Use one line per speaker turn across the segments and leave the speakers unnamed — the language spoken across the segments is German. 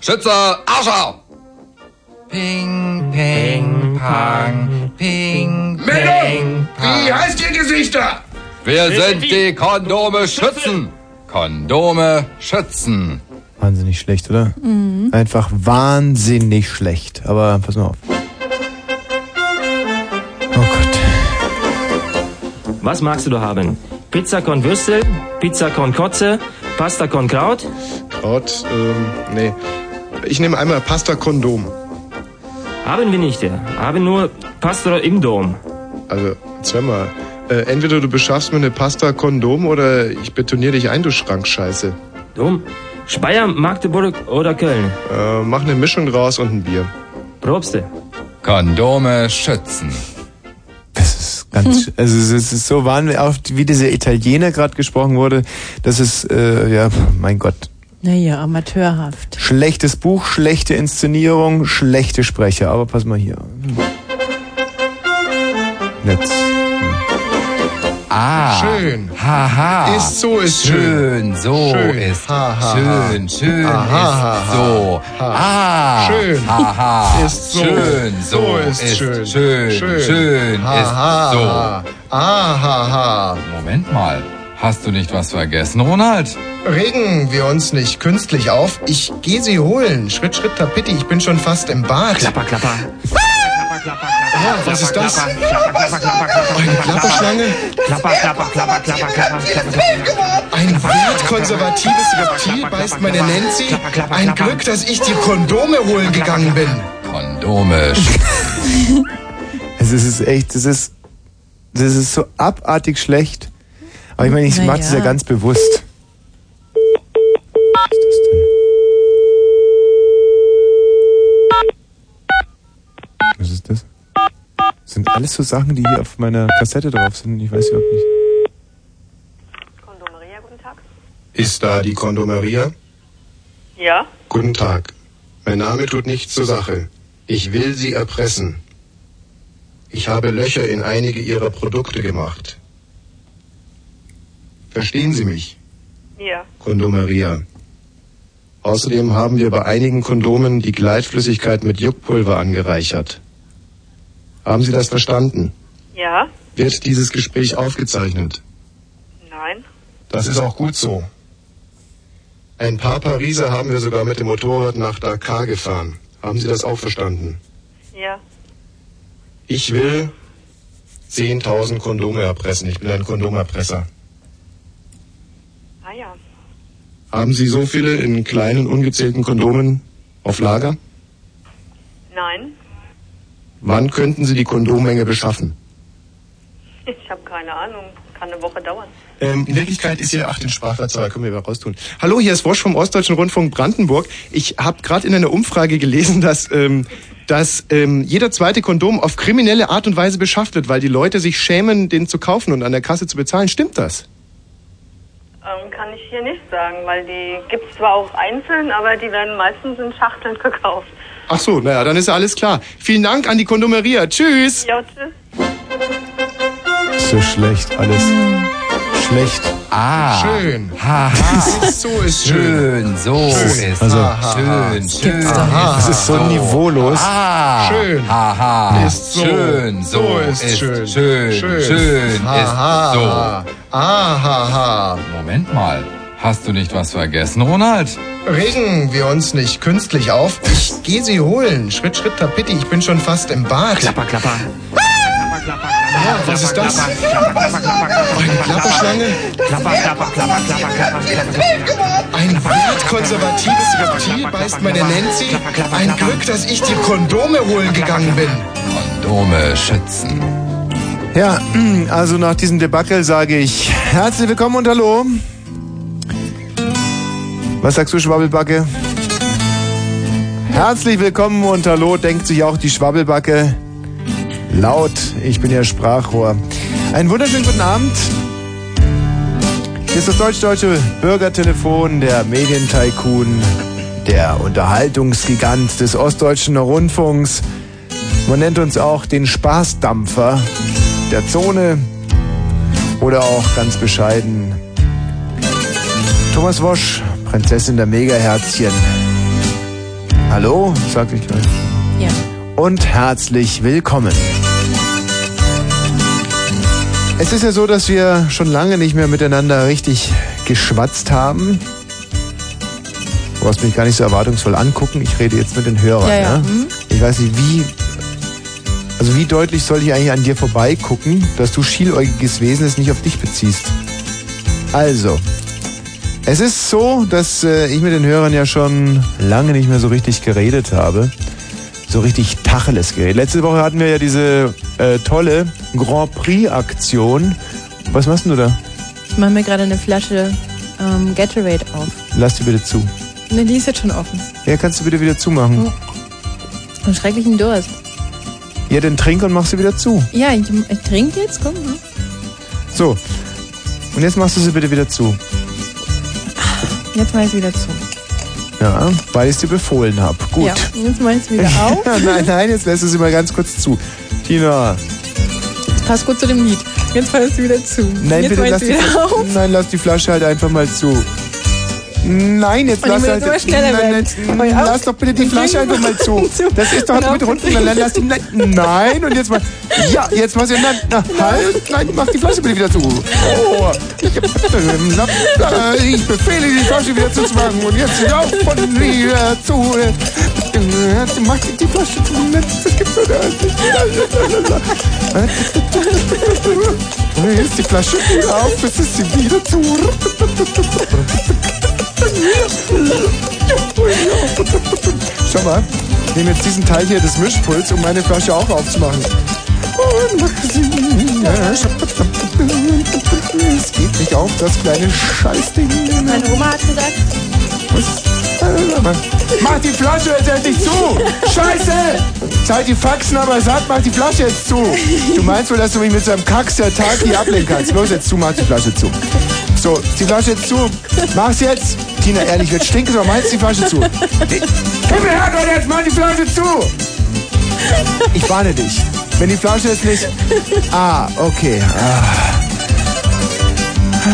Sitze, Arschau! Ping, ping, pang, ping,
Meldung!
ping,
Wie
pang.
heißt ihr Gesichter?
Wir sind die Kondome schützen. Kondome schützen.
Wahnsinnig schlecht, oder?
Mhm.
Mhm.
Einfach wahnsinnig schlecht. Aber pass mal auf. Oh Gott.
Was magst du haben? Pizza con Würstel, Pizza con Kotze, Pasta con Kraut?
Kraut, ähm, nee. Ich nehme einmal Pasta Kondom.
Haben wir nicht. Haben nur Pasta im Dom.
Also, sag mal, äh, entweder du beschaffst mir eine Pasta Kondom oder ich betoniere dich ein, du Schrankscheiße.
Dom? Speyer, Magdeburg oder Köln?
Äh, mach eine Mischung draus und ein Bier.
Probste.
Kondome schützen.
Ganz, sch- also es ist- es ist so wahnsinnig, auch wie dieser Italiener gerade gesprochen wurde. Das ist, äh, ja, mein Gott.
Naja, amateurhaft.
Schlechtes Buch, schlechte Inszenierung, schlechte Sprecher. Aber pass mal hier. Jetzt.
Ah.
Schön.
Haha.
Ist so, ist
schön. So
Schön.
ist
Ha, ha, ha.
schön. Schön
Ha, ha,
ist
ha,
so. Ah.
Schön.
Haha.
Ist so.
Schön. So,
So
ist,
ist
schön.
schön.
Schön,
Schön.
ist
Aha.
so.
Ahaha.
Moment mal. Hast du nicht was vergessen, Ronald?
Regen wir uns nicht künstlich auf. Ich gehe sie holen. Schritt, Schritt, Tapitti. Ich bin schon fast im Bad.
Klapper, klapper.
Ah, was ist das? Eine Klapperschlange?
Klapper, klapper, klapper, klapper, klapper, klapper.
Ein wild konservatives Reptil beißt meine Nancy? Ein Glück, dass ich die Kondome holen gegangen bin.
Kondome schützen.
Also es ist echt, es ist, das ist so abartig schlecht. Aber ich meine, ich
Na
mache das ja
ja.
ganz bewusst. Was ist das denn? Was ist das? Das sind alles so Sachen, die hier auf meiner Kassette drauf sind. Ich weiß überhaupt nicht.
Kondomeria, guten Tag.
Ist da die Kondomeria?
Ja,
Guten Tag. Mein Name tut nichts zur Sache. Ich will Sie erpressen. Ich habe Löcher in einige Ihrer Produkte gemacht. Verstehen Sie mich?
ja.
Kondomeria. Außerdem haben wir bei einigen Kondomen die Gleitflüssigkeit mit Juckpulver angereichert. Haben Sie das verstanden?
Ja,
Wird dieses Gespräch aufgezeichnet?
nein.
Das ist auch gut so. Ein paar Pariser haben wir sogar mit dem Motorrad nach Dakar gefahren. Haben Sie das auch verstanden?
Ja,
Ich will 10.000 Kondome erpressen. Ich bin ein Kondomerpresser.
ah ja.
Haben Sie so viele in kleinen, ungezählten Kondomen auf Lager?
Nein,
Wann könnten Sie die Kondommenge beschaffen?
ich habe keine Ahnung. Kann eine Woche dauern.
Ähm, in Wirklichkeit ist hier, ach, den Sprachverzeuger können wir mal raustun. Hallo, hier ist Wosch vom Ostdeutschen Rundfunk Brandenburg. Ich habe gerade in einer Umfrage gelesen, dass, ähm, dass ähm, jeder zweite Kondom auf kriminelle Art und Weise beschafft wird, weil die Leute sich schämen, den zu kaufen und an der Kasse zu bezahlen. Stimmt das?
Ähm, kann ich hier nicht sagen, weil die gibt's zwar auch einzeln, aber die werden meistens in Schachteln verkauft.
Ach so, naja, dann ist ja alles klar. Vielen Dank an die Kondomeria. Tschüss.
Ja, tschüss.
So schlecht alles. Schlecht.
Ah.
Schön. Ah,
Haha.
So ist
Schön, so ist
Also-
schön, schön.
Das ist so niveaulos.
Ah,
Schön.
Haha.
Ist so.
Schön, so,
So
ist,
ist
schön,
schön.
schön,
Schön.
ist so.
Ahaha.
Moment mal, hast du nicht was vergessen, Ronald?
Regen wir uns nicht künstlich auf. Ich gehe sie holen. Schritt, Schritt, Tapitti. Ich bin schon fast im Bad.
Klapper, klapper.
Ah, was ist das? Eine Klapperschlange?
Klapper, klapper, klapper, klapper, klapper.
Ein wild konservatives Reptil beißt meine Nancy? Ein Glück, dass ich die Kondome holen gegangen bin.
Kondome schützen.
Ja, also nach diesem Debakel sage ich herzlich willkommen und hallo. Was sagst du, Schwabbelbacke? Herzlich willkommen und hallo, denkt sich auch die Schwabbelbacke. Laut, ich bin ihr Sprachrohr. Einen wunderschönen guten Abend. Hier ist das deutsch-deutsche Bürgertelefon, der Medientaikun, der Unterhaltungsgigant des Ostdeutschen Rundfunks. Man nennt uns auch den Spaßdampfer der Zone oder auch ganz bescheiden Thomas Wosch, Prinzessin der Megaherzchen.
Hallo, sag ich gleich.
Ja.
Und herzlich willkommen. Es ist ja so, dass wir schon lange nicht mehr miteinander richtig geschwatzt haben. Du hast mich gar nicht so erwartungsvoll angucken. Ich rede jetzt mit den Hörern.
Ja, ja,
Ne?
mhm.
Hm?
Ich weiß nicht, wie. Also wie deutlich soll ich eigentlich an dir vorbeigucken, dass du schieläugiges Wesen es nicht auf dich beziehst? Also, es ist so, dass äh, ich mit den Hörern ja schon lange nicht mehr so richtig geredet habe. So richtig Tacheles geredet. Letzte Woche hatten wir ja diese äh, tolle Grand Prix-Aktion. Was machst denn du da?
Ich mache mir gerade eine Flasche ähm, Gatorade auf.
Lass die bitte zu.
Ne, die ist jetzt schon offen.
Ja, kannst du bitte wieder zumachen.
Und schrecklichen Durst.
Ja, dann trink und mach sie wieder zu.
Ja, ich, ich trinke jetzt, komm. ne?
So. Und jetzt machst du sie bitte wieder zu.
Jetzt mache ich wieder zu.
Ja, weil ich es dir befohlen habe. Gut.
Ja, jetzt mache ich es wieder auf.
nein, nein, jetzt lässt du sie mal ganz kurz zu. Tina,
Passt gut zu dem Lied. Jetzt mache ich es wieder zu.
nein,
jetzt
bitte
mache ich
lass
es
die,
wieder auf.
nein, lass die Flasche halt einfach mal zu. Nein, jetzt
Und ich
lass
will
halt.
jetzt immer schneller
nein,
werden.
nein,
Hör auf.
lass doch bitte die
Ich
Flasche
trinke
einfach mal zu.
zu. Genau.
Das ist doch
Und auf
mit
mit
runter. Nein, lass die, nein, nein, und jetzt mal. Ja, jetzt machst du. Nein, na,
Genau.
halt, nein, mach die Flasche bitte wieder zu. Oh, ich, äh, ich befehle, die Flasche wieder zu zwangen. Und jetzt lauf und wieder zu. Äh, Mach die Flasche zu. Das gibt's doch nicht. Äh, Ist die Flasche wieder auf, es ist sie wieder zu. Schau mal, ich nehme jetzt diesen Teil hier des Mischpuls, um meine Flasche auch aufzumachen. Und mach sie wieder. Es geht nicht auf, das kleine Scheißding.
Meine Oma hat gesagt,
Mach die Flasche jetzt endlich zu! Scheiße! Zeit die Faxen aber satt, mach die Flasche jetzt zu! Du meinst wohl, dass du mich mit so einem Kacks der Tag hier ablenken kannst? Los, jetzt zu, mach die Flasche zu. So, die Flasche jetzt zu. Mach's jetzt! Tina, ehrlich, wird stinken, aber meinst die Flasche zu? Die- Komm her, Gott, jetzt mach die Flasche zu! Ich warne dich. Wenn die Flasche jetzt nicht. Ah, okay. Ah.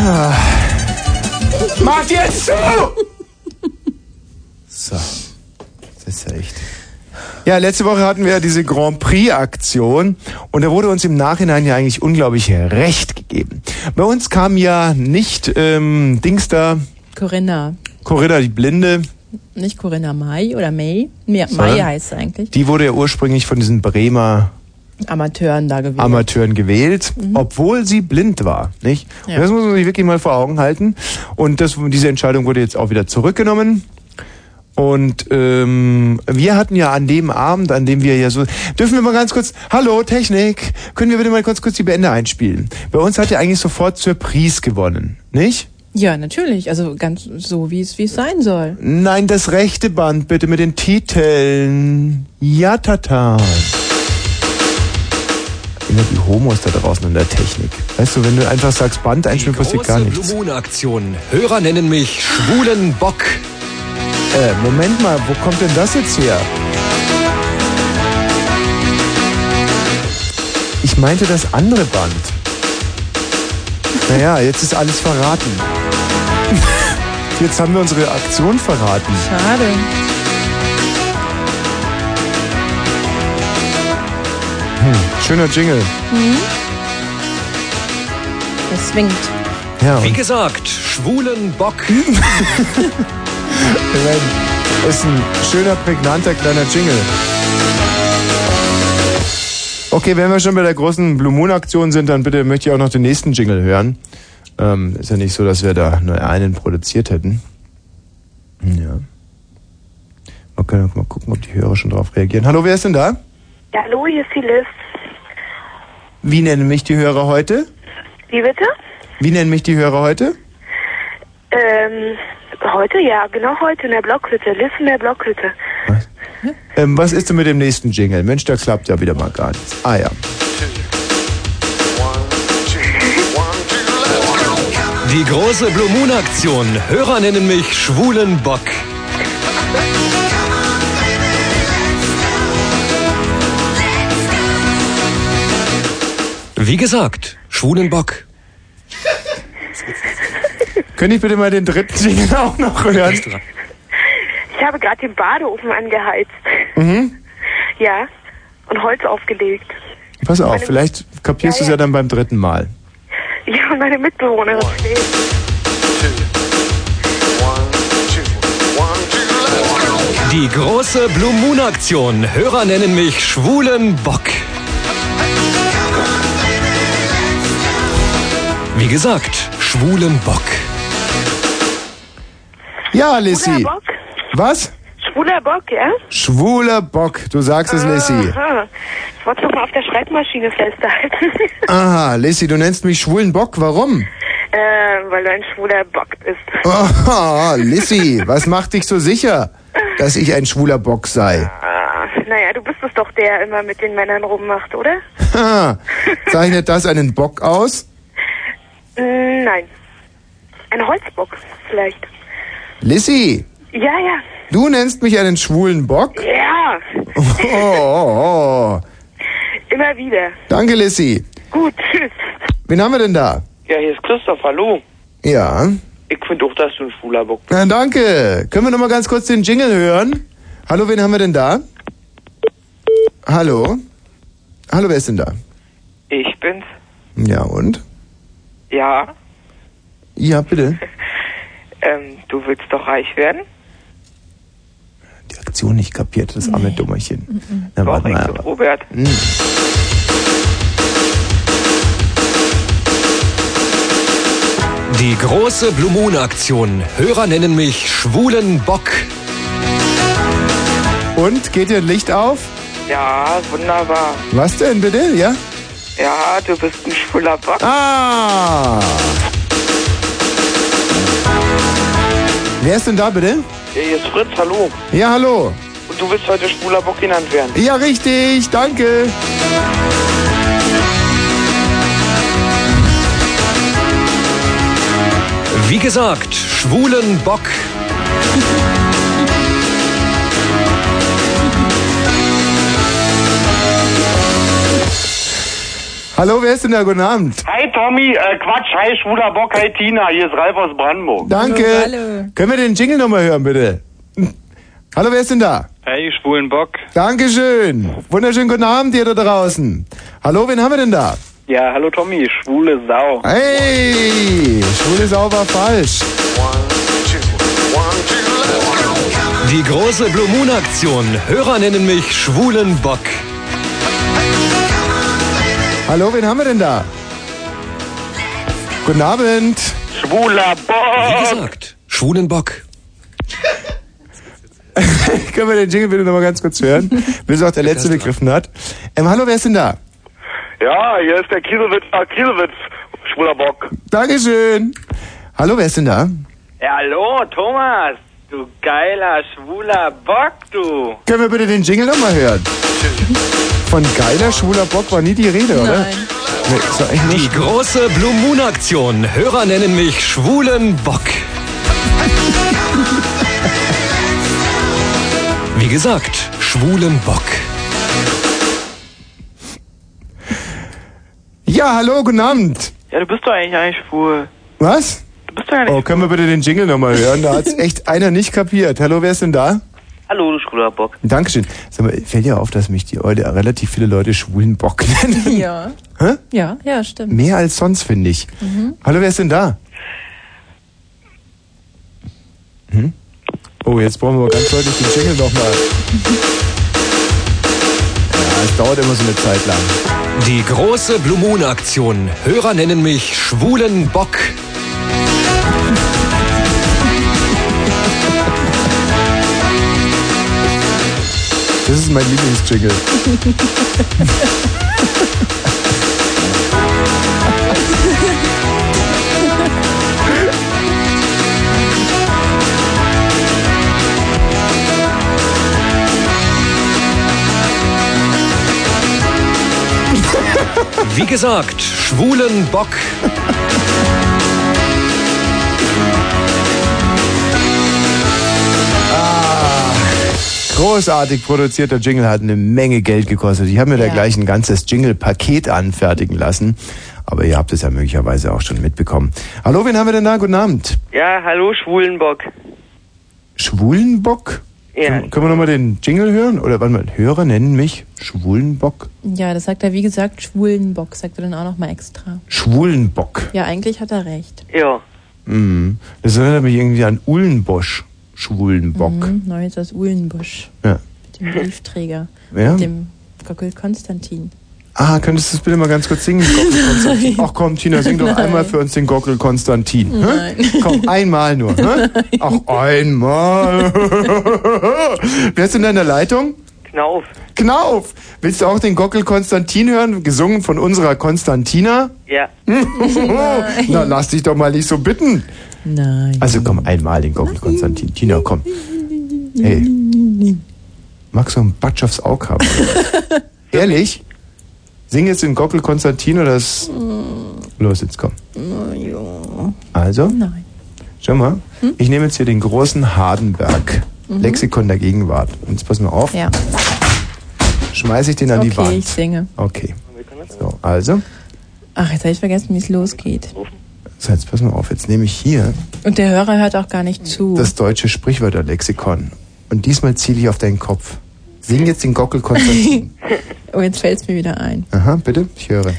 Ah. Mach die jetzt zu! So. Das ist ja echt. Ja, letzte Woche hatten wir diese Grand Prix-Aktion und da wurde uns im Nachhinein ja eigentlich unglaublich Recht gegeben. Bei uns kam ja nicht ähm, Dings da,
Corinna.
Corinna die Blinde,
Nicht Corinna Mai oder May. Mehr,
Sondern-
Mai heißt sie eigentlich.
die wurde ja ursprünglich von diesen Bremer
Amateuren da gewesen.
Amateuren gewählt, obwohl sie blind war, nicht?
Ja.
Und das muss man sich wirklich mal vor Augen halten. Und das, diese Entscheidung wurde jetzt auch wieder zurückgenommen. Und ähm, wir hatten ja an dem Abend, an dem wir ja so, dürfen wir mal ganz kurz, hallo Technik, können wir bitte mal kurz kurz die Bände einspielen? Bei uns hat ja eigentlich sofort Surprise gewonnen, nicht?
ja, natürlich. Also ganz so, wie es wie es sein soll.
Nein, das rechte Band bitte mit den Titeln. Ja, tata. Immer die Homos da draußen in der Technik. Weißt du, wenn du einfach sagst Band einspielen, passiert gar
Große
nichts.
Blue Moon Aktion. Hörer nennen mich schwulen Bock.
Äh, Moment mal, wo kommt denn das jetzt her? Ich meinte das andere Band. Naja, jetzt ist alles verraten. Jetzt haben wir unsere Aktion verraten.
Schade.
Hm, Schöner Jingle.
Das swingt.
Ja,
Wie gesagt, schwulen Bock.
Immerhin ist ein schöner, prägnanter kleiner Jingle. Okay, wenn wir schon bei der großen Blue Moon Aktion sind, dann bitte möchte ich auch noch den nächsten Jingle hören. Ähm, ist ja nicht so, dass wir da nur einen produziert hätten. Ja. Man kann ja mal gucken, ob die Hörer schon drauf reagieren. Hallo, wer ist denn da?
Ja, hallo, hier ist die Liz.
Wie nennen mich die Hörer heute?
Wie bitte?
Wie nennen mich die Hörer heute?
Ähm, heute, ja, genau heute in der Blockhütte. Liz in der Blockhütte.
Ähm, was ist denn mit dem nächsten Jingle? Mensch, da klappt ja wieder mal gar nichts. Ah ja.
Die große Blue Moon Aktion. Hörer nennen mich schwulen Bock. Wie gesagt, schwulen Bock.
Könnte ich bitte mal den dritten Jingle auch noch hören?
Ja, habe gerade den Badeofen angeheizt.
Mhm.
Ja. Und Holz aufgelegt.
Pass auf, vielleicht kapierst du es ja dann beim dritten Mal.
Ja, und meine Mitbewohnerin schläft.
Die große Blue Moon Aktion. Hörer nennen mich schwulen Bock. Wie gesagt, schwulen Bock.
Ja, Lissy.
Schwuler Bock?
Was?
Schwuler Bock, ja?
Schwuler Bock. Du sagst es, Lissy.
Aha. Ich wollte es mal auf der Schreibmaschine festhalten.
Aha, Lissy, du nennst mich schwulen Bock. Warum?
äh, weil du ein schwuler Bock bist.
Aha, Lissy, was macht dich so sicher, dass ich ein schwuler Bock sei?
Ah, naja, du bist es doch, der immer mit den Männern rummacht, oder?
Ha, zeichnet das einen Bock aus?
Mm, nein. Ein Holzbock, vielleicht.
Lissy,
Ja, ja.
du nennst mich einen schwulen Bock?
Ja.
Oh, oh, oh.
Immer wieder.
Danke, Lissy.
Gut, tschüss.
Wen haben wir denn da?
Ja, hier ist Christoph, hallo.
Ja.
Ich finde auch, dass du ein schwuler Bock
Na, danke. Können wir noch mal ganz kurz den Jingle hören? Hallo, wen haben wir denn da? Hallo? Hallo, wer ist denn da?
bist. Ich bin's.
Ja, und?
Ja,
Ja, bitte.
ähm, du willst doch reich werden?
Die Aktion nicht kapiert, das arme Dummerchen. Na,
doch,
warte
ich
mal. Hm.
und Robert.
Die große Blue Moon Aktion. Hörer nennen mich schwulen Bock.
Und, geht dir ein Licht auf?
Ja, wunderbar.
Was denn, bitte? Ja?
Ja, du bist ein schwuler Bock.
Ah! Wer ist denn da, bitte?
Ja, hier ist Fritz, hallo.
Ja, hallo.
Und du willst heute schwuler Bock genannt werden?
Ja, richtig, danke.
Wie gesagt, schwulen Bock.
Hallo, wer ist denn da? Guten Abend.
Hi Tommy, äh, Quatsch, hi schwuler Bock, hi Tina, hier ist Ralf aus Brandenburg.
Danke. Können wir den Jingle nochmal hören, bitte? Hallo, wer ist denn da?
Hey schwulen Bock.
Dankeschön. Wunderschönen guten Abend, ihr da draußen. Hallo, wen haben wir denn da?
Ja, hallo Tommy, schwule Sau.
Hey, schwule Sau war falsch.
Die große Blue Moon Aktion. Hörer nennen mich schwulen Bock.
Hallo, wen haben wir denn da? Guten Abend.
Schwuler
Wie
Bock.
gesagt, schwulen Bock.
Können wir den Jingle bitte nochmal ganz kurz hören? Bis auch der letzte begriffen hat. Ähm, hallo, wer ist denn da?
Ja, hier ist der Kielewitz, ah, Kielewitz, schwuler Bock.
Dankeschön. Hallo, wer ist denn da?
Ja, hallo, Thomas. Du geiler schwuler Bock, du.
Können wir bitte den Jingle nochmal hören? Von geiler schwuler Bock war nie die Rede, oder?
Nein.
Nee, ist doch eigentlich
Die
nicht.
große Blue Moon Aktion. Hörer nennen mich schwulen Bock. Wie gesagt, schwulen Bock.
Ja, hallo, guten Abend.
Ja, du bist doch eigentlich eigentlich schwul.
Was?
Du bist doch ja nicht
Oh,
schwul.
können wir bitte den Jingle nochmal hören? Da hat's echt einer nicht kapiert. Hallo, wer ist denn da?
Hallo, du schwuler Bock.
Dankeschön. Sag mal, fällt dir auf, dass mich die heute relativ viele Leute schwulen Bock nennen?
Ja.
Hä?
Ja, ja, stimmt.
Mehr als sonst, finde ich.
Mhm.
Hallo, wer ist denn da? Hm? Oh, jetzt brauchen wir aber ganz deutlich den Jingle nochmal. Ja, es dauert immer so eine Zeit lang.
Die große Blue Moon Aktion. Hörer nennen mich schwulen Bock.
Das ist mein Lieblingsjingle.
Wie gesagt, schwulen Bock.
Großartig produzierter Jingle hat eine Menge Geld gekostet. Ich habe mir da
Ja.
gleich ein ganzes Jingle-Paket anfertigen lassen. Aber ihr habt es ja möglicherweise auch schon mitbekommen. Hallo, wen haben wir denn da? Guten Abend.
Ja, hallo, schwulen Bock.
Schwulenbock?
Ja.
Können wir nochmal den Jingle hören? Oder warte mal, Hörer nennen mich Schwulenbock.
Ja, das sagt er, wie gesagt, Schwulenbock, sagt er dann auch nochmal extra.
Schwulenbock.
Ja, eigentlich hat er recht.
Ja.
Mhm. Das erinnert mich irgendwie an Uhlenbosch. Schwulenbock.
Mhm, Neues aus Uhlenbusch.
Ja.
Mit dem Briefträger.
Ja?
Mit dem Gockel Konstantin.
Ah, könntest du das bitte mal ganz kurz singen? Gockel Konstantin. Ach komm, Tina, sing doch
Nein. Mhm.
einmal für uns den Gockel Konstantin. hä? Komm, einmal nur. hä? Auch einmal. Wer ist denn da in der Leitung?
Knauf.
Knauf. Willst du auch den Gockel Konstantin hören, gesungen von unserer Konstantina?
Ja.
Na, lass dich doch mal nicht so bitten.
Nein.
Also komm, einmal den Gockel Konstantin. Tina, komm. Hey. Magst du einen Batsch aufs Auge haben? Ehrlich? Sing jetzt den Gockel Konstantin oder das... Los, jetzt komm. Also?
Nein. Hm?
Schau mal, ich nehme jetzt hier den großen Hardenberg.
Mhm.
Lexikon der Gegenwart. Und jetzt pass mal auf.
Ja.
Schmeiß ich den an die
okay,
Wand.
ich singe.
Okay. So, also.
Ach, jetzt habe ich vergessen, wie es losgeht.
So, jetzt pass mal auf. Jetzt nehme ich hier
Und der Hörer hört auch gar nicht zu.
das deutsche Sprichwörterlexikon. Und diesmal ziele ich auf deinen Kopf. Sing jetzt den Gockel Konstantin.
oh, jetzt fällt es mir wieder ein.
Aha, bitte? Ich höre.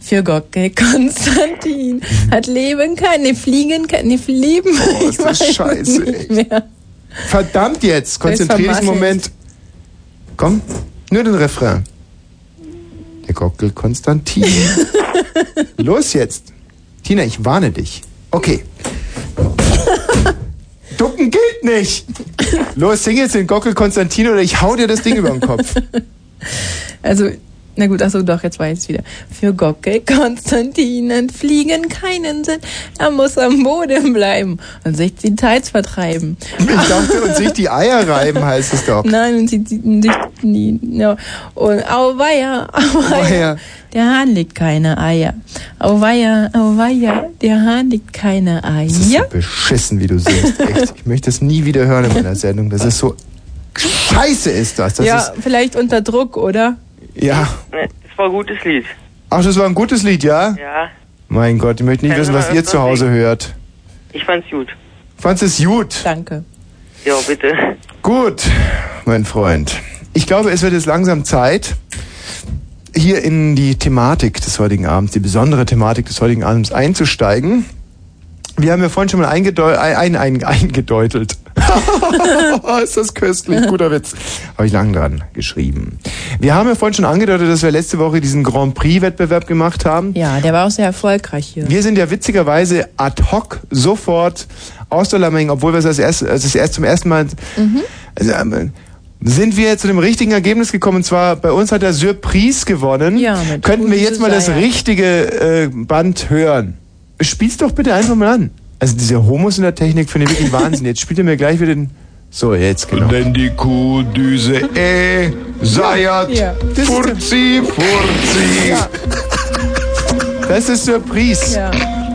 Für Gockel Konstantin hat Leben kein, ne, Fliegen kein, ne, Leben. Oh, ist
Mhm. das scheiße,
Nicht mehr.
Verdammt jetzt!
Da ist
Konzentrier dich einen
vermasselt.
Moment. Komm, nur den Refrain. Der Gockel Konstantin. Los jetzt. Tina, ich warne dich. Okay. Ducken gilt nicht. Los, sing jetzt den Gockel Konstantin oder ich hau dir das Ding über den Kopf.
Also, na gut, ach so, doch, jetzt weiß ich wieder. Für Gockel Konstantin hat Fliegen keinen Sinn. Er muss am Boden bleiben und sich die Zeit vertreiben.
Ich dachte, und sich die Eier reiben heißt es doch.
Nein, und sie ziehen sich nie. Ja. Und auweia, auweia, der Hahn legt keine Eier. Auweia, auweia, der Hahn legt keine Eier.
Beschissen, wie du singst. Echt. Ich möchte das nie wieder hören in meiner Sendung. Das ist so. Scheiße ist das. das
ja,
ist,
vielleicht unter Druck, oder?
ja.
Ne, Das war ein gutes Lied.
Ach, das war ein gutes Lied, ja?
Ja.
Mein Gott, ich möchte nicht
Kann
wissen,
man
was ihr
öfter
zu Hause hört.
Ich fand's gut.
Fandst es gut?
Danke.
Ja, bitte.
Gut, mein Freund. Ich glaube, es wird jetzt langsam Zeit, hier in die Thematik des heutigen Abends, die besondere Thematik des heutigen Abends einzusteigen. Wir haben ja vorhin schon mal eingedeu ein, ein, ein, eingedeutet. ist das köstlich, guter Witz. Habe ich lang dran geschrieben. Wir haben ja vorhin schon angedeutet, dass wir letzte Woche diesen Grand Prix-Wettbewerb gemacht haben.
Ja, der war auch sehr erfolgreich hier.
Wir sind ja witzigerweise ad hoc sofort aus Dollarmengen, obwohl wir es als erst, als es erst zum ersten Mal
Mhm.
also, ähm, sind wir zu dem richtigen Ergebnis gekommen. Und zwar bei uns hat der Surprise gewonnen.
Ja, mit
Könnten wir
Rudi
jetzt mal das
Seier.
richtige äh, Band hören? Spiel's doch bitte einfach mal an. Also diese Homos in der Technik finde ich wirklich Wahnsinn. Jetzt spielt er mir gleich wieder den... So, jetzt genau. Denn die Kuhdüse, eh, seiert,
Ja.
furzi, furzi. Das ist Surprise.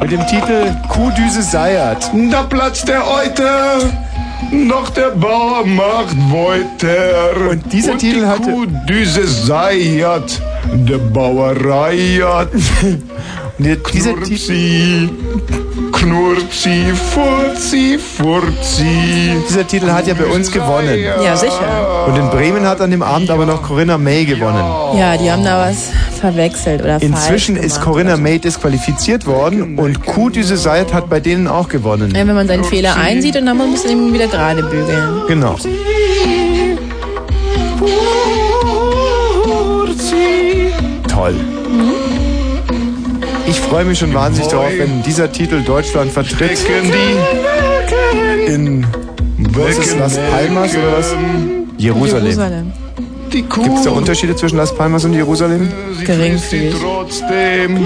Mit dem Titel Kuhdüse seiert.
Da platzt der Euter, noch der Bauer macht Wolter. Und
dieser Titel
die
hatte-
Kuh, diese seiert, der Bauer reiert.
dieser
Titel. Knurpsi, Furzi, Furzi.
Dieser Titel hat ja bei uns gewonnen.
Ja, sicher.
Und in Bremen hat an dem Abend aber noch Corinna May gewonnen.
Ja, die haben da was verwechselt oder
Inzwischen
falsch
ist
gemacht. also.
Corinna May disqualifiziert worden und Kudüse Seid hat bei denen auch gewonnen.
Ja, wenn man seinen Fehler einsieht und dann muss man ihn wieder gerade bügeln.
Genau. Toll. Ich freue mich schon wahnsinnig darauf, wenn dieser Titel Deutschland vertritt. In was ist Las Palmas oder was? Jerusalem.
Jerusalem.
Gibt es da Unterschiede zwischen Las Palmas und Jerusalem?
Geringfügig.
Trotzdem.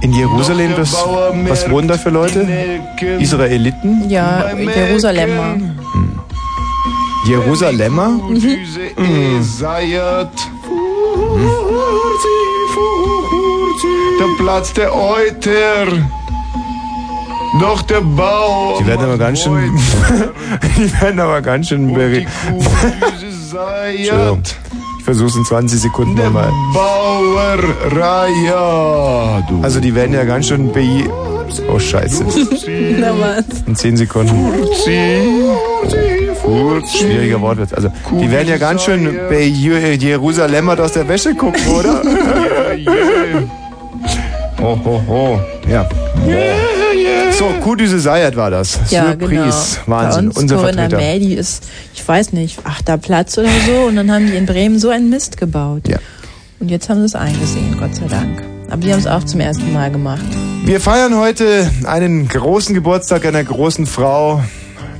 In Jerusalem, das, was wohnen da für Leute? Israeliten?
Ja, Jerusalemer.
Jerusalemer?
Mhm. Seiert. Der Platz der Euter. Doch der Bau.
Die werden aber ganz schön. die werden aber ganz schön. beri- Entschuldigung. Ich versuch's in 20 Sekunden nochmal.
Bauer Reier.
Also die werden ja ganz schön be Oh, scheiße.
Na was?
In 10 Sekunden. Schwieriger Wortwitz. Also, die werden ja ganz schön bei Ju- Jerusalemmer aus der Wäsche gucken, oder? ho, ho, ho. Ja. So, Kudüse Sayed war das. Surprise. Wahnsinn.
genau. Bei uns
Unser
Corinna
Vertreter.
May, die ist, ich weiß nicht, achter Platz oder so. Und dann haben die in Bremen so einen Mist gebaut.
Ja.
Und jetzt haben sie es eingesehen, Gott sei Dank. Aber die haben es auch zum ersten Mal gemacht.
Wir feiern heute einen großen Geburtstag einer großen Frau.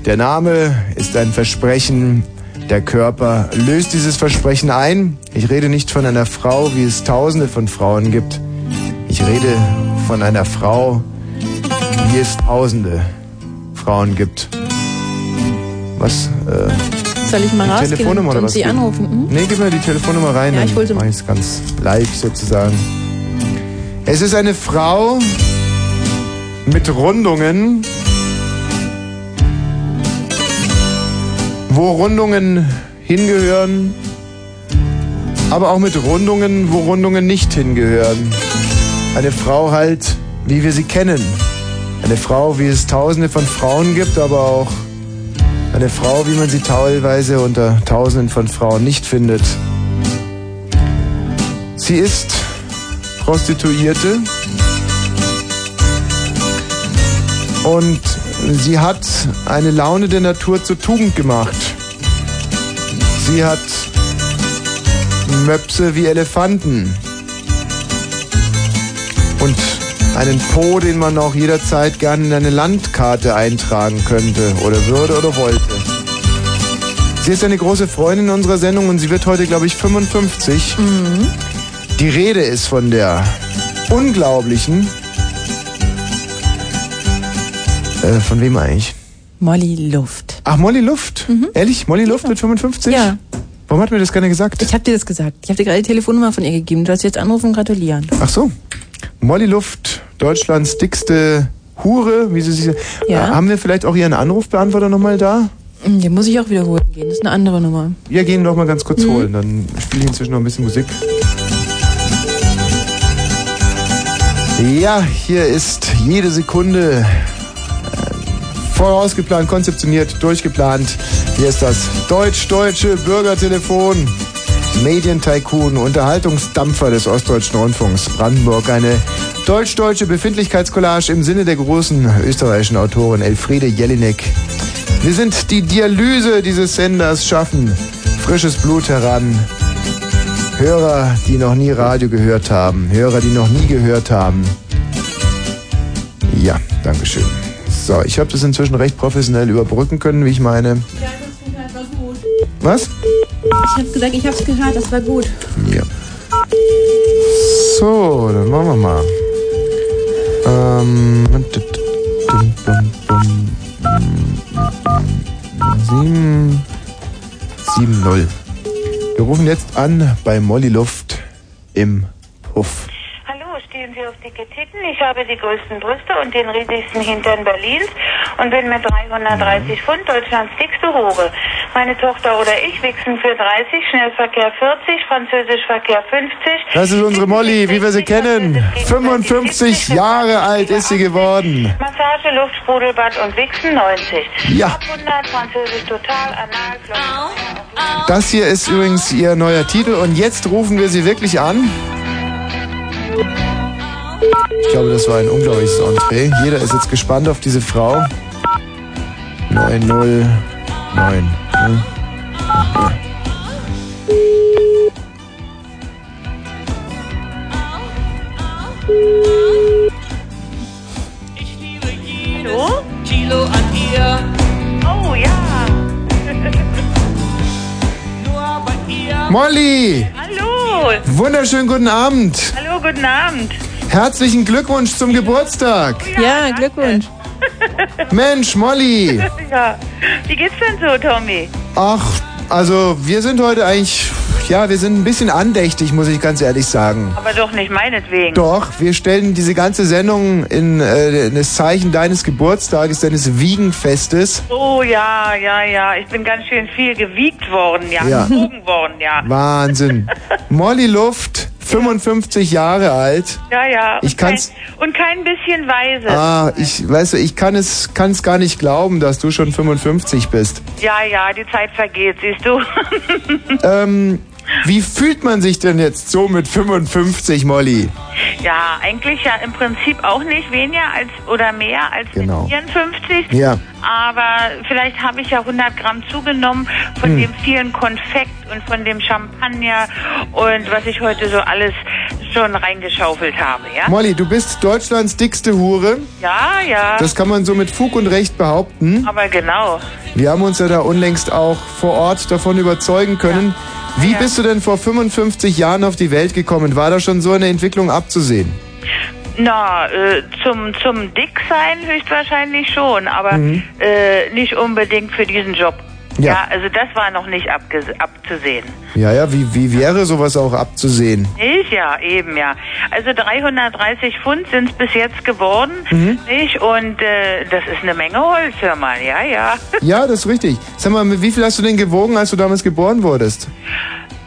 Der Name ist ein Versprechen. Der Körper löst dieses Versprechen ein. Ich rede nicht von einer Frau, wie es tausende von Frauen gibt. Ich rede von einer Frau, wie es tausende Frauen gibt. Was? Äh,
Soll ich mal
die
rausgehen
Telefonnummer oder
und
was
sie
geben?
anrufen? Mhm.
Nee, gib mir die Telefonnummer rein,
Ja,
dann
ich hol sie
mach ich's ganz live sozusagen. Es ist eine Frau mit Rundungen, wo Rundungen hingehören, aber auch mit Rundungen, wo Rundungen nicht hingehören. Eine Frau halt, wie wir sie kennen. Eine Frau, wie es tausende von Frauen gibt, aber auch eine Frau, wie man sie teilweise unter tausenden von Frauen nicht findet. Sie ist Prostituierte und sie hat eine Laune der Natur zur Tugend gemacht. Sie hat Möpse wie Elefanten und einen Po, den man auch jederzeit gerne in eine Landkarte eintragen könnte oder würde oder wollte. Sie ist eine große Freundin unserer Sendung und sie wird heute, glaube ich, 55. Die Rede ist von der unglaublichen. Äh, von wem eigentlich?
Molly Luft.
Ach, Molly Luft. Ehrlich? Molly Luft mit 55?
Mhm. Ja.
Warum hat mir das keiner gesagt?
Ich habe dir das gesagt. Ich habe dir gerade die Telefonnummer von ihr gegeben. Du hast jetzt anrufen und gratulieren.
Ach so. Molly Luft, Deutschlands dickste Hure, wie sie sich.
Ja.
Äh, Haben wir vielleicht auch ihren Anrufbeantworter nochmal da?
Den muss ich auch wiederholen gehen. Das ist eine andere Nummer.
Wir gehen noch mal ganz kurz holen, dann spiele ich inzwischen noch ein bisschen Musik. Ja, hier ist jede Sekunde äh, vorausgeplant, konzeptioniert, durchgeplant. Hier ist das deutsch-deutsche Bürgertelefon. Medientycoon, Unterhaltungsdampfer des Ostdeutschen Rundfunks Brandenburg. Eine deutsch-deutsche Befindlichkeitscollage im Sinne der großen österreichischen Autorin Elfriede Jelinek. Wir sind die Dialyse dieses Senders schaffen. Frisches Blut heran. Hörer, die noch nie Radio gehört haben. Hörer, die noch nie gehört haben. Ja, Dankeschön. So, ich habe das inzwischen recht professionell überbrücken können, wie ich meine. Was?
Ich habe gesagt, ich habe es gehört, das war gut.
Ja. So, dann machen wir mal. Ähm. Sieben. Sieben null. Wir rufen jetzt an bei Molly Luft im Puff.
Hallo, stehen Sie auf dicke Titten? Ich habe die größten Brüste und den riesigsten Hintern Berlins und bin mit 330 Pfund Deutschlands dickste Hure. Meine Tochter oder ich wichsen für 30, Schnellverkehr 40, Französischverkehr 50.
Das ist unsere Molly, wie wir sie kennen. 55 Jahre alt ist sie geworden.
Massage, Luft, Sprudelbad und Wichsen 90.
Ja.
Ab 100 Französisch total, anal, Flossen.
Das hier ist übrigens ihr neuer Titel und jetzt rufen wir sie wirklich an. Ich glaube, das war ein unglaubliches Entree. Jeder ist jetzt gespannt auf diese Frau. 909. ne?
Hallo? Kilo an ihr. Oh ja. Nur bei ihr.
Molly!
Hallo.
Wunderschönen guten Abend.
Hallo, guten Abend.
Herzlichen Glückwunsch zum Geburtstag.
Ja, Glückwunsch.
Mensch, Molly.
Ja. Wie geht's denn so, Tommy?
Ach, also wir sind heute eigentlich, ja, wir sind ein bisschen andächtig, muss ich ganz ehrlich sagen.
Aber doch nicht meinetwegen.
Doch, wir stellen diese ganze Sendung in, äh, in das Zeichen deines Geburtstages, deines Wiegenfestes.
Oh ja, ja, ja. Ich bin ganz schön viel gewiegt worden, ja.
Ja.
Gewogen worden, ja.
Wahnsinn. Molly Luft, 55 Jahre alt.
Ja, ja.
Ich
Und
kann's-
Kein, und kein bisschen weise.
Ah, ich weißt du, ich kann es kann's gar nicht glauben, dass du schon 55 bist.
Ja, ja, die Zeit vergeht, siehst du.
ähm, wie fühlt man sich denn jetzt so mit 55, Molly?
Ja, eigentlich ja im Prinzip auch nicht weniger als oder mehr als
Genau.
mit 54.
Ja.
Aber vielleicht habe ich ja 100 Gramm zugenommen von
Hm.
dem vielen Konfekt und von dem Champagner und was ich heute so alles schon reingeschaufelt habe, ja?
Molly, du bist Deutschlands dickste Hure.
Ja, ja.
Das kann man so mit Fug und Recht behaupten.
Aber genau.
Wir haben uns ja da unlängst auch vor Ort davon überzeugen können. Wie
Ja.
bist du denn vor 55 Jahren auf die Welt gekommen? War da schon so eine Entwicklung abzusehen?
Na, äh, zum, zum Dicksein höchstwahrscheinlich schon, aber
Mhm.
äh, nicht unbedingt für diesen Job.
Ja.
also das war noch nicht abges- abzusehen.
Ja, ja, wie, wie wäre sowas auch abzusehen?
Nicht? Ja, eben, ja. Also 330 Pfund sind es bis jetzt geworden,
Mhm.
nicht? Und äh, das ist eine Menge Holz, hör mal, ja, ja.
Ja, das ist richtig. Sag mal, mit wie viel hast du denn gewogen, als du damals geboren wurdest?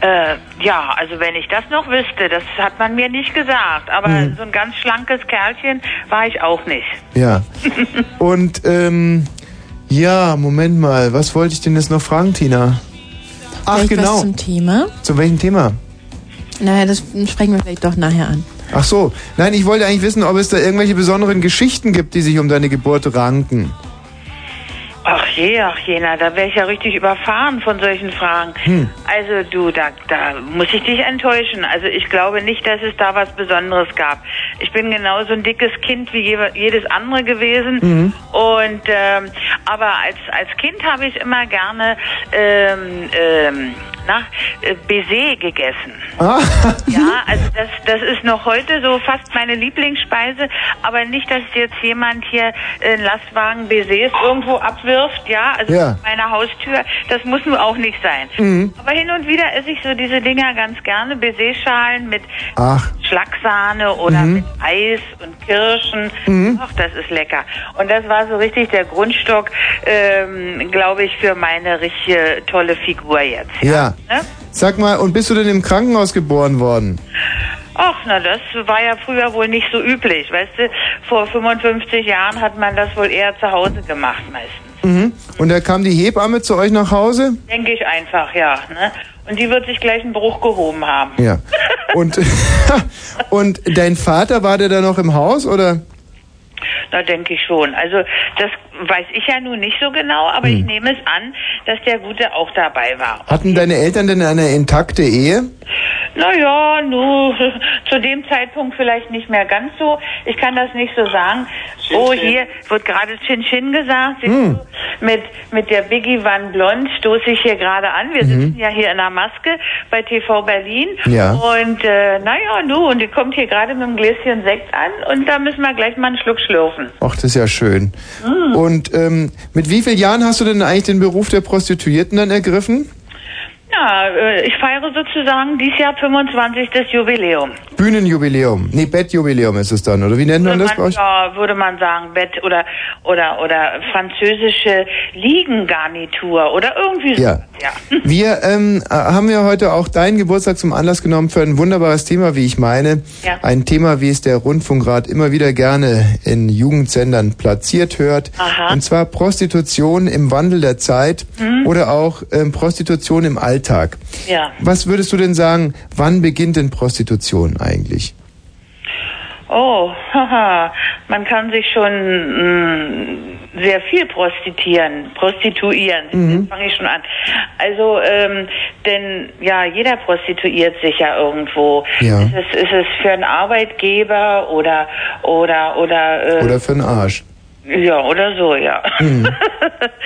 Äh, ja, also wenn ich das noch wüsste, das hat man mir nicht gesagt. Aber
Mhm.
so ein ganz schlankes Kerlchen war ich auch nicht.
Ja. Und, ähm, ja, Moment mal, was wollte ich denn jetzt noch fragen, Tina? Ach,
Vielleicht was
genau.
zum Thema?
Zu welchem Thema?
Naja, das sprechen wir vielleicht doch nachher an.
Ach so. Nein, ich wollte eigentlich wissen, ob es da irgendwelche besonderen Geschichten gibt, die sich um deine Geburt ranken.
Ach je, ach jener, da wäre ich ja richtig überfahren von solchen Fragen.
Hm.
Also du, da, da muss ich dich enttäuschen. Also ich glaube nicht, dass es da was Besonderes gab. Ich bin genauso ein dickes Kind wie jewe- jedes andere gewesen.
Mhm.
Und ähm, aber als als Kind habe ich immer gerne ähm, ähm, na, äh, Baiser gegessen.
Ah.
Ja, also das, das ist noch heute so fast meine Lieblingsspeise, aber nicht, dass jetzt jemand hier einen Lastwagen Baisers irgendwo abwirft, ja, also
Ja.
vor meiner Haustür, das muss nun auch nicht sein.
Mhm.
Aber hin und wieder esse ich so diese Dinger ganz gerne, Baiserschalen mit
Ach.
Schlagsahne oder
Mhm.
mit Eis und Kirschen.
Mhm.
Ach, das ist lecker. Und das war so richtig der Grundstock, ähm, glaube ich, für meine richtige tolle Figur jetzt.
Ja.
Ne?
Sag mal, und bist du denn im Krankenhaus geboren worden?
Ach, na, das war ja früher wohl nicht so üblich. Weißt du, vor 55 Jahren hat man das wohl eher zu Hause gemacht, meistens.
Mhm. Und da kam die Hebamme zu euch nach Hause?
Denke ich einfach, ja. Ne? Und die wird sich gleich einen Bruch gehoben haben.
Ja. Und, und dein Vater, war der da noch im Haus oder?
Na, denke ich schon. Also, das weiß ich ja nun nicht so genau, aber ich nehme es an, dass der Gute auch dabei war.
Hatten deine Eltern denn eine intakte Ehe?
Naja, nu, zu dem Zeitpunkt vielleicht nicht mehr ganz so. Ich kann das nicht so sagen. Oh, hier wird gerade Chin Chin gesagt. Siehst
Hm.
du, mit, mit der Biggie Van Blond stoße ich hier gerade an. Wir
Mhm.
sitzen ja hier in der Maske bei TV Berlin.
Ja.
Und äh, naja, nu, und die kommt hier gerade mit einem Gläschen Sekt an und da müssen wir gleich mal einen Schluck schlürfen.
Ach, das ist ja schön. Und ähm, mit wie vielen Jahren hast du denn eigentlich den Beruf der Prostituierten dann ergriffen?
Ja, äh, ich feiere sozusagen dieses Jahr 25. Jubiläum.
Bühnenjubiläum. Nee, Bettjubiläum ist es dann, oder wie nennt man Äh, das bei
man,
euch?
ja, würde man sagen, Bett oder oder oder französische Liegengarnitur oder irgendwie so.
Ja.
ja.
Wir ähm, äh, haben ja heute auch deinen Geburtstag zum Anlass genommen für ein wunderbares Thema, wie ich meine.
Ja.
Ein Thema, wie es der Rundfunkrat immer wieder gerne in Jugendsendern platziert hört.
Aha.
Und zwar Prostitution im Wandel der Zeit
Mhm.
oder auch ähm, Prostitution im Alltag.
Ja.
Was würdest du denn sagen, wann beginnt denn Prostitution eigentlich?
Oh, haha. man kann sich schon mh, sehr viel prostituieren, prostituieren.
Mhm.
Jetzt fange ich schon an. Also, ähm, denn ja, jeder prostituiert sich ja irgendwo.
Ja.
Ist, es, ist es für einen Arbeitgeber oder oder oder äh,
Oder für einen Arsch?
ja oder so, ja.
Hm.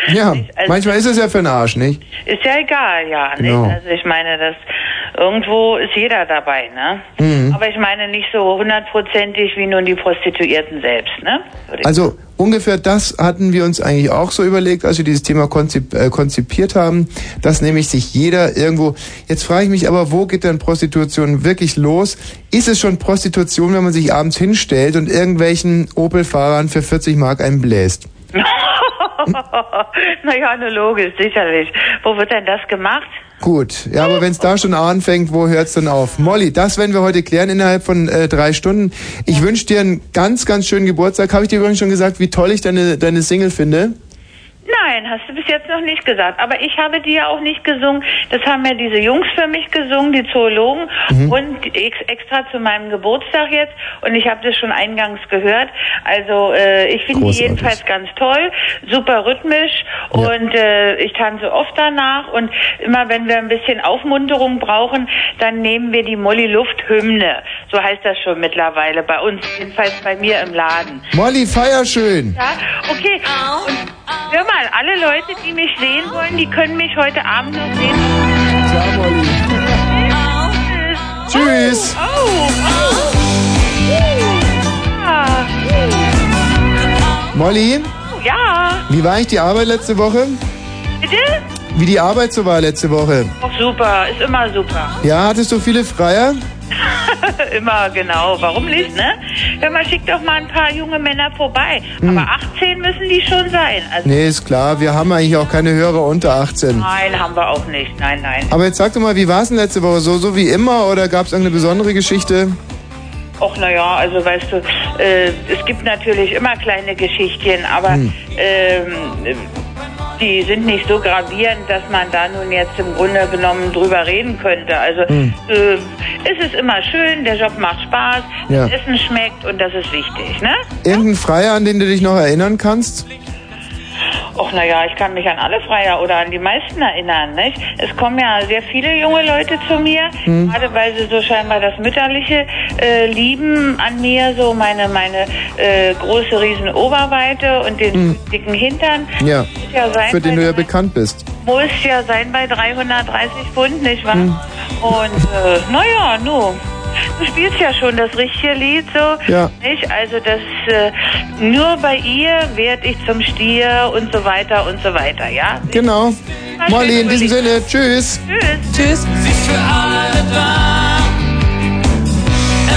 Ja,
also-
manchmal ist es ja für einen Arsch, nicht?
Ist ja egal, ja.
Genau.
Nicht? Also ich meine, das irgendwo ist jeder dabei, ne?
Mhm.
Aber ich meine nicht so hundertprozentig wie nun die Prostituierten selbst, ne?
Also ungefähr das hatten wir uns eigentlich auch so überlegt, als wir dieses Thema konzip äh, konzipiert haben, dass nämlich sich jeder irgendwo... Jetzt frage ich mich aber, wo geht denn Prostitution wirklich los? Ist es schon Prostitution, wenn man sich abends hinstellt und irgendwelchen Opel-Fahrern für 40 Mark einen bläst?
naja, ne, logisch, sicherlich. Wo wird denn das gemacht?
Gut, ja, aber wenn es da schon anfängt, wo hört's denn auf? Molly, das werden wir heute klären innerhalb von äh, drei Stunden. Ich wünsche dir einen ganz, ganz schönen Geburtstag. Habe ich dir übrigens schon gesagt, wie toll ich deine, deine Single finde?
Nein, hast du bis jetzt noch nicht gesagt. Aber ich habe die ja auch nicht gesungen. Das haben ja diese Jungs für mich gesungen, die Zoologen. Und ex extra zu meinem Geburtstag jetzt. Und ich habe das schon eingangs gehört. Also äh, ich finde die
Großartig.
jedenfalls ganz toll, super rhythmisch. Und äh, ich tanze oft danach. Und immer wenn wir ein bisschen Aufmunterung brauchen, dann nehmen wir die Molly Luft Hymne. So heißt das schon mittlerweile bei uns, jedenfalls bei mir im Laden.
Molly, feier schön.
Ja, okay. Und hör mal, alle Leute, die mich sehen wollen, die können mich heute Abend noch sehen.
Tschüss.
Oh, oh. Ah,
Molly,
Oh, Ja,
wie war ich die Arbeit letzte Woche?
bitte?
Wie die Arbeit so war letzte Woche?
Auch super, ist immer super.
Ja, hattest du viele Freier?
immer genau, warum nicht, ne? Hör mal, schick doch mal ein paar junge Männer vorbei.
Hm.
Aber 18 müssen die schon sein. Also,
Nee, ist klar, wir haben eigentlich auch keine Hörer unter 18.
Nein, haben wir auch nicht. Nein, nein.
Aber jetzt sag doch mal, wie war es denn letzte Woche? So, so wie immer oder gab es irgendeine besondere Geschichte?
Och, naja, also weißt du, äh, es gibt natürlich immer kleine Geschichtchen, aber
Hm.
ähm, die sind nicht so gravierend, dass man da nun jetzt im Grunde genommen drüber reden könnte. Also
Hm.
äh, es ist immer schön, der Job macht Spaß,
Ja.
das Essen schmeckt und das ist wichtig, ne?
Irgendein Freier, an den du dich noch erinnern kannst?
Och, naja, ich kann mich an alle Freier oder an die meisten erinnern, nicht? Es kommen ja sehr viele junge Leute zu mir,
Hm.
gerade weil sie so scheinbar das Mütterliche äh, lieben an mir, so meine, meine äh, große Riesenoberweite und den
Hm.
dicken Hintern.
Ja,
Muss ja sein,
für den du
weil-
ja bekannt bist.
Muss ja sein bei 330 Pfund, nicht wahr?
Hm.
Und äh, naja, nu. Du spielst ja schon das richtige Lied so.
Ja.
Nicht? Also das äh, nur bei ihr werd ich zum Stier und so weiter und so weiter, ja?
Genau. Molly, in diesem Sinne, tschüss.
Tschüss.
Sie ist für alle da.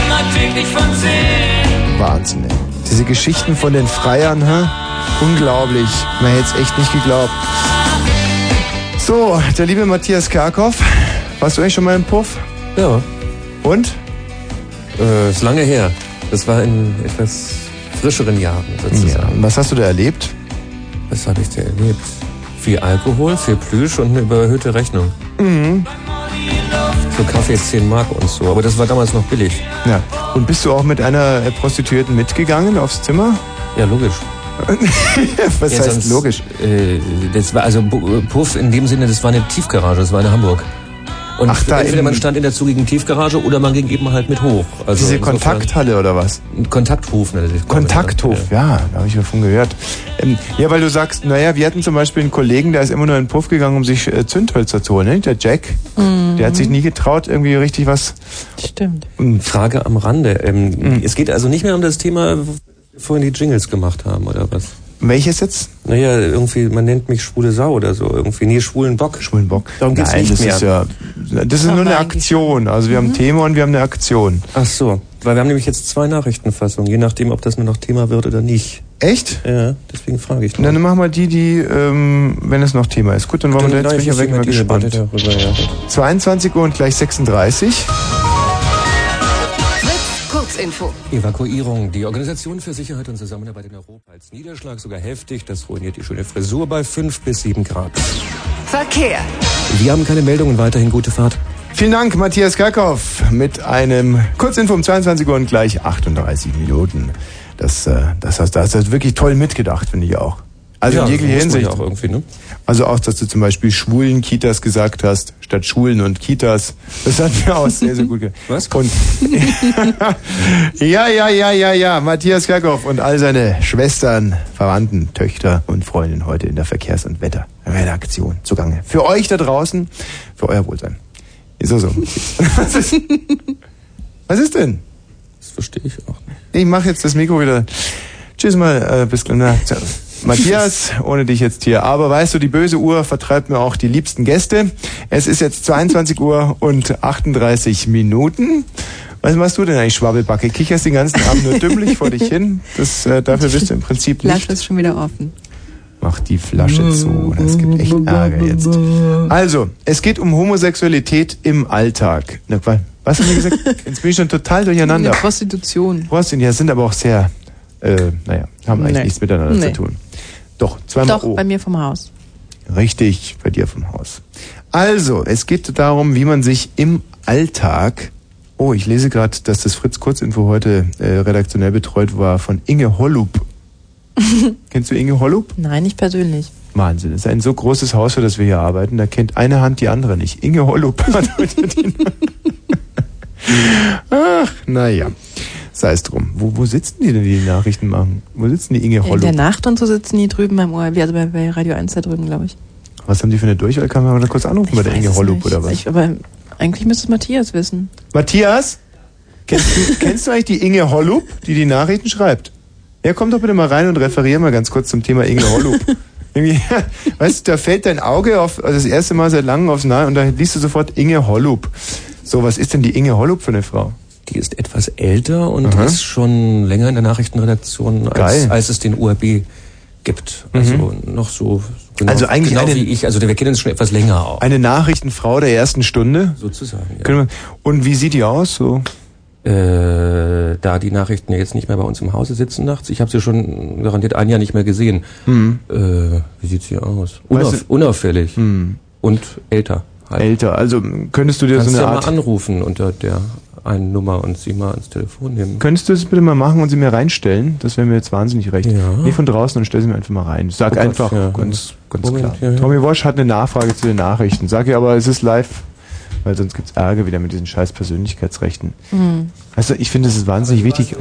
Immer täglich von zehn.
Wahnsinn, ey. Diese Geschichten von den Freiern, hä? Unglaublich. Man hätte es echt nicht geglaubt. So, der liebe Matthias Kerkhoff. Warst du eigentlich schon mal im Puff?
Ja.
Und?
Äh, ist lange her. Das war in etwas frischeren Jahren sozusagen.
was hast du da erlebt?
Was habe ich da erlebt? Viel Alkohol, viel Plüsch und eine überhöhte Rechnung.
Mhm.
So Kaffee 10 Mark und so. Aber das war damals noch billig.
Ja. Und bist du auch mit einer äh, Prostituierten mitgegangen aufs Zimmer?
Ja, logisch.
Was heißt logisch?
Äh, das war also Bu- Puff in dem Sinne, das war eine Tiefgarage, das war in Hamburg. Und
Ach, da
entweder
in-
man stand in der zugigen Tiefgarage oder man ging eben halt mit hoch. Also
Diese
insofern-
Kontakthalle oder was?
Kontakthof, ne?
Kontakthof, ja, da habe ich davon gehört. Ähm, ja, weil du sagst, naja, wir hatten zum Beispiel einen Kollegen, der ist immer nur in den Puff gegangen, um sich äh, Zündhölzer zu holen, ne? der Jack. Der hat sich nie getraut, irgendwie richtig was.
Stimmt.
Hm, Frage am Rande. Ähm,
Hm.
Es geht also nicht mehr um das Thema, wo wir vorhin die Jingles gemacht haben, oder was?
Welches jetzt?
Naja, irgendwie, man nennt mich schwule Sau oder so. Irgendwie, nee, schwulen Bock.
Schwulen Bock.
Darum geht's
Nein,
nicht
das
mehr.
ist ja, das ist nur eine Aktion. Also wir haben ein Thema und wir haben eine Aktion.
Ach so, weil wir haben nämlich jetzt zwei Nachrichtenfassungen, je nachdem, ob das nur noch Thema wird oder nicht.
Echt?
Ja, deswegen frage ich dich.
Dann machen wir die, die, ähm, wenn es noch Thema ist. Gut, dann wollen wir da
Dann
jetzt
leite
welche weg,
ich mit
mal
die Debatte
gespannt.
darüber, ja.
22 Uhr und gleich 36.
Fritz, Kurzinfo.
Evakuierung. Die Organisation für Sicherheit und Zusammenarbeit in Europa als Niederschlag sogar heftig. Das ruiniert die schöne Frisur bei 5 bis 7 Grad.
Verkehr.
Wir haben keine Meldungen. Weiterhin gute Fahrt.
Vielen Dank, Matthias Kerkhoff, mit einem Kurzinfo um 22 Uhr und gleich 38 Minuten. Das, äh, das hast du hast du wirklich toll mitgedacht, finde ich auch. Also
Ja,
in jeglicher
muss man
Hinsicht.
ja auch irgendwie, ne?
Also auch, dass du zum Beispiel schwulen Kitas gesagt hast, statt Schulen und Kitas. Das hat mir auch sehr, sehr gut gefallen. Was? Und ja, ja, ja, ja, ja. Matthias Kerkhoff und all seine Schwestern, Verwandten, Töchter und Freundinnen heute in der Verkehrs- und Wetterredaktion zugange. Für euch da draußen, für euer Wohlsein. Ist so so. Was ist, was ist denn? Das
verstehe ich auch
nicht. Ich mache jetzt das Mikro wieder. Tschüss mal, äh, bis gleich. Na, tja. Matthias, ohne dich jetzt hier. Aber weißt du, die böse Uhr vertreibt mir auch die liebsten Gäste. Es ist jetzt 22 Uhr und 38 Minuten. Was machst du denn eigentlich, Schwabbelbacke? Kicherst den ganzen Abend nur dümmlich vor dich hin? Das, äh, dafür bist du im Prinzip
Lass
nicht.
es schon wieder offen.
Mach mach die Flasche zu. Das gibt echt Ärger jetzt. Also, es geht um Homosexualität im Alltag. Na, wa- was haben wir gesagt? Jetzt bin ich schon total durcheinander.
Eine Prostitution.
Prostin, ja, sind aber auch sehr, äh, naja, haben eigentlich
Nee.
nichts miteinander
Nee.
zu tun. Doch, zweimal
Doch,
O.
bei mir vom Haus.
Richtig, bei dir vom Haus. Also, es geht darum, wie man sich im Alltag. Oh, ich lese gerade, dass das Fritz Kurzinfo heute äh, redaktionell betreut war von Inge Hollup. Kennst du Inge Hollup?
Nein, nicht persönlich.
Wahnsinn, das ist ein so großes Haus, für das wir hier arbeiten, da kennt eine Hand die andere nicht. Inge Hollup hat heute den. Ach, naja. Sei es drum. Wo, wo sitzen die denn, die die Nachrichten machen? Wo sitzen die Inge
In der
Hollup?
Nacht und so sitzen die drüben beim ORB, also bei, bei Radio 1 da drüben, glaube ich.
Was haben die für eine Durchwahl? Kann man mal kurz anrufen bei der Inge Hollup oder was?
Ich, aber eigentlich müsste es Matthias wissen.
Matthias, kennst du, kennst du eigentlich die Inge Hollup, die die Nachrichten schreibt? Ja, komm doch bitte mal rein und referier mal ganz kurz zum Thema Inge Hollup. Irgendwie, weißt du, da fällt dein Auge auf, also das erste Mal seit langem aufs Nahe und da liest du sofort Inge Hollup. So, was ist denn die Inge Hollup für eine Frau?
Die ist etwas älter und
Aha.
ist schon länger in der Nachrichtenredaktion, als,
Geil. Mhm.
als es den URB gibt. Also noch so genau,
Also eigentlich
genau
eine-
wie ich. Also wir kennen uns schon etwas länger auch.
Eine Nachrichtenfrau der ersten Stunde?
Sozusagen, ja.
Können wir- Und wie sieht die aus so?
Äh, da die Nachrichten ja jetzt nicht mehr bei uns im Hause sitzen nachts, ich habe sie schon garantiert ein Jahr nicht mehr gesehen.
Mhm.
Äh, wie sieht sie aus?
Weißt Mhm.
Unauf, unauffällig und älter. Halt.
Älter, also könntest du dir
Kannst
so eine
ja
Art-
mal anrufen unter der einen Nummer und sie mal ans Telefon nehmen.
Könntest du das bitte mal machen und sie mir reinstellen? Das wäre mir jetzt wahnsinnig recht. Nee, von draußen und stell sie mir einfach mal rein. Sag
Oh Gott,
einfach
ja.
ganz, ganz
Moment,
klar.
ja, ja.
Tommy Walsh hat eine Nachfrage zu den Nachrichten. Sag ihr aber, es ist live, weil sonst gibt's Ärger wieder mit diesen scheiß Persönlichkeitsrechten.
Mhm.
Also ich finde, es ist wahnsinnig wichtig.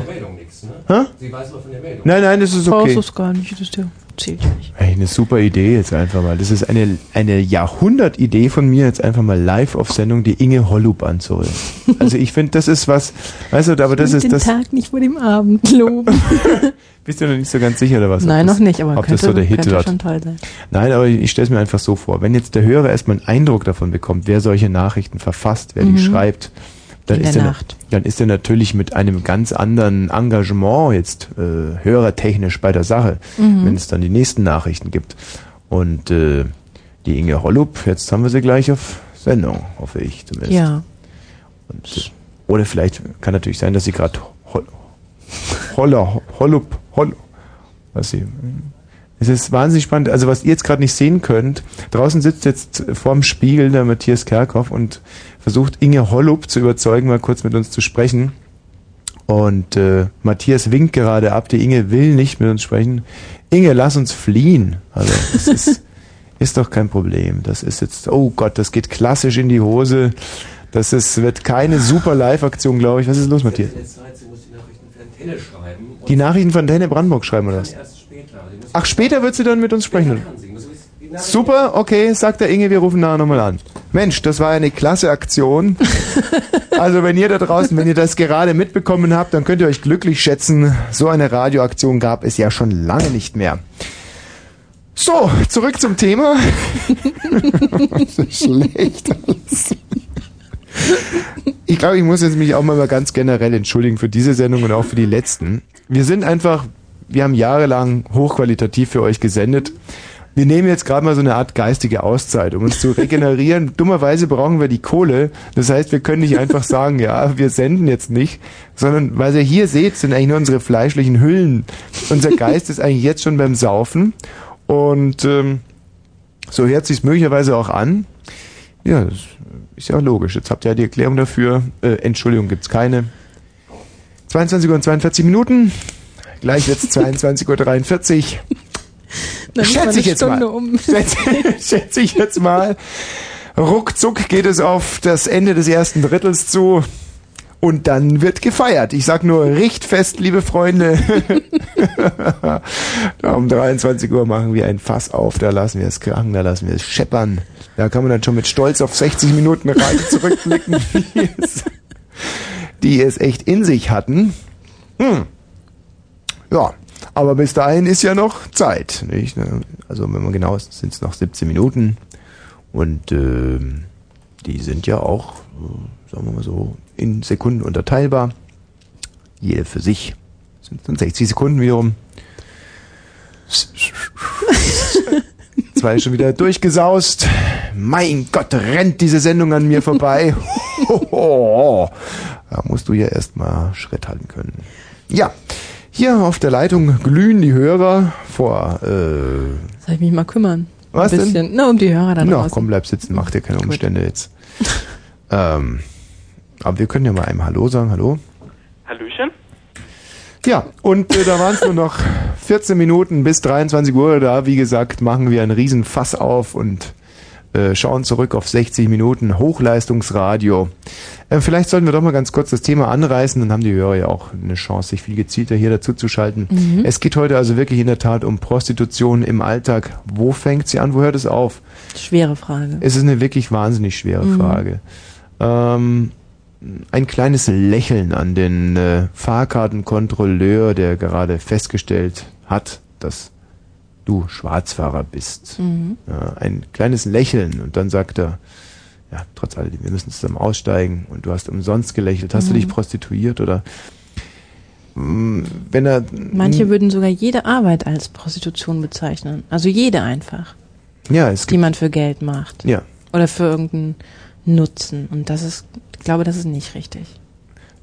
Hä?
ne? Sie weiß aber von der Meldung.
Nein, nein, das ist okay.
Brauchst du gar nicht, das ja- zählt ja nicht.
Ey, eine super Idee jetzt einfach mal. Das ist eine, eine Jahrhundertidee von mir, jetzt einfach mal live auf Sendung die Inge Hollup anzurühren. Also ich finde, das ist was, weißt du, aber das
Ich will
ist
den
das,
Tag nicht vor dem Abend loben.
bist du noch nicht so ganz sicher oder was? ob
Nein,
das-
noch nicht, aber
ob
könnte,
das so der Hit
könnte
wird.
schon toll sein.
Nein, aber ich stelle es mir einfach so vor. Wenn jetzt der Hörer erstmal einen Eindruck davon bekommt, wer solche Nachrichten verfasst, wer
Mhm.
die schreibt, dann
In
ist,
der
er,
Nacht.
dann ist er natürlich mit einem ganz anderen Engagement jetzt äh, hörertechnisch bei der Sache,
Mhm.
wenn es dann die nächsten Nachrichten gibt. Und äh, die Inge Hollup, jetzt haben wir sie gleich auf Sendung, hoffe ich zumindest.
Ja.
Und, äh, oder vielleicht kann natürlich sein, dass sie gerade Hol Holler, Hollup, Holl, was sie. Es ist wahnsinnig spannend. Also was ihr jetzt gerade nicht sehen könnt, draußen sitzt jetzt vorm Spiegel der Matthias Kerkhoff und versucht Inge Hollup zu überzeugen, mal kurz mit uns zu sprechen. Und äh, Matthias winkt gerade ab, die Inge will nicht mit uns sprechen. Inge, lass uns fliehen. Also das ist, ist doch kein Problem. Das ist jetzt, oh Gott, das geht klassisch in die Hose. Das ist, wird keine super Live-Aktion, glaube ich. Was ist los, Matthias? Die Nachrichten von Antenne Brandenburg schreiben oder was? Ach, später wird sie dann mit uns sprechen. oder? Super, okay, sagt der Inge, wir rufen nachher nochmal an. Mensch, das war eine klasse Aktion. Also wenn ihr da draußen, wenn ihr das gerade mitbekommen habt, dann könnt ihr euch glücklich schätzen. So eine Radioaktion gab es ja schon lange nicht mehr. So, zurück zum Thema. so schlecht alles. Ich glaube, ich muss jetzt mich auch mal ganz generell entschuldigen für diese Sendung und auch für die letzten. Wir sind einfach, wir haben jahrelang hochqualitativ für euch gesendet. Wir nehmen jetzt gerade mal so eine Art geistige Auszeit, um uns zu regenerieren. Dummerweise brauchen wir die Kohle. Das heißt, wir können nicht einfach sagen, ja, wir senden jetzt nicht, sondern was ihr hier seht, sind eigentlich nur unsere fleischlichen Hüllen. Unser Geist ist eigentlich jetzt schon beim Saufen und ähm, so hört sich's möglicherweise auch an. Ja, das ist ja logisch. Jetzt habt ihr ja die Erklärung dafür. Äh, Entschuldigung gibt's keine. 22 Uhr und 42 Minuten. Gleich wird's 22.43 Uhr.
Dann ist
Schätze
meine
ich jetzt
Stunde
mal.
um.
Schätze, schätze ich jetzt mal. Ruckzuck geht es auf das Ende des ersten Drittels zu. Und dann wird gefeiert. Ich sag nur Richtfest, liebe Freunde. Da um 23 Uhr machen wir ein Fass auf, da lassen wir es krachen, da lassen wir es scheppern. Da kann man dann schon mit Stolz auf 60 Minuten rein zurückblicken, die es, die es echt in sich hatten. Hm. Ja, aber bis dahin ist ja noch Zeit. Nicht? Also wenn man genau ist, sind es noch 17 Minuten. Und ähm, die sind ja auch, äh, sagen wir mal so, in Sekunden unterteilbar. Jede für sich. Sind dann 60 Sekunden wiederum. 2 schon wieder durchgesaust. Mein Gott, rennt diese Sendung an mir vorbei. Hohoho. da musst du ja erstmal Schritt halten können. Ja, hier auf der Leitung glühen die Hörer vor. Äh,
Soll ich mich mal kümmern?
Was
Ein
denn?
bisschen. Na, um die Hörer dann
na
raus.
komm, bleib sitzen, mach dir keine Umstände jetzt. ähm, aber wir können ja mal einem Hallo sagen. Hallo.
Hallöchen?
Ja, und äh, da waren es nur noch 14 Minuten bis 23 Uhr. Da, wie gesagt, machen wir einen riesen Fass auf und äh, schauen zurück auf 60 Minuten Hochleistungsradio. Äh, vielleicht sollten wir doch mal ganz kurz das Thema anreißen, dann haben die Hörer ja auch eine Chance, sich viel gezielter hier dazu zu schalten.
Mhm.
Es geht heute also wirklich in der Tat um Prostitution im Alltag. Wo fängt sie an? Wo hört es auf?
Schwere Frage.
Es ist eine wirklich wahnsinnig schwere
Mhm.
Frage. Ähm, ein kleines Lächeln an den äh, Fahrkartenkontrolleur, der gerade festgestellt hat, dass du Schwarzfahrer bist.
Mhm.
Ja, ein kleines Lächeln und dann sagt er, ja, trotz alledem, wir müssen zusammen aussteigen und du hast umsonst gelächelt. Hast du
Mhm.
dich prostituiert oder Mm, wenn er
Manche würden sogar jede Arbeit als Prostitution bezeichnen. Also jede einfach,
ja, es
die
gibt,
man für Geld macht.
ja,
Oder für irgendeinen Nutzen. Und das ist, ich glaube, das ist nicht richtig.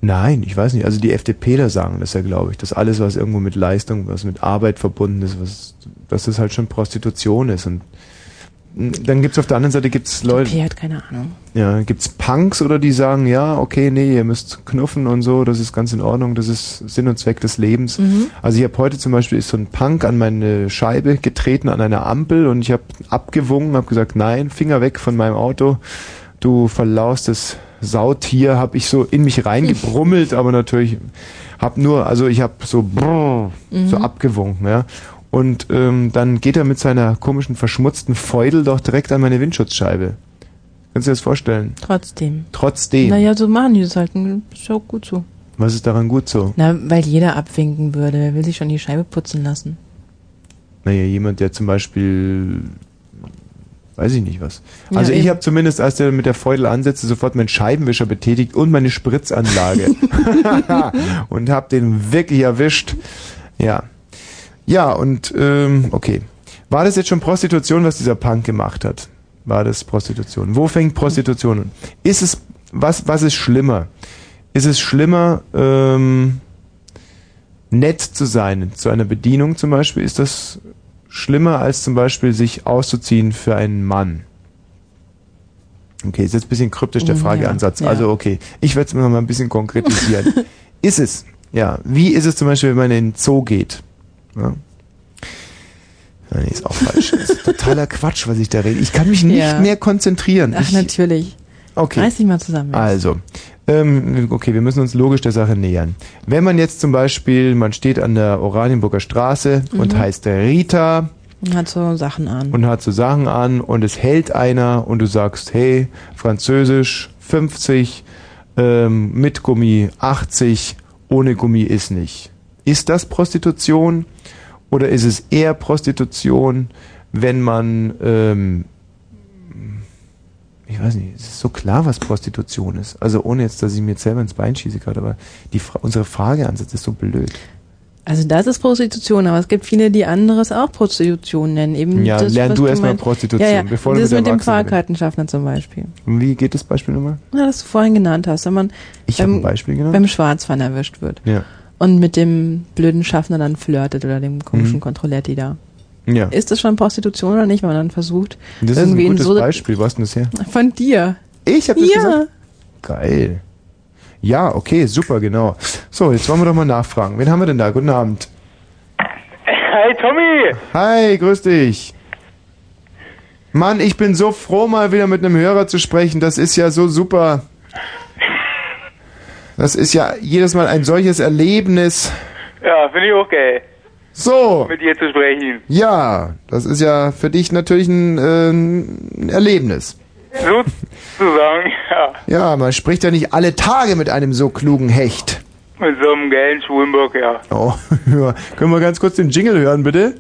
Nein, ich weiß nicht. Also die FDPler sagen das ja, glaube ich, dass alles, was irgendwo mit Leistung, was mit Arbeit verbunden ist, was, dass das halt schon Prostitution ist. Und mm, dann gibt's auf der anderen Seite gibt's Leute.
Die hat keine Ahnung.
Ja, gibt's Punks oder die sagen, ja, okay, nee, ihr müsst knuffen und so, das ist ganz in Ordnung, das ist Sinn und Zweck des Lebens.
Mhm.
Also ich habe heute zum Beispiel ist so ein Punk an meine Scheibe getreten, an einer Ampel und ich habe abgewungen, habe gesagt, nein, Finger weg von meinem Auto, du verlaustes Sautier, habe ich so in mich reingebrummelt, aber natürlich habe nur, also ich habe so brrr, so
Mhm.
abgewunken, ja. Und ähm, dann geht er mit seiner komischen verschmutzten Feudel doch direkt an meine Windschutzscheibe. Kannst du dir das vorstellen?
Trotzdem.
Trotzdem.
Naja, so machen die das halt. Ist ja auch gut so.
Was ist daran gut so?
Na, weil jeder abwinken würde. Wer will sich schon die Scheibe putzen lassen?
Naja, jemand, der zum Beispiel, weiß ich nicht was.
Ja,
Also ich
eben.
habe zumindest, als der mit der Feudel ansetzte, sofort meinen Scheibenwischer betätigt und meine Spritzanlage. und habe den wirklich erwischt. Ja. Ja, und ähm, okay. War das jetzt schon Prostitution, was dieser Punk gemacht hat? War das Prostitution? Wo fängt Prostitution an? Ist es, was, was ist schlimmer? Ist es schlimmer, ähm, nett zu sein zu einer Bedienung zum Beispiel, ist das schlimmer als zum Beispiel sich auszuziehen für einen Mann. Okay, ist jetzt ein bisschen kryptisch der
Mm,
Frageansatz.
ja, ja.
Also okay, ich werde es mir noch mal ein bisschen konkretisieren. ist es? Ja. Wie ist es zum Beispiel, wenn man in den Zoo geht? Ja. Nein, ist auch falsch. Das ist totaler Quatsch, was ich da rede. Ich kann mich nicht
Ja.
mehr konzentrieren.
Ach,
ich,
natürlich.
Okay.
Reiß dich mal zusammen.
Also, ähm, okay, wir müssen uns logisch der Sache nähern. Wenn man jetzt zum Beispiel, man steht an der Oranienburger Straße und
Mhm.
heißt Rita
Hat so Sachen an.
und hat so Sachen an und es hält einer und du sagst, hey, Französisch 50, ähm, mit Gummi 80, ohne Gummi ist nicht. Ist das Prostitution oder ist es eher Prostitution, wenn man ähm, ich weiß nicht, es ist so klar, was Prostitution ist. Also ohne jetzt, dass ich mir jetzt selber ins Bein schieße gerade, aber die Fra unsere Frageansatz ist so blöd.
Also das ist Prostitution, aber es gibt viele, die anderes auch Prostitution nennen. Eben
Ja,
das,
lern
was
du erst mal
meinst.
Prostitution,
ja, ja.
bevor du
das
mit
mit dem
Erwachsenen redest.
Fahrkartenschaffner zum Beispiel.
Und wie geht das Beispiel nochmal?
Na, das du vorhin genannt hast, wenn man
Ich habe ein
beim,
Beispiel genannt.
beim Schwarzfahren erwischt wird
Ja.
und mit dem blöden Schaffner dann flirtet oder dem komischen
Mhm.
Kontrolletti da.
Ja.
Ist das schon Prostitution oder nicht, wenn man dann versucht,
Das ist ein
irgendwie
gutes
in so
Beispiel. Wo hast du das her?
von dir.
Ich habe
ja.
das gesagt? Geil. Ja, okay, super, genau. So, jetzt wollen wir doch mal nachfragen. Wen haben wir denn da? Guten Abend.
Hey Tommy!
Hi, grüß dich. Mann, ich bin so froh, mal wieder mit einem Hörer zu sprechen. Das ist ja so super. Das ist ja jedes Mal ein solches Erlebnis.
Ja, finde ich auch geil.
So.
Mit dir zu sprechen.
Ja, das ist ja für dich natürlich ein, äh, ein Erlebnis.
Sozusagen, ja.
Ja, man spricht ja nicht alle Tage mit einem so klugen Hecht.
Mit so einem geilen Schwulenburg, ja.
Oh, ja. können wir ganz kurz den Jingle hören, bitte?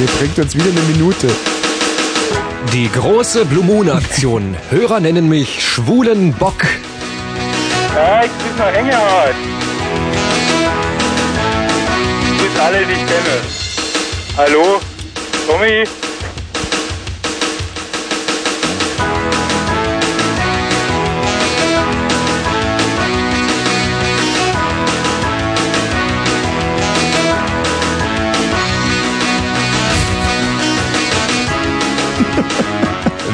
Der bringt uns wieder eine Minute.
Die große Blue Moon Aktion. Hörer nennen mich Schwulenbock.
Ja, ich grüße nach Engelhardt.
jetzt alle nicht kenne. Hallo? Tommy?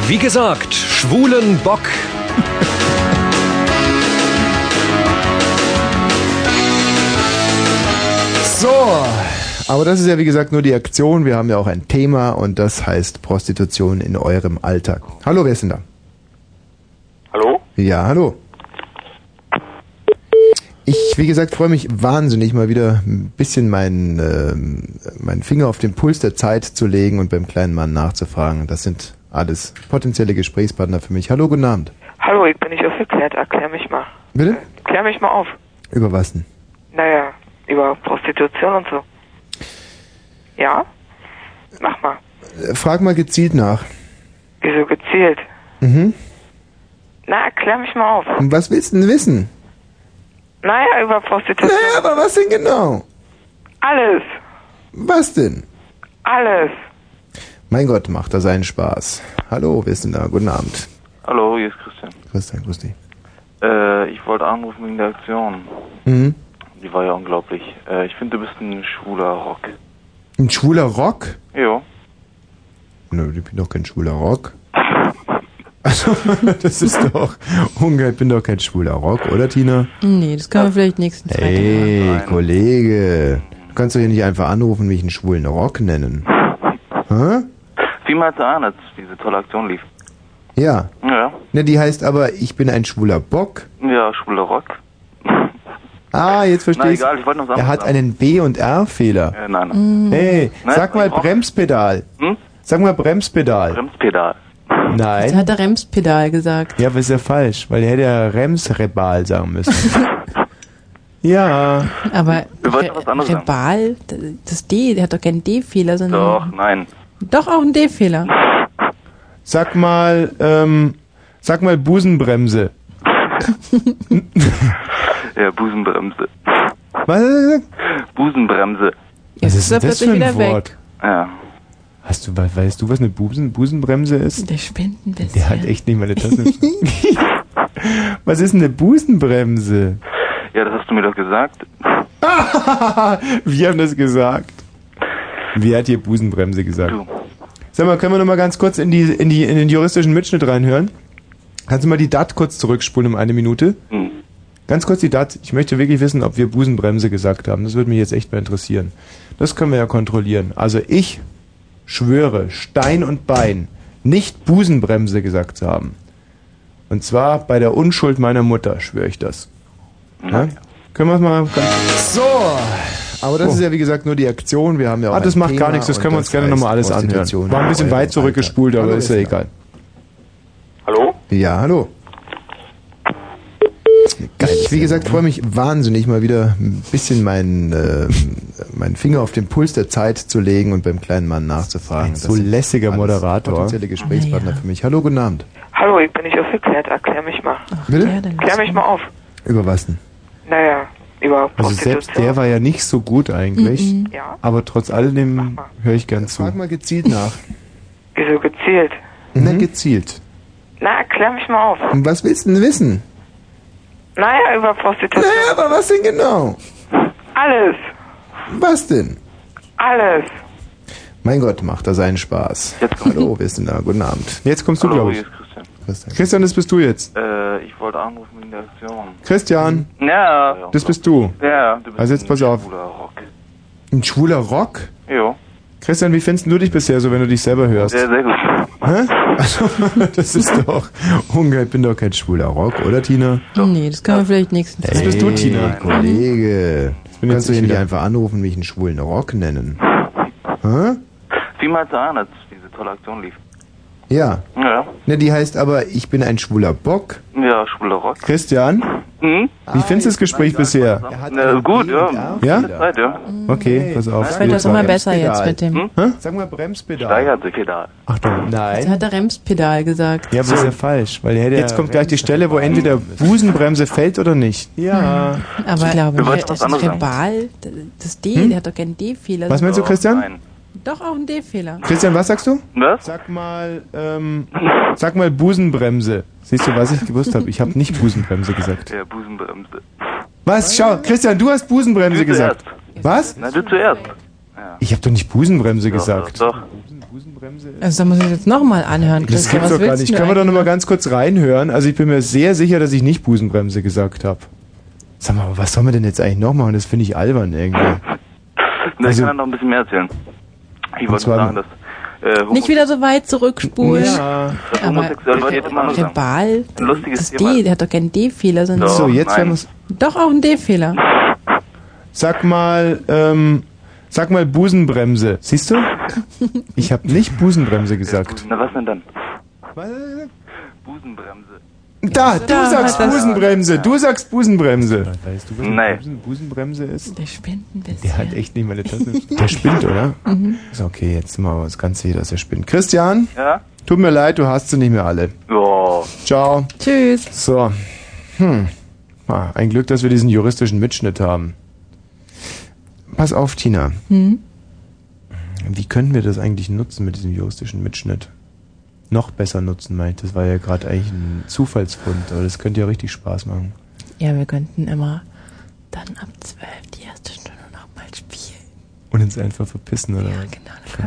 Wie gesagt, schwulen Bock.
So, aber das ist ja wie gesagt nur die Aktion. Wir haben ja auch ein Thema und das heißt Prostitution in eurem Alltag. Hallo, wer ist denn da?
Hallo?
Ja, hallo. Ich, wie gesagt, freue mich wahnsinnig, mal wieder ein bisschen meinen, ähm, meinen Finger auf den Puls der Zeit zu legen und beim kleinen Mann nachzufragen. Das sind alles potenzielle Gesprächspartner für mich. Hallo, guten Abend.
Hallo, ich bin nicht aufgeklärt, erklär mich mal.
Bitte?
Klär mich mal auf.
Über was denn?
Naja, über Prostitution und so. Ja? Mach mal.
Äh, Frag mal gezielt nach.
Wieso gezielt?
Mhm.
Na, erklär mich mal auf.
Und was willst du denn wissen?
Naja, über Prostitution.
Naja, aber was denn genau?
Alles,
Was denn?
alles.
Mein Gott, macht da seinen Spaß. Hallo, wer ist denn da? Guten Abend.
Hallo, hier ist Christian.
Christian, grüß dich.
Äh, ich wollte anrufen wegen der Aktion.
Mhm.
Die war ja unglaublich. Äh, ich finde, du bist ein schwuler Rock.
Ein schwuler Rock?
Jo.
Nö, ich bin doch kein schwuler Rock. Also, das ist doch ungeil. Ich bin doch kein schwuler Rock, oder Tina?
Nee, das können wir vielleicht nächsten Freitag.
Hey, Kollege. Du kannst doch hier nicht einfach anrufen und mich einen schwulen Rock nennen. Hä?
Fiel mir zu an, als diese tolle Aktion lief.
Ja.
Ja.
Ne, die heißt aber, ich bin ein schwuler Bock.
Ja, schwuler Rock.
Ah, jetzt verstehe
Na,
ich's.
egal, ich wollte noch sagen,
Er hat einen B- und R-Fehler. Hm.
Äh, nein, nein.
Hey,
Nein,
sag mal
ich brauch-
Bremspedal.
Hm?
Sag mal Bremspedal.
Bremspedal.
Jetzt
Nein.
hat er Remspedal gesagt.
Ja, aber ist ja falsch, weil er hätte ja Remsrebal sagen müssen. ja.
Aber
Wir wollten was anderes sagen.
Rebal, das D, der hat doch keinen D-Fehler,
Doch,
sondern
nein.
doch auch einen D-Fehler.
Sag mal, ähm, sag mal Busenbremse.
Ja, Busenbremse.
Was hast du gesagt?
Busenbremse.
Was ist,
ist er
denn das für
plötzlich
ein
wieder weg.
Wort?
Ja.
Hast du, we- weißt du, was eine Busen, Busenbremse ist?
Der spinnt ein bisschen.
Der hat echt nicht meine Tasse. im Schrank. was ist denn eine Busenbremse?
Ja, das hast du mir doch gesagt.
Wir haben das gesagt. Wer hat hier Busenbremse gesagt? Sag mal, können wir noch mal ganz kurz in, die, in, die, in den juristischen Mitschnitt reinhören? Kannst du mal die DAT kurz zurückspulen um eine Minute? Ganz kurz die DAT. Ich möchte wirklich wissen, ob wir Busenbremse gesagt haben. Das würde mich jetzt echt mal interessieren. Das können wir ja kontrollieren. Also ich schwöre, Stein und Bein, nicht Busenbremse gesagt zu haben. Und zwar bei der Unschuld meiner Mutter, schwöre ich das. Ja? Können wir es mal ganz... So! Aber das
Oh.
ist ja wie gesagt nur die Aktion. Wir haben ja auch
Ah, das
ein
macht gar
Thema
nichts. Das
und
können wir uns gerne noch mal
heißt
alles anhören.
Prostitution
War ein
in
bisschen
eurem
weit zurückgespult,
Alter.
aber
Hallo,
ist
wer
ja
da?
egal.
Hallo?
Ja, hallo. Ich, wie gesagt, freue mich wahnsinnig, mal wieder ein bisschen meinen, äh, meinen Finger auf den Puls der Zeit zu legen und beim kleinen Mann nachzufragen.
Ein so lässiger Moderator.
Potenzielle Gesprächspartner für mich. Hallo, guten Abend.
Hallo, ich bin nicht aufgeklärt, erklär mich mal.
Bitte?
Klär mich mal auf.
Über was denn?
Naja, über
Also
Prostitution.
selbst der war ja nicht so gut eigentlich.
Mhm. Ja.
Aber trotz alledem höre ich gern zu. Frag mal gezielt nach.
Wieso gezielt?
Na, gezielt.
Na, erklär mich mal auf.
Und was willst du denn wissen?
Naja, über Prostitution.
Naja, aber was denn genau?
Alles,
Was denn?
alles.
Mein Gott, macht da seinen Spaß. Hallo, wer ist denn da? Guten Abend. Jetzt kommst
Hallo,
du, glaube
hier
ich.
ist Christian.
Christian. Christian, das bist du jetzt.
Äh, ich wollte anrufen wegen der Aktion. Hm.
Christian,
Ja.
das bist du.
Ja, du bist
Also jetzt pass
ein
auf.
schwuler Rock.
Ein schwuler Rock?
Jo.
Christian, wie findest du dich bisher so, wenn du dich selber hörst?
Sehr, sehr gut.
Hä? Also, das ist doch ungeil. Ich bin doch kein schwuler Rock, oder Tina?
Nee, das können wir vielleicht nächsten
Das
Freitag.
bist du, Tina. Kollege. Kannst du hier nicht einfach anrufen und mich einen schwulen Rock nennen? Hä?
Fiel mir zu an, als diese tolle Aktion lief.
Ja.
Ja.
Ne, die heißt aber, ich bin ein schwuler Bock.
Ja, schwuler Rock.
Christian?
Hm?
Wie findest du das Gespräch bisher?
Na, gut, ja.
Ja?
Zeit, ja.
Okay, pass auf.
Es wird das immer besser jetzt
Bremspedal.
mit dem.
Sag mal Bremspedal.
Steigerte Pedal.
Achtung,
Jetzt
nein.
hat er Bremspedal gesagt.
Ja, aber ist ja falsch, weil der hätte Jetzt kommt gleich die Stelle, wo entweder Busenbremse fällt oder nicht.
Ja. Hm. Aber ich glaube,
Wir wollten
nicht,
was
das
anderes sagen.
Rebal, das D,
Hm?
der hat doch keinen D-Fehler.
Was meinst du, Christian?
Doch auch einen D-Fehler.
Christian, was sagst du?
Was?
Sag mal, ähm, sag mal Busenbremse. Siehst du, was ich gewusst habe? Ich habe nicht Busenbremse gesagt.
Der Busenbremse.
Was? Schau, Christian, du hast Busenbremse gesagt. Was?
Na, du zuerst.
Ich habe doch nicht Busenbremse gesagt.
Doch.
Also da muss ich jetzt nochmal anhören,
Das
Christian.
gibt's doch
Was
gar
willst
nicht.
du
Können wir
eigentlich?
doch nochmal ganz kurz reinhören? Also ich bin mir sehr sicher, dass ich nicht Busenbremse gesagt habe. Sag mal, aber was sollen wir denn jetzt eigentlich noch machen? Das finde ich albern irgendwie.
Na, ich kann dann noch ein bisschen mehr erzählen. Ich wollte nur
zwar-
sagen, dass äh, Homo
Nicht wieder so weit zurückspulen.
Ja. Das Homosexuelle wollte ich jetzt mal anders sagen.
Rebal,
ein lustiges
das
Thema.
D, der hat doch keinen D-Fehler. sondern-
So, jetzt nein. werden wir's-
Doch auch einen D-Fehler.
Sag mal, ähm, sag mal Busenbremse. Siehst du? Ich habe nicht Busenbremse gesagt.
Na, was denn dann?
Was?
Busenbremse.
Da, du
Da
sagst
hat das-
Busenbremse. Du sagst Busenbremse. Weißt du,
Nee.
Busenbremse ist.
Der spinnt ein bisschen.
Der hat echt nicht meine Tasse. Der spinnt, oder?
Mhm.
Ist okay, jetzt sind wir aber das Ganze hier, dass er spinnt. Christian?
Ja?
Tut mir leid, du hast sie nicht mehr alle.
Ja.
Ciao.
Tschüss.
So. Hm. Ah, ein Glück, dass wir diesen juristischen Mitschnitt haben. Pass auf, Tina.
Hm?
Wie können wir das eigentlich nutzen mit diesem juristischen Mitschnitt? Noch besser nutzen, meine ich. Das war ja gerade eigentlich ein Zufallsfund, aber das könnte ja richtig Spaß machen.
Ja, wir könnten immer dann ab 12 die erste Stunde nochmal spielen.
Und uns einfach verpissen, oder? Ja, genau,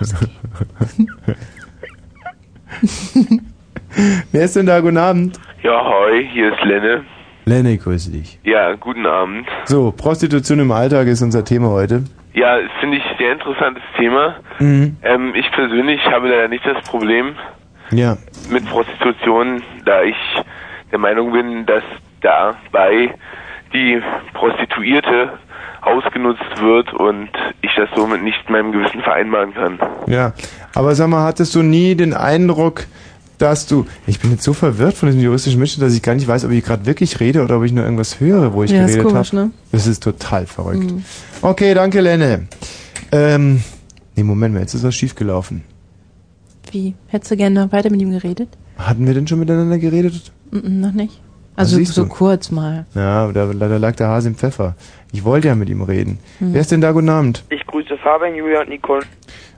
dann können wir Wer ist denn da? Guten Abend.
Ja, hoi, hier ist Lenne.
Lenny, grüße dich.
Ja, guten Abend.
So, Prostitution im Alltag ist unser Thema heute.
Ja, es finde ich sehr interessantes Thema.
Hm.
Mhm.
Ähm, ich persönlich habe leider nicht das Problem
Ja.
mit Prostitution, da ich der Meinung bin, dass dabei die Prostituierte ausgenutzt wird und ich das somit nicht mit meinem Gewissen vereinbaren kann.
Ja, aber sag mal, hattest du nie den Eindruck, dass du. Ich bin jetzt so verwirrt von diesem juristischen Mitschnitt, dass ich gar nicht weiß, ob ich gerade wirklich rede oder ob ich nur irgendwas höre, wo ich
Ja, ist
geredet
komisch,
habe.
ne? Mhm.
Das ist total verrückt. Okay, danke, Lenne. Ähm, nee, Moment mal, jetzt ist was schiefgelaufen.
Wie? Hättest du gerne noch weiter mit ihm geredet?
Hatten wir denn schon miteinander geredet?
Mm-mm, noch nicht. Also
siehst
so
du.
kurz mal.
Ja, da, da lag der Hase im Pfeffer. Ich wollte ja mit ihm reden.
Hm.
Wer ist denn da guten Abend?
Ich grüße Fabian, Julia und Nicole.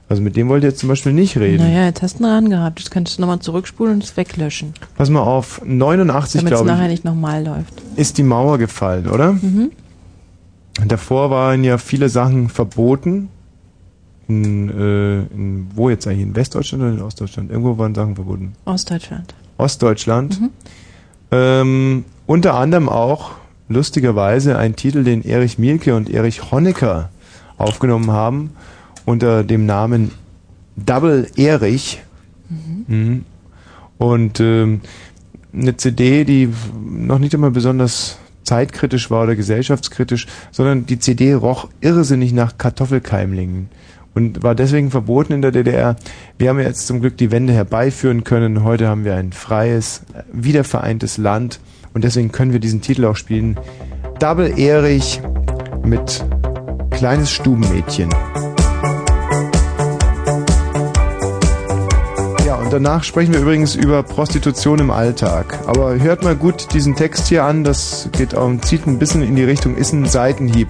Also mit dem wollt ihr jetzt zum Beispiel nicht reden.
Naja, jetzt hast du ihn ran gehabt. Jetzt könntest du nochmal zurückspulen und es weglöschen.
Pass mal auf, 89,
Damit es
glaube ich.
nachher nicht nochmal läuft.
ist die Mauer gefallen, oder?
Mhm.
Davor waren ja viele Sachen verboten. In, äh, in, wo jetzt eigentlich? In Westdeutschland oder in Ostdeutschland? Irgendwo waren Sachen verboten.
Ostdeutschland.
Ostdeutschland. Ähm, unter anderem auch, lustigerweise, ein Titel, den Erich Mielke und Erich Honecker aufgenommen haben, unter dem Namen Double Erich. Mhm. Und ähm, eine CD, die noch nicht immer besonders zeitkritisch war oder gesellschaftskritisch, sondern die CD roch irrsinnig nach Kartoffelkeimlingen und war deswegen verboten in der DDR. Wir haben jetzt zum Glück die Wende herbeiführen können. Heute haben wir ein freies, äh, wiedervereintes Land und deswegen können wir diesen Titel auch spielen. Double Erich mit kleines Stubenmädchen. Ja, und danach sprechen wir übrigens über Prostitution im Alltag. Aber hört mal gut diesen Text hier an, das geht auch, zieht ein bisschen in die Richtung, ist ein Seitenhieb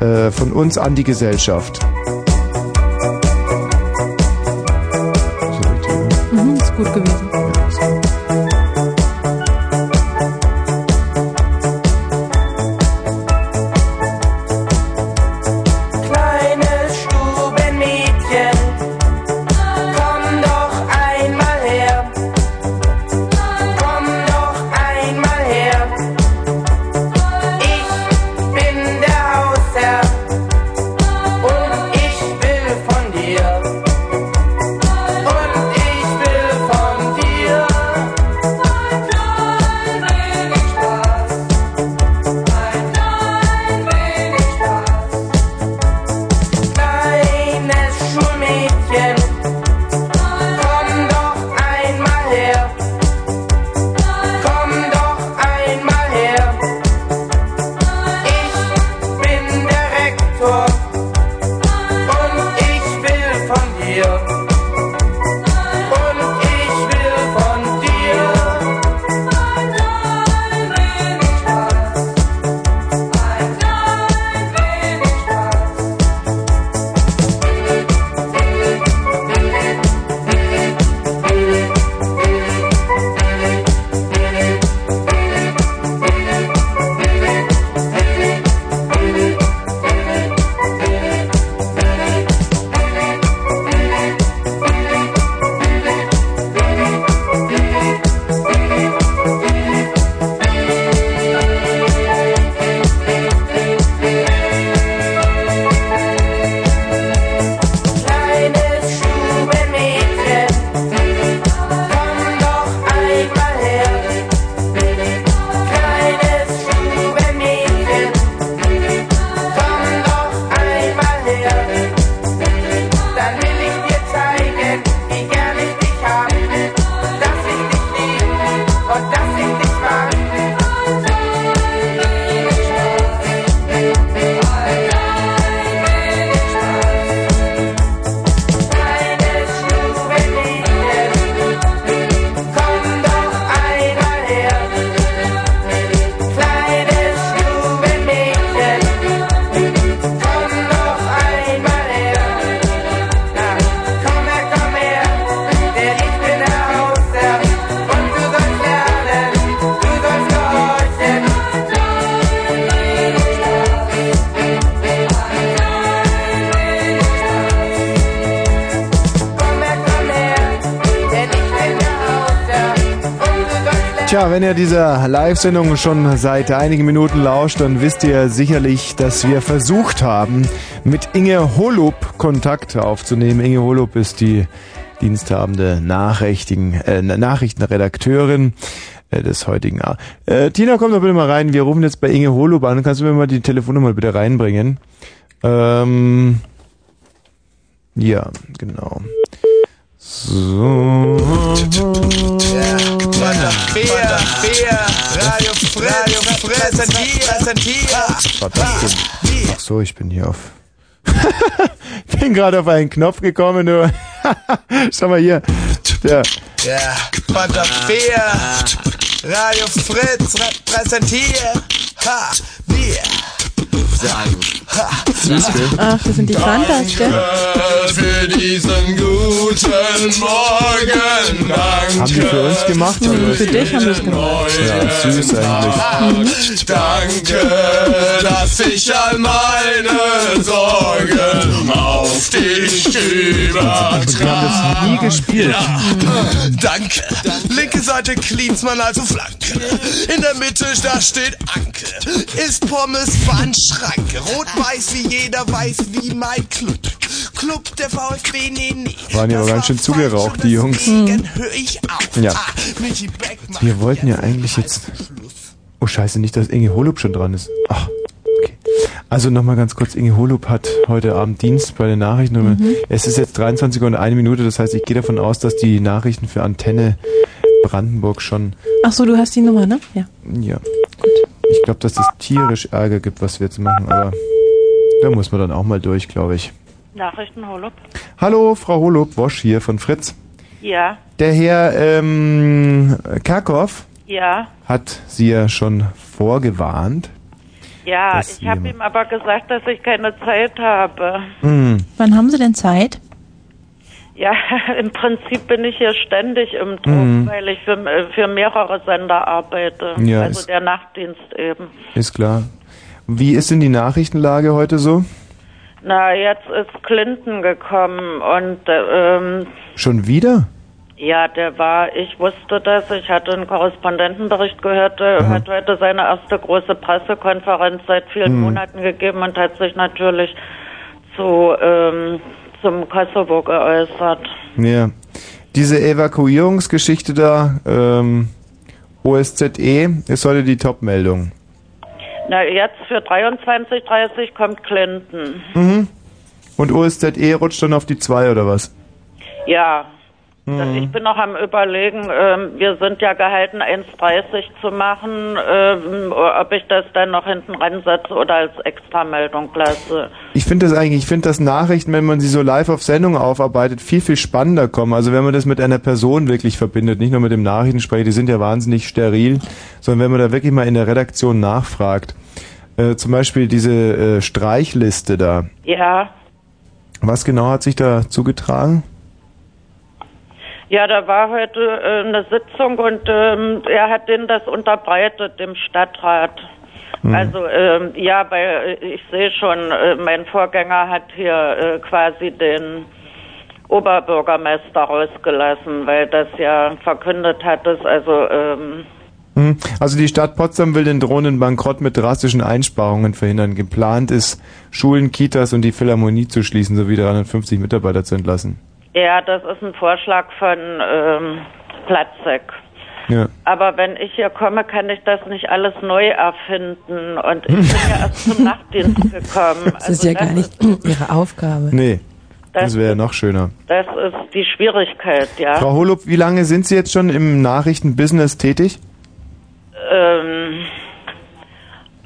äh, von uns an die Gesellschaft.
Mhm, ist gut gewesen.
Kleines Stubenmädchen, komm doch einmal her. Komm doch einmal her. Ich bin der Hausherr und ich will von dir. Und ich will von
Tja, wenn ihr dieser Live-Sendung schon seit einigen Minuten lauscht, dann wisst ihr sicherlich, dass wir versucht haben, mit Inge Holub Kontakt aufzunehmen. Inge Holub ist die diensthabende Nachrichten, äh, Nachrichtenredakteurin äh, des heutigen... A äh, Tina, komm doch bitte mal rein. Wir rufen jetzt bei Inge Holub an. Kannst du mir mal die Telefonnummer bitte reinbringen? Ähm, ja, genau. So. Verdammt. Ach so, ich bin hier auf. ich bin gerade auf einen Knopf gekommen, nur. Schau mal hier. Der,
Ja, Pantafia, Radio Fritz repräsentiert. Ha, wir. Sehr gut.
Ach, das sind die Fantas, gell?
Für diesen guten Morgen. Danke.
haben die für uns gemacht?
Mhm, für dich haben die es
gemacht. Ja, süß eigentlich.
Danke, dass ich all meine Sorgen auf dich
Wir
übertrage.
haben das nie gespielt.
Danke. Linke Seite Klinsmann, also Flanke. In der Mitte, da steht Anke. Ist Pommes Pfannschranke. Rot-weiß, wie jeder weiß, wie mein Club. Club der VfB, nee, nee.
Waren ja aber ganz schön zugeraucht, die Jungs.
Hm.
Gegen hör ich auf.
Ja. Also,
Ah, Michi Beck
Wir wollten ja eigentlich jetzt. Oh Scheiße, nicht, dass Inge Holub schon dran ist. Ach, okay. Also nochmal ganz kurz, Inge Holub hat heute Abend Dienst bei den Nachrichten. Und
Mhm.
Es ist jetzt 23 Uhr und eine Minute, das heißt, ich gehe davon aus, dass die Nachrichten für Antenne Brandenburg schon.
Ach so, du hast die Nummer, ne? Ja.
Ja. Ich glaube, dass es tierisch Ärger gibt, was wir jetzt machen, aber da muss man dann auch mal durch, glaube ich.
Nachrichten, Holub?
Hallo, Frau Holub, Wosch hier von Fritz.
Ja,
Der Herr ähm, Karkow
ja,
hat Sie ja schon vorgewarnt.
ja.
Das
Ich habe
jemand-
ihm aber gesagt, dass ich keine Zeit habe.
Hm.
Wann haben Sie denn Zeit?
Ja, im Prinzip bin ich hier ständig im Druck,
Mhm.
weil ich für, äh, für mehrere Sender arbeite.
Ja,
also
ist-
der Nachtdienst eben.
Ist klar. Wie ist denn die Nachrichtenlage heute so?
Na, jetzt ist Clinton gekommen und äh, ähm,
Schon wieder?
ja, der war, ich wusste das, ich hatte einen Korrespondentenbericht gehört, der
Aha.
hat heute seine erste große Pressekonferenz seit vielen
Mhm.
Monaten gegeben und hat sich natürlich zu ähm, zum Kosovo geäußert.
Ja. Diese Evakuierungsgeschichte da, ähm, OSZE, E, ist heute die Top-Meldung.
Na, jetzt für 23.30 kommt Clinton.
Mhm. Und OSZE E rutscht dann auf die 2 oder was?
Ja. Das-
Hm.
Ich bin noch am überlegen, ähm, wir sind ja gehalten, 1,30 zu machen, ähm, ob ich das dann noch hinten ransetze oder als Extrameldung lasse.
Ich finde das eigentlich, ich finde das Nachrichten, wenn man sie so live auf Sendung aufarbeitet, viel, viel spannender kommen. Also wenn man das mit einer Person wirklich verbindet, nicht nur mit dem Nachrichtensprecher, die sind ja wahnsinnig steril, sondern wenn man da wirklich mal in der Redaktion nachfragt. Äh, zum Beispiel diese äh, Streichliste da.
Ja,
Was genau hat sich da zugetragen?
ja, da war heute äh, eine Sitzung und ähm, er hat denen das unterbreitet, dem Stadtrat.
Mhm.
Also ähm, ja, weil äh, ich sehe schon, äh, mein Vorgänger hat hier äh, quasi den Oberbürgermeister rausgelassen, weil das ja verkündet hat, dass also ähm,
Hm. Also die Stadt Potsdam will den drohenden Bankrott mit drastischen Einsparungen verhindern. Geplant ist, Schulen, Kitas und die Philharmonie zu schließen sowie 350 Mitarbeiter zu entlassen.
ja, das ist ein Vorschlag von ähm, Platzek.
Ja.
Aber wenn ich hier komme, kann ich das nicht alles neu erfinden. Und ich bin ja erst zum Nachtdienst gekommen.
Das ist ja gar nicht ihre Aufgabe.
Nee, das
Also Das-
wäre noch schöner.
Das ist die Schwierigkeit, ja.
Frau Holub, wie lange sind Sie jetzt schon im Nachrichtenbusiness tätig?
Ähm,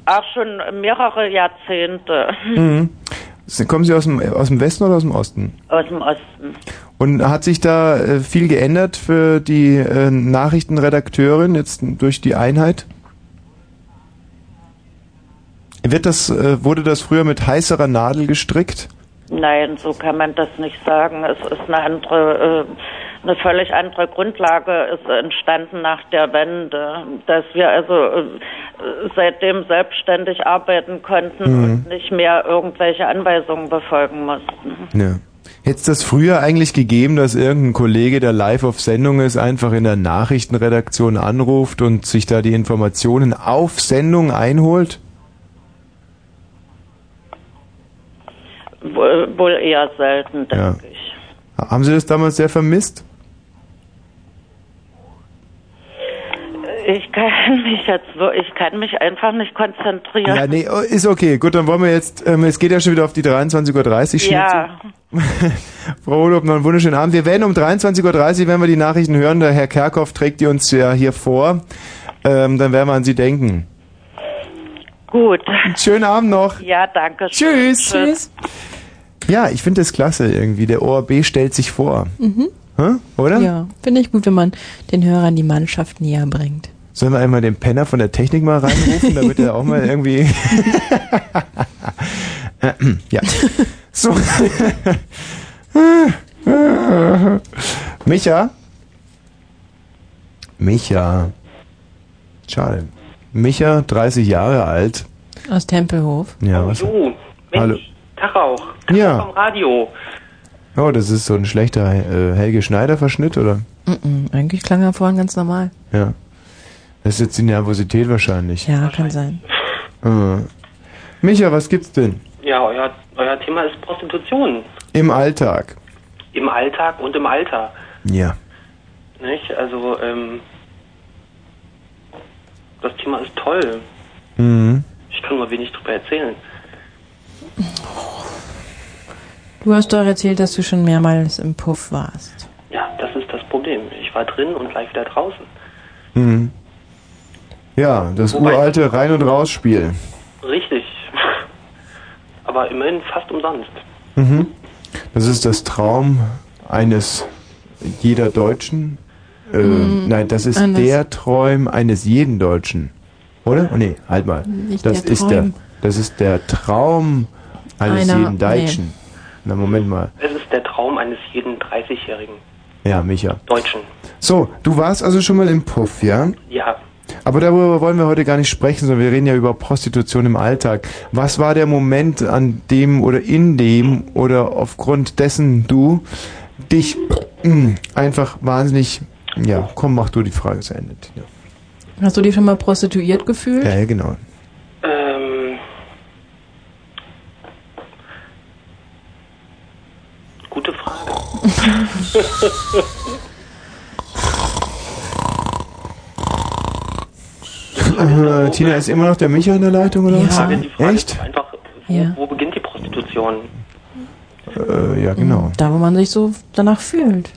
auch schon mehrere Jahrzehnte
Mhm. Sie- Kommen Sie aus dem, aus dem Westen oder aus dem Osten?
aus dem Osten.
Und hat sich da äh, viel geändert für die äh, Nachrichtenredakteurin jetzt durch die Einheit? Wird das, äh, wurde das früher mit heißerer Nadel gestrickt?
Nein, so kann man das nicht sagen. Es ist eine andere, äh, eine völlig andere Grundlage ist entstanden nach der Wende, dass wir also äh, seitdem selbstständig arbeiten konnten
Mhm.
und nicht mehr irgendwelche Anweisungen befolgen mussten.
Ja. Hätte es das früher eigentlich gegeben, dass irgendein Kollege, der live auf Sendung ist, einfach in der Nachrichtenredaktion anruft und sich da die Informationen auf Sendung einholt?
Wohl, wohl eher selten, denke ich.
Haben Sie das damals sehr vermisst?
Ich kann mich jetzt, so- ich kann mich einfach nicht konzentrieren.
Ja, nee, oh, ist okay. Gut, dann wollen wir jetzt, ähm, es geht ja schon wieder auf die 23.30 Uhr.
ja.
Frau Olob, noch einen wunderschönen Abend. Wir werden um 23.30 Uhr, wenn wir die Nachrichten hören, der Herr Kerkhoff trägt die uns ja hier vor, ähm, dann werden wir an Sie denken.
Gut.
Schönen Abend noch.
Ja, danke.
Tschüss. Tschüss. Ja, ich finde das klasse irgendwie. Der ORB stellt sich vor.
Mhm.
Hä? Oder?
Ja, finde ich gut, wenn man den Hörern die Mannschaft näher bringt.
Sollen wir einmal den Penner von der Technik mal reinrufen, damit er auch mal irgendwie. ja. So. Micha? Micha. Schade. Micha, 30 Jahre alt.
Aus Tempelhof.
Ja, was?
Jo,
Hallo.
Tag auch. Tag
Ja.
auch am Radio.
Oh, das ist so ein schlechter äh, Helge Schneider-Verschnitt, oder?
Mhm, eigentlich klang er vorhin ganz normal.
Ja. Das ist jetzt die Nervosität wahrscheinlich.
Ja, kann sein.
Äh. Micha, was gibt's denn?
Ja, euer, euer Thema ist Prostitution
Im Alltag.
im Alltag und im Alter.
Ja.
Nicht? Also, ähm, das Thema ist toll.
Mhm.
Ich kann nur wenig drüber erzählen.
Du hast doch erzählt, dass du schon mehrmals im Puff warst.
Ja, das ist das Problem. Ich war drin und gleich wieder draußen.
Mhm. Ja, das uralte Rein- und Raus-Spiel.
Richtig. Aber immerhin fast umsonst.
Mhm. Das ist das Traum eines jeder Deutschen. Äh,
Mhm,
Nein, das ist
anders.
der Traum eines jeden Deutschen. Oder? Oh, nee, halt mal.
Nicht
das,
der
ist der,
Traum.
das ist der Traum eines
Einer-
jeden Deutschen. Na, Moment mal.
Es ist der Traum eines jeden 30-jährigen
Ja, Micha.
Deutschen.
So, du warst also schon mal im Puff, ja?
Ja,
Aber darüber wollen wir heute gar nicht sprechen, sondern wir reden ja über Prostitution im Alltag. Was war der Moment, an dem oder in dem oder aufgrund dessen du dich mm, einfach wahnsinnig... Ja, komm, mach du die Frage zu Ende. Tina.
Hast du dich schon mal prostituiert gefühlt?
Ja, ja, genau.
Ähm. Gute Frage.
Äh, Tina, ist immer noch der Micha in der Leitung, oder
Die
was?
Frage, die Frage
Echt?
Ist einfach, wo, wo beginnt die Prostitution?
Äh, ja, genau.
Da, wo man sich so danach fühlt.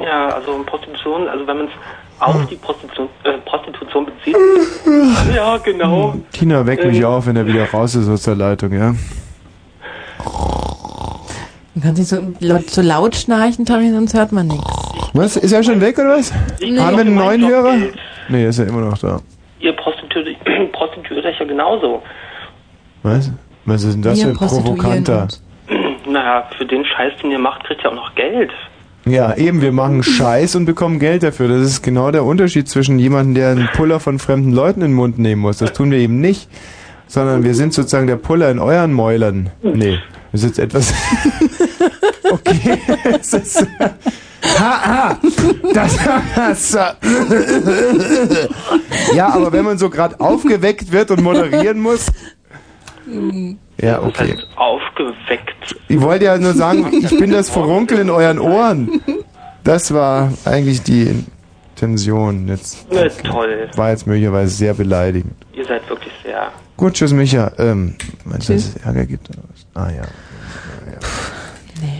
Ja, also Prostitution, also wenn man es auf die Prostitution, äh, Prostitution bezieht. ja, genau.
Tina, weck mich
Ähm.
auf, wenn er wieder raus ist aus der Leitung, ja?
Man kann sich so laut, so laut schnarchen, Tommy, sonst hört man nichts.
Was? Ist er schon weg, oder was?
Ich-
Haben wir einen
ich-
neuen Hörer? Nee, ist er immer noch da.
Ihr prostituiert, prostituiert euch ja genauso.
Was? Was ist denn das
Wir
für ein
prostituieren
provokanter?
naja, für den Scheiß, den ihr macht, kriegt ihr auch noch Geld.
Ja, eben, wir machen Scheiß und bekommen Geld dafür. Das ist genau der Unterschied zwischen jemandem, der einen Puller von fremden Leuten in den Mund nehmen muss. Das tun wir eben nicht. Sondern wir sind sozusagen der Puller in euren Mäulern. Nee, das ist jetzt etwas. okay, es ist. Ha, ha! Ah, Das, das, ja, aber wenn man so gerade aufgeweckt wird und moderieren muss. Ja, okay.
Aufgeweckt.
Ich wollte ja nur sagen, ich bin das Verunkel in euren Ohren. Das war eigentlich die Intention. Jetzt
Na Ne, toll.
war jetzt möglicherweise sehr beleidigend.
Ihr seid wirklich sehr.
Gut, tschüss, Micha. Ähm, meinst du, dass
Tschüss.
es Ärger gibt? Oder was? Ah, ja. ja.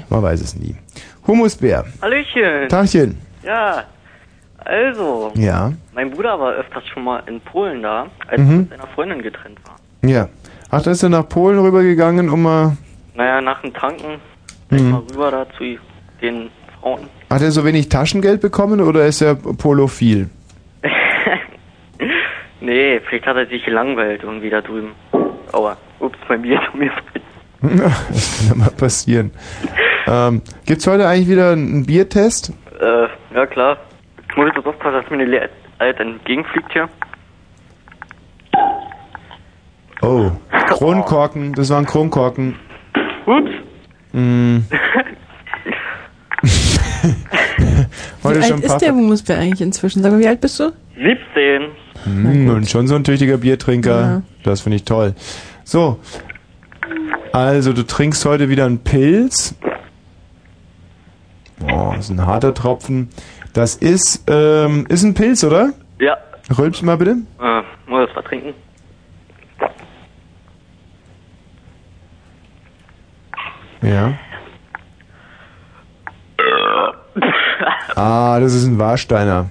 Man weiß es nie. Humusbär.
Hallöchen.
Tagchen.
Ja, also.
Ja.
Mein Bruder war öfters schon mal in Polen da, als
Mhm.
er mit seiner Freundin getrennt war.
Ja. Ach, da ist er nach Polen rübergegangen, um mal.
Naja, nach dem Tanken mal
Mhm.
rüber da zu den Frauen.
Hat er so wenig Taschengeld bekommen oder ist er polophil?
Nee, vielleicht hat er sich gelangweilt irgendwie da drüben. Aua, ups, mein Bier ist um mir
das kann ja mal passieren. Ähm, gibt's heute eigentlich wieder einen Biertest?
Äh, ja klar. Ich muss jetzt aufpassen, dass mir eine Le- Alt entgegenfliegt hier.
Oh, Kronkorken, das waren Kronkorken.
Ups.
Mm. heute
wie
schon
alt
ein paar
ist der Humusbär eigentlich inzwischen? Sag mal, wie alt bist du?
17.
Hm, und schon so ein tüchtiger Biertrinker. Das finde ich toll. So. Also, du trinkst heute wieder einen Pilz. Boah, ist ein harter Tropfen. Das ist, ähm, ist ein Pilz, oder?
Ja.
Rülps mal bitte.
Äh, muss das was trinken?
Ja. Ah, das ist ein Warsteiner.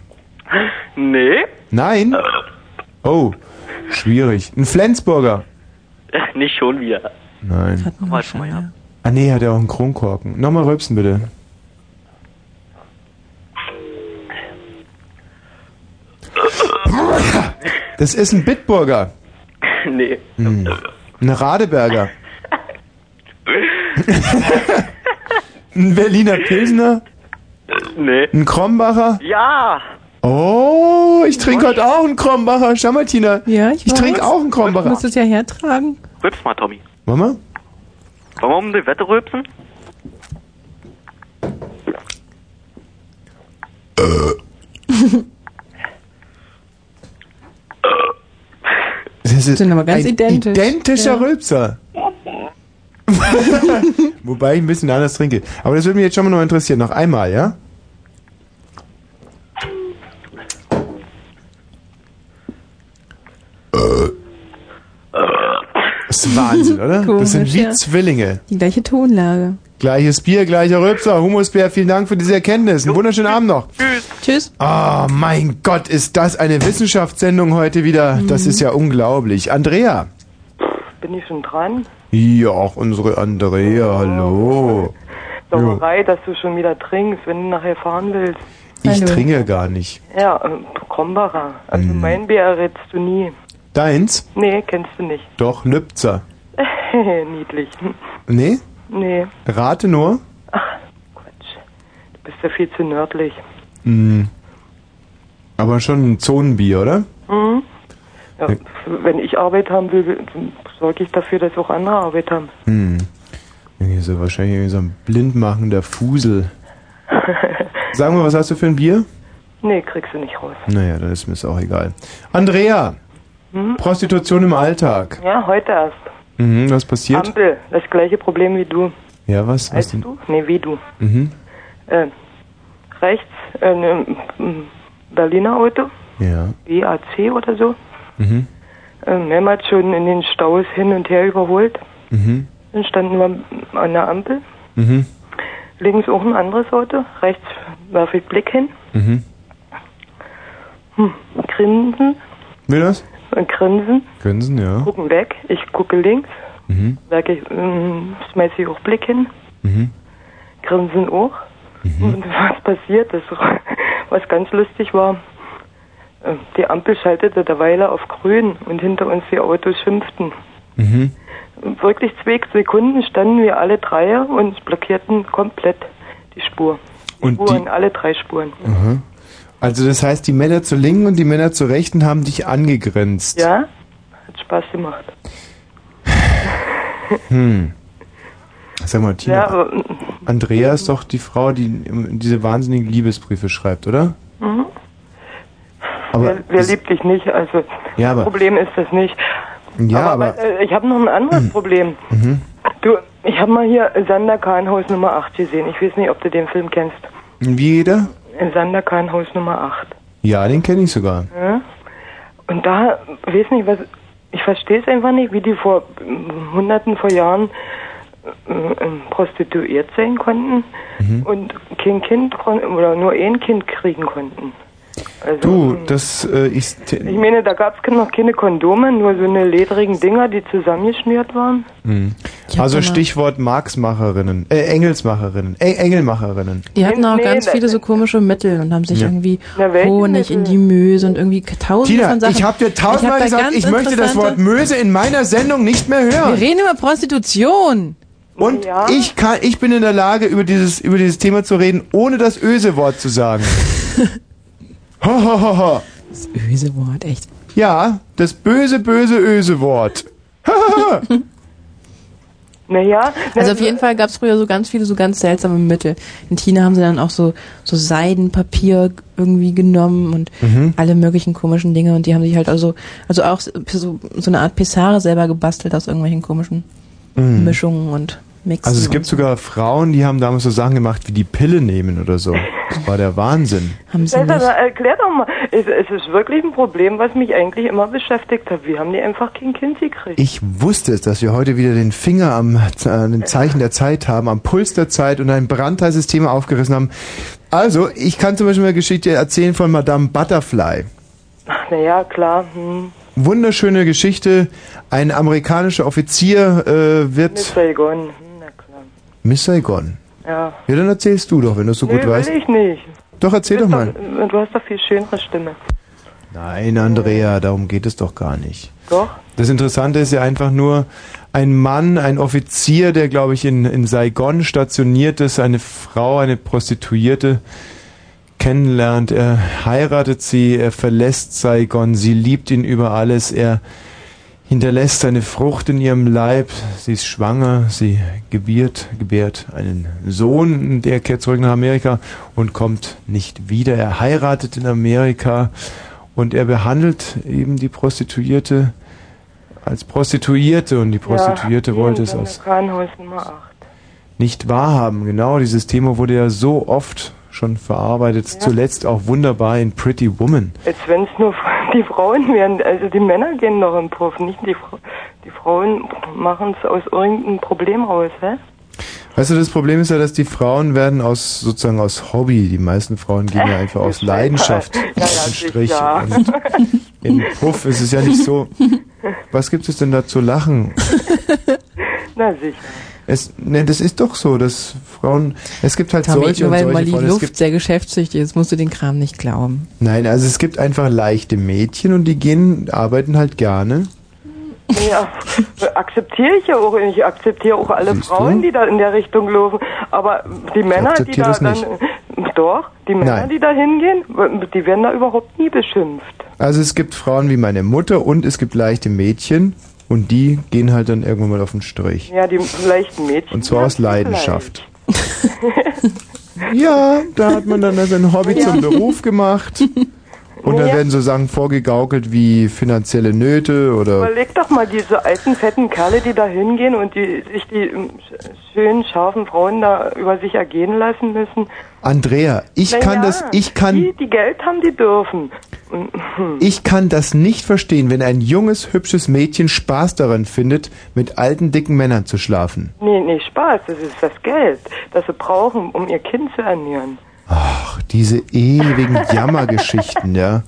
Nee,
Nein. Oh, schwierig. Ein Flensburger.
nicht schon wieder.
Nein.
Mal schon mal, ja.
Ah, nee, hat er auch einen Kronkorken. Nochmal rülpsen, bitte. Das ist ein Bitburger.
Nee.
Hm. Ein Radeberger. Ein Berliner Pilsner.
Nee.
Ein Krombacher.
Ja!
Oh, ich trinke heute auch einen Krombacher. Schau mal, Tina.
Ja, ich
Ich trinke
weiß.
auch einen Krombacher.
Du musst es ja hertragen.
Rübs mal, Tommy.
Mama?
Wollen wir um die Wette rübsen?
Das ist
Sind aber ganz
ein
identisch.
identischer
Ja.
Rülpser. Wobei ich ein bisschen anders trinke. Aber das würde mich jetzt schon mal noch interessieren. Noch einmal, ja?
Äh.
Das ist Wahnsinn, oder? das sind
Komisch,
wie
ja.
Zwillinge.
Die gleiche Tonlage.
Gleiches Bier, gleicher Rülpser. Humusbär, vielen Dank für diese Erkenntnis. Einen wunderschönen Abend noch. Tschüss.
Tschüss.
Oh mein Gott, ist das eine Wissenschaftssendung heute wieder. Das ist ja unglaublich. Andrea.
Bin ich schon dran?
Ja, auch unsere Andrea, hallo. Jo,
Sauerei, dass du schon wieder trinkst, wenn du nachher fahren willst.
ich trinke gar nicht.
Ja, ähm, Krombacher. Also
Hm.
mein Bier errätst du nie.
Deins?
Nee, kennst du nicht.
Doch, Lübzer.
Niedlich.
Nee?
Nee,
Rate nur.
du bist ja viel zu nördlich.
Hm. Aber schon ein Zonenbier, oder?
Hm? Ja, wenn ich Arbeit haben will, sorge ich dafür, dass auch andere Arbeit haben.
Hm. Hier ist ja wahrscheinlich irgendwie so ein blindmachender Fusel. Sag mal, was hast du für ein Bier?
Nee, kriegst du nicht raus.
Naja, dann ist mir es auch egal. Andrea,
Hm?
Prostitution im Alltag.
Ja, heute erst.
Mhm, was passiert?
Ampel, das gleiche Problem wie du.
ja, was? was denn?
Du? Nee, wie du.
Mhm.
Äh, rechts, äh, ne, m- Berliner Auto,
Ja.
BAC oder so.
Mhm.
Äh, mehrmals schon in den Staus hin und her überholt.
Mhm.
Dann standen wir an der Ampel.
Mhm.
Links auch ein anderes Auto. Rechts warf ich Blick hin.
Mhm.
Hm. Grinsen
Will das?
und grinsen.
Grinsen, ja.
Gucken weg. Ich gucke links.
Mhm.
Sag ich, ähm, schmeiß ich auch Blick hin.
Mhm.
Grinsen auch. Und was passiert ist, was ganz lustig war, äh, die Ampel schaltete derweil auf grün und hinter uns die Autos schimpften.
Mhm.
Wirklich zwei Sekunden standen wir alle drei und blockierten komplett die Spur.
Und
Spuren, alle drei Spuren.
Aha. Also das heißt, die Männer zur Linken und die Männer zur Rechten haben dich angegrinst.
Ja, hat Spaß gemacht.
Hm. Sag mal, Tina.
Ja, aber,
Andrea ist doch die Frau, die im- diese wahnsinnigen Liebesbriefe schreibt, oder?
mhm.
Aber
wer, wer liebt dich nicht? Also,
Ja, aber-
Problem ist das nicht.
ja, aber,
Äh, Ich habe noch ein anderes Problem.
Mhm.
Du, ich habe mal hier Sander Kahnhaus Nummer 8 gesehen. Ich weiß nicht, ob du den Film kennst.
wie jeder?
Sander Kahnhaus Nummer 8.
Ja, den kenne ich sogar.
Ja? Und da, weiß nicht, was, ich verstehe es einfach nicht, wie die vor ähm, Hunderten vor Jahren äh, ähm, prostituiert sein konnten
Mhm.
und kein Kind kon oder nur ein Kind kriegen konnten. Also,
Du, das äh, ich,
ich meine, da gab es noch keine Kondome, nur so eine ledrigen Dinger, die zusammengeschnürt waren.
Hm. Also Stichwort Marxmacherinnen, äh, Engelsmacherinnen, Eng- Engelmacherinnen.
Die hatten auch
Nee,
ganz
nee,
viele so komische Mittel und haben sich
Ja.
irgendwie Honig in die Möse und irgendwie tausende
Tina,
von Sachen.
ich habe dir
hab
tausendmal
da
gesagt,
ganz
ich möchte das Wort
interessante-
Möse in meiner Sendung nicht mehr hören.
Wir reden über Prostitution.
Und ich kann, ich bin in der Lage, über dieses, über dieses Thema zu reden, ohne das Öse-Wort zu sagen. ho, ho, ho, ho.
Das Öse-Wort, echt.
Ja, das böse, böse Öse-Wort.
Naja,
Also auf jeden Fall gab es früher so ganz viele so ganz seltsame Mittel. In China haben sie dann auch so, so Seidenpapier irgendwie genommen und
Mhm.
alle möglichen komischen Dinge und die haben sich halt also, also auch so, so eine Art Pessare selber gebastelt aus irgendwelchen komischen
Mhm.
Mischungen und Mixen.
Also es
und
gibt sogar Frauen, die haben damals so Sachen gemacht, wie die Pille nehmen oder so. Das war der Wahnsinn.
Haben
Sie erklär doch mal. Es, es ist wirklich ein Problem, was mich eigentlich immer beschäftigt hat. Wir haben die einfach kein Kind gekriegt.
Ich wusste es, dass wir heute wieder den Finger am, äh, an dem Zeichen der Zeit haben, am Puls der Zeit und ein Brandteilsystem aufgerissen haben. Also, ich kann zum Beispiel eine Geschichte erzählen von Madame Butterfly.
Ach, naja, klar. Hm.
Wunderschöne Geschichte. Ein amerikanischer Offizier äh, wird
Mit Saigon. Hm, na klar.
Miss Saigon.
Ja.
Ja, dann erzählst du doch, wenn du es so
nee,
gut weißt.
will ich nicht.
Doch, erzähl doch mal.
Du hast doch viel schönere Stimme.
Nein, Andrea, darum geht es doch gar nicht.
Doch.
Das Interessante ist ja einfach nur, ein Mann, ein Offizier, der, glaube ich, in, in Saigon stationiert ist, eine Frau, eine Prostituierte kennenlernt, er heiratet sie, er verlässt Saigon, sie liebt ihn über alles, er hinterlässt seine Frucht in ihrem Leib, sie ist schwanger, sie gebiert, gebärt einen Sohn, und er kehrt zurück nach Amerika und kommt nicht wieder. Er heiratet in Amerika und er behandelt eben die Prostituierte als Prostituierte und die Prostituierte
ja,
wollte es als
Vatikanhaus Nummer 8.
nicht wahrhaben. Genau, dieses Thema wurde ja so oft schon verarbeitet, zuletzt auch wunderbar in Pretty Woman.
Als wenn es nur die Frauen wären. Also die Männer gehen noch im Puff, nicht die, Fra die Frauen machen es aus irgendeinem Problem raus, hä?
Weißt du, das Problem ist ja, dass die Frauen werden aus sozusagen aus Hobby, die meisten Frauen gehen ja einfach aus Leidenschaft
Äh, Ja, ja,
auf den Strich.
sicher.
Und im Puff ist es ja nicht so. Was gibt es denn da zu lachen?
Na sicher.
Es, ne, das ist doch so, dass Frauen, es gibt halt
Tommy,
solche
nur
und
weil mal
solche
die
Frauen. Es
Luft
gibt,
sehr geschäftssüchtig ist, musst du den Kram nicht glauben.
nein, also es gibt einfach leichte Mädchen und die gehen, arbeiten halt gerne.
Ja, akzeptiere ich ja auch. Ich akzeptiere auch alle Frauen, die da in der Richtung laufen. Aber die Männer, die
akzeptiere
da
das
dann. Doch, die Männer,
Nein.
die da hingehen, die werden da überhaupt nie beschimpft.
Also es gibt Frauen wie meine Mutter und es gibt leichte Mädchen und die gehen halt dann irgendwann mal auf den Strich.
Ja, die leichten Mädchen.
Und zwar
die
aus
haben viel
Leidenschaft. ja, da hat man dann sein Hobby
Ja.
zum Beruf gemacht. Und da
Ja.
werden so Sachen vorgegaukelt wie finanzielle Nöte oder
Überleg doch mal diese alten, fetten Kerle, die da hingehen und die sich die ähm, sch- schönen, scharfen Frauen da über sich ergehen lassen müssen.
Andrea, ich
Na
kann
ja,
das ich kann
Die, die Geld haben, die dürfen. hm.
Ich kann das nicht verstehen, wenn ein junges, hübsches Mädchen Spaß daran findet, mit alten, dicken Männern zu schlafen.
Nee, nee, Spaß, das ist das Geld, das sie brauchen, um ihr Kind zu ernähren.
Ach, diese ewigen Jammergeschichten, ja.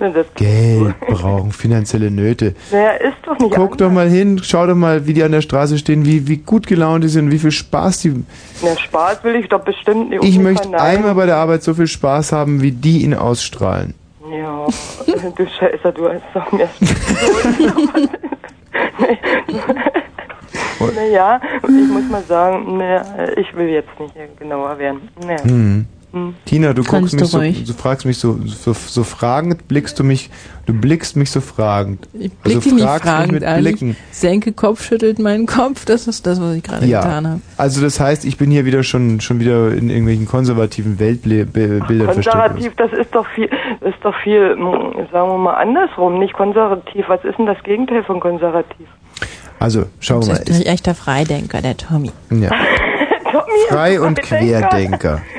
Na, Das,
Geld brauchen, finanzielle Nöte.
naja, ist doch nicht
Guck doch mal hin, schau doch mal, wie die an der Straße stehen, wie, wie gut gelaunt die sind, wie viel Spaß die.
Na, Spaß will ich doch bestimmt nicht. um
Ich
auch nicht
möchte
verneinen.
einmal bei der Arbeit so viel Spaß haben, wie die ihn ausstrahlen.
Ja, du Scheiße, du hast doch mehr Spaß. naja, ich muss mal sagen, naja, ich will jetzt nicht genauer werden. Naja.
Hm.
Hm.
Tina, du
Kannst
guckst mich
du
so,
ruhig.
du fragst mich so, so, so fragend, blickst du mich, du blickst mich so fragend.
Ich blicke
Also
nicht
fragst mich
fragend
mit
an.
Blicken.
Ich senke Kopf, schüttelt meinen Kopf. Das ist das, was ich gerade getan habe.
Also das heißt, ich bin hier wieder schon schon wieder in irgendwelchen konservativen Weltbildern verstrickt.
Konservativ, das ist doch viel, das ist doch viel, mh, sagen wir mal andersrum, nicht konservativ. Was ist denn das Gegenteil von konservativ?
Also schauen wir
Das
mal.
ist ein echter Freidenker, der Tommy.
Ja. Frei und
Freidenker.
Querdenker.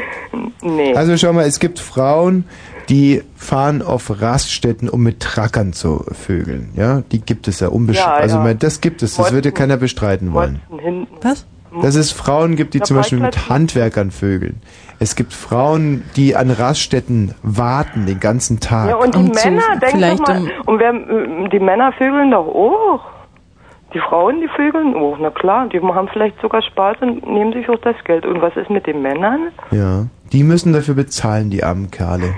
Nee.
Also schau mal, es gibt Frauen, die fahren auf Raststätten, um mit Trackern zu vögeln. Ja, die gibt es ja unbestritten.
Ja,
also
ja.
mein, das gibt es. Das würde keiner bestreiten wollen.
Hinten. Hm. Was?
Dass es Frauen gibt, die
Na,
zum Beispiel mit
Parkplatz-
Handwerkern vögeln. Es gibt Frauen, die an Raststätten warten den ganzen Tag.
Ja, und die Männer, denk doch mal, und wer, ähm, die Männer vögeln doch auch. Die Frauen, die vögeln auch, na klar, die haben vielleicht sogar Spaß und nehmen sich auch das Geld. Und was ist mit den Männern?
Ja, die müssen dafür bezahlen, die armen Kerle.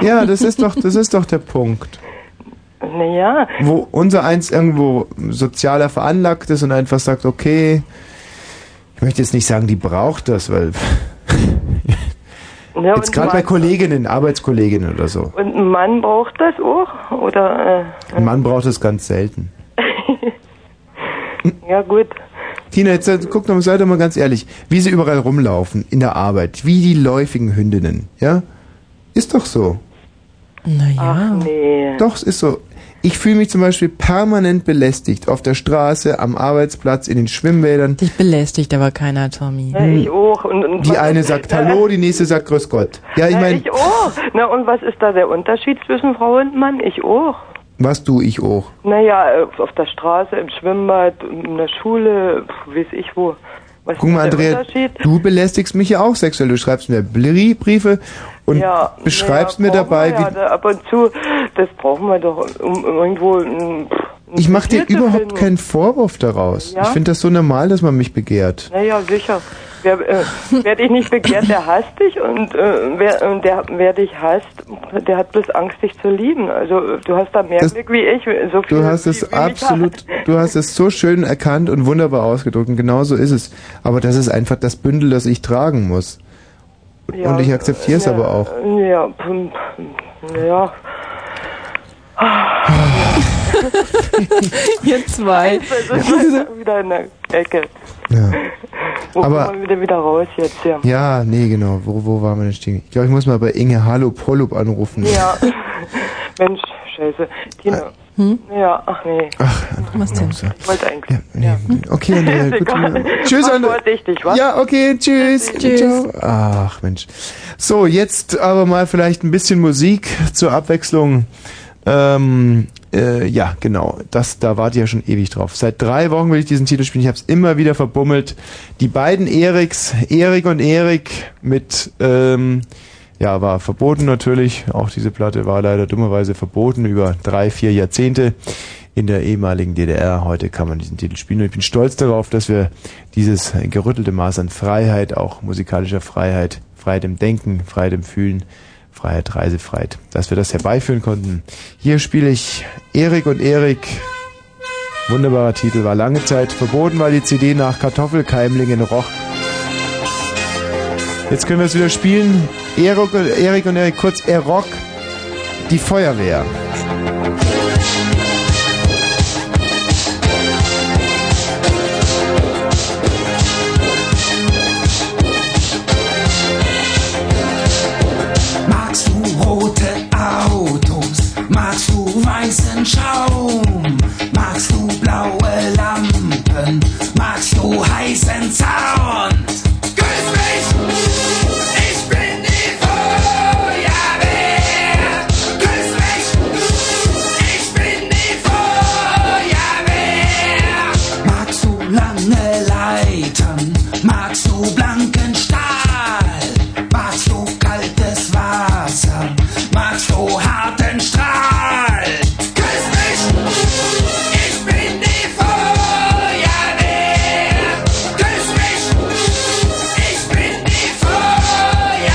ja, das ist doch, das ist doch der Punkt.
Naja,
Wo unser eins irgendwo sozialer veranlagt ist und einfach sagt, okay, ich möchte jetzt nicht sagen, die braucht das, weil jetzt
ja, und,
gerade bei
ein Mann,
Kolleginnen, Arbeitskolleginnen oder so.
und ein Mann braucht das auch, oder, äh,
Ein Mann braucht es ganz selten.
Ja, gut.
Tina, jetzt äh, guck doch, sei doch mal ganz ehrlich, wie sie überall rumlaufen in der Arbeit, wie die läufigen Hündinnen, ja? Ist doch so.
Naja. Ach nee.
Doch, es ist so. Ich fühle mich zum Beispiel permanent belästigt. Auf der Straße, am Arbeitsplatz, in den Schwimmbädern.
Dich belästigt aber keiner, Tommy.
Na, ich auch. Und, und
Hm. Die
was-
eine sagt Hallo, die nächste sagt Grüß Gott. Ja, ich
Na,
meine,
ich auch. Na, und was ist da der Unterschied zwischen Frau und Mann? Ich auch.
was du, ich auch.
Naja, auf- auf der Straße, im Schwimmbad, in der Schule, pf, weiß ich wo. Was
Guck mal,
ist der
Andrea,
Unterschied?
du belästigst mich ja auch sexuell. Du schreibst mir Bri- Briefe und
ja,
beschreibst
naja,
mir dabei,
brauchen
wie,
wir ja, da ab und zu, das brauchen wir doch, um, um irgendwo. mm, pf, ein
Ich mache dir
Ziel zu
überhaupt
finden.
keinen Vorwurf daraus.
Ja?
Ich finde das so normal, dass man mich begehrt.
Naja, sicher. Wer, äh, wer dich nicht begehrt, der hasst dich und äh, wer, und der, wer dich hasst, der hat bloß Angst, dich zu lieben. Also du hast da mehr
Das-
Glück wie ich. So viel
Du hast es
wie mich hat.
absolut, du hast es so schön erkannt und wunderbar ausgedrückt und genau so ist es. Aber das ist einfach das Bündel, das ich tragen muss.
Ja, ne.
und ich akzeptiere es
ja,
aber auch.
Ja, pf- pf- ja.
Ihr zwei.
Das ist schon wieder in der Ecke.
Ja.
Wo
Aber-
kommen wir wieder, wieder raus jetzt? Ja.
ja, nee, genau. Wo, wo waren wir denn stehen? Ich glaube, ich muss mal bei Inge Hallo Pollup anrufen.
ja. Mensch, scheiße. Tina. Ja, ach nee.
Ah. Ach,
Hm? was denn?
Ich wollte eigentlich.
Okay, Andrea,
Ist
gut.
egal.
Tschüss,
Mach
Andrea.
vorsichtig, was?
Ja, okay, tschüss.
Tschüss.
Ciao. Ach, Mensch. So, jetzt aber mal vielleicht ein bisschen Musik zur Abwechslung. Ähm, äh, ja, genau. Das, da wart ihr ja schon ewig drauf. Seit drei Wochen will ich diesen Titel spielen. Ich habe es immer wieder verbummelt. Die beiden Eriks, Erik und Erik, mit, ähm, ja, war verboten natürlich. Auch diese Platte war leider dummerweise verboten über drei, vier Jahrzehnte in der ehemaligen DDR. Heute kann man diesen Titel spielen. Und ich bin stolz darauf, dass wir dieses gerüttelte Maß an Freiheit, auch musikalischer Freiheit, Freiheit im Denken, Freiheit im Fühlen, Freiheit, Reisefreiheit, dass wir das herbeiführen konnten. Hier spiele ich Erik und Erik. Wunderbarer Titel, war lange Zeit verboten, weil die CD nach Kartoffelkeimlingen roch. Jetzt können wir es wieder spielen. Erik und Erik, und Erik kurz Erok, die Feuerwehr.
Magst du rote Autos? Magst du weißen Schaum? Magst du blaue Lampen? Magst du heißen Sound? Grüß mich! Ich bin die Feuerwehr! Grüß mich! Ich bin die Feuerwehr! Magst du lange Leitern? Magst du blanken Stahl? Magst du kaltes Wasser? Magst du harten Strahl? Küss mich, ich bin die Feuerwehr. Küss mich, ich bin die Feuerwehr.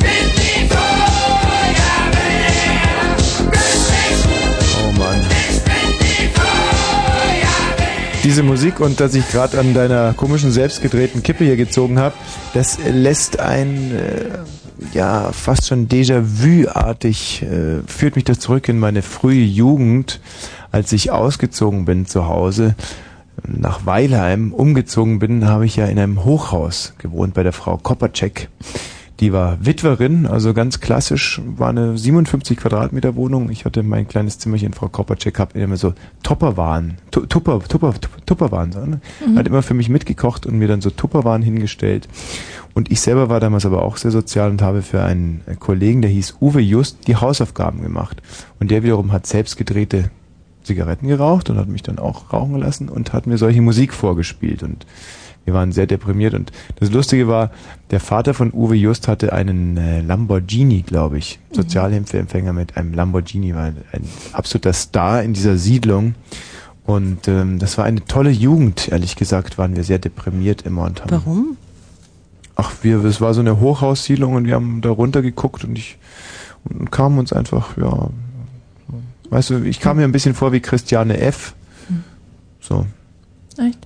Oh diese Musik und dass ich gerade an deiner komischen selbstgedrehten Kippe hier gezogen habe, das äh, lässt ein äh, ja fast schon Déjà-vu-artig äh, führt mich das zurück in meine frühe Jugend, als ich ausgezogen bin zu Hause nach Weilheim umgezogen bin, habe ich ja in einem Hochhaus gewohnt bei der Frau Kopacek. Die war Witwerin, also ganz klassisch, war eine 57 Quadratmeter Wohnung. Ich hatte mein kleines Zimmerchen, Frau Kopacek, hab immer so Topperwaren, Tu- Tupper, Tupper, Tupper- Tupperwaren, so, ne?
Mhm.
hat immer für mich mitgekocht und mir dann so Tupperwaren hingestellt. Und ich selber war damals aber auch sehr sozial und habe für einen äh, Kollegen, der hieß Uwe Just, die Hausaufgaben gemacht. Und der wiederum hat selbst gedrehte Zigaretten geraucht und hat mich dann auch rauchen lassen und hat mir solche Musik vorgespielt und wir waren sehr deprimiert und das Lustige war, der Vater von Uwe Just hatte einen äh, Lamborghini, glaube ich, Sozialhilfeempfänger mit einem Lamborghini, war ein absoluter Star in dieser Siedlung und ähm, das war eine tolle Jugend, ehrlich gesagt, waren wir sehr deprimiert immer und haben
Warum?
ach, wir, es war so eine Hochhaussiedlung und wir haben da runter geguckt und ich und kamen uns einfach, ja, weißt du, ich kam mir ein bisschen vor wie Christiane F. So.
Hm. Echt?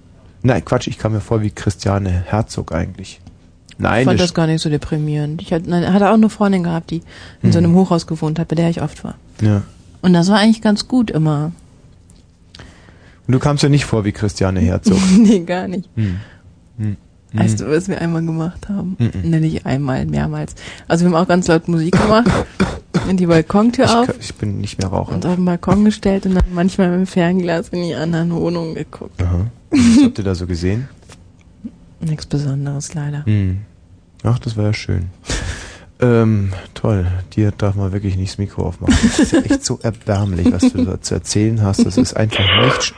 Nein, Quatsch, ich kam mir vor wie Christiane Herzog eigentlich.
Ich
Nein,
fand
das
das gar nicht so deprimierend. Ich hatte, nein, hatte auch eine Freundin gehabt, die in
Hm.
so einem Hochhaus gewohnt hat, bei der ich oft war.
ja.
Und das war eigentlich ganz gut immer.
Und du kamst ja nicht vor wie Christiane Herzog.
nee, gar nicht.
Hm. Hm. Hm.
Weißt du, was wir einmal gemacht haben?
Mhm.
Ne, nicht einmal, mehrmals. Also wir haben auch ganz laut Musik gemacht, in die Balkontür auf,
Ich bin nicht mehr Raucher.
uns auf den Balkon gestellt und dann manchmal mit dem Fernglas in die anderen Wohnungen geguckt.
Aha. Was habt ihr da so gesehen?
Nichts Besonderes leider.
Hm. Ach, das war ja schön. Ähm, toll. Dir darf man wirklich nicht das Mikro aufmachen. Das ist ja echt so erbärmlich, was du da zu erzählen hast. Das ist einfach nicht. sch-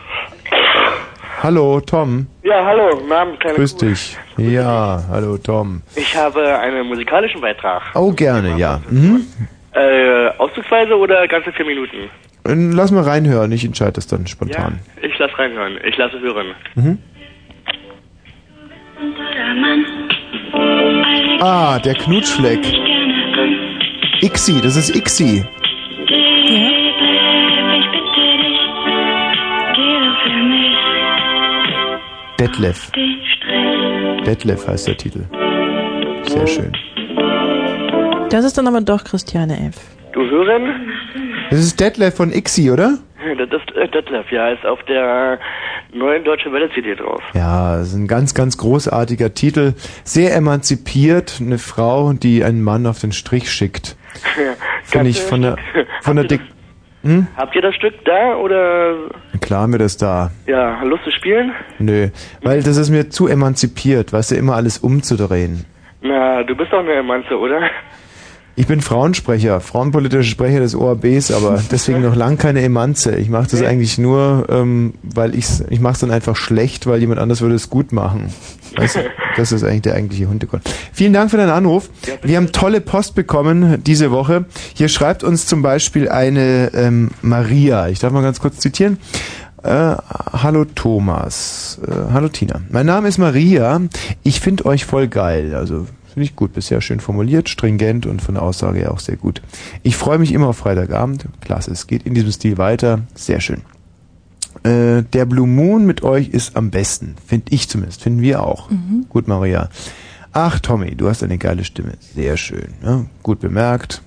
Hallo, Tom.
Ja, hallo, guten Abend, kleine
Grüß
Kuh.
dich. Ja, hallo, Tom.
Ich habe einen musikalischen Beitrag.
Oh, gerne, ja. Mhm.
Äh, auszugsweise oder ganze vier Minuten?
Ähm, Lass mal reinhören. Ich entscheide das dann spontan.
Ich lasse reinhören, ich lasse hören.
Mhm. Ah, der Knutschfleck. Ixi, das ist Ixi. Detlef. Detlef heißt der Titel. Sehr schön.
Das ist dann aber doch Christiane F.
Du hören?
Das ist Detlef von Ixi, oder?
Das ist äh, Detlef, ja, ist auf der neuen Deutsche Welle-CD drauf.
Ja, das ist ein ganz, ganz großartiger Titel. Sehr emanzipiert, eine Frau, die einen Mann auf den Strich schickt. Finde ich von der, von der Dick. Hm?
Habt ihr das Stück da oder
Klar haben wir das da.
ja, Lust zu spielen?
Nö, weil das ist mir zu emanzipiert, weißt du, immer alles umzudrehen.
Na, du bist doch eine Emanze, oder?
Ich bin Frauensprecher, frauenpolitischer Sprecher des OABs, aber deswegen noch lang keine Emanze. Ich mache das eigentlich nur, ähm, weil ich's, ich mache es dann einfach schlecht, weil jemand anders würde es gut machen. Weißt du, das ist eigentlich der eigentliche Hundekorn. Vielen Dank für deinen Anruf. Wir haben tolle Post bekommen diese Woche. Hier schreibt uns zum Beispiel eine ähm, Maria. Ich darf mal ganz kurz zitieren. Äh, hallo Thomas. Äh, hallo Tina. Mein Name ist Maria. Ich finde euch voll geil. Also finde ich gut. Bisher schön formuliert, stringent und von der Aussage her auch sehr gut. Ich freue mich immer auf Freitagabend. Klasse. Es geht in diesem Stil weiter. Sehr schön. Äh, der Blue Moon mit euch ist am besten. Finde ich zumindest. Finden wir auch.
Mhm.
Gut, Maria. Ach, Tommy, du hast eine geile Stimme. Sehr schön. Ja, gut bemerkt.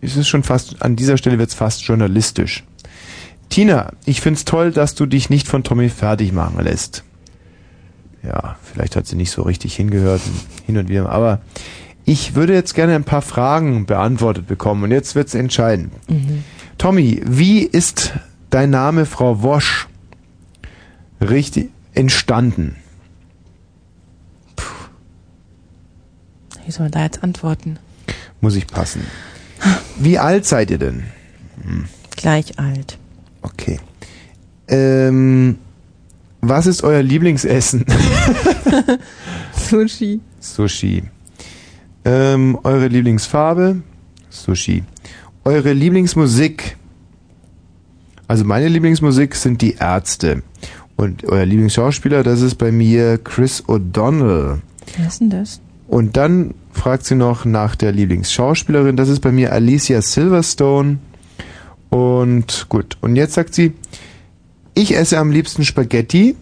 Es ist schon fast, an dieser Stelle wird's fast journalistisch. Tina, ich find's toll, dass du dich nicht von Tommy fertig machen lässt. Ja, vielleicht hat sie nicht so richtig hingehört, hin und wieder, aber ich würde jetzt gerne ein paar Fragen beantwortet bekommen und jetzt wird's entscheiden. Tommy, wie ist dein Name Frau Wosch richtig entstanden?
Wie soll man da jetzt antworten?
Muss ich passen. Wie alt seid ihr denn? Hm.
Gleich alt.
Okay. Ähm, was ist euer Lieblingsessen?
Sushi.
Sushi. Ähm, eure Lieblingsfarbe? Sushi. Eure Lieblingsmusik? Also meine Lieblingsmusik sind die Ärzte. Und euer Lieblingsschauspieler, das ist bei mir Chris O'Donnell.
Wer ist denn das?
Und dann fragt sie noch nach der Lieblingsschauspielerin. Das ist bei mir Alicia Silverstone. Und gut. Und jetzt sagt sie, Ich esse am liebsten Spaghetti.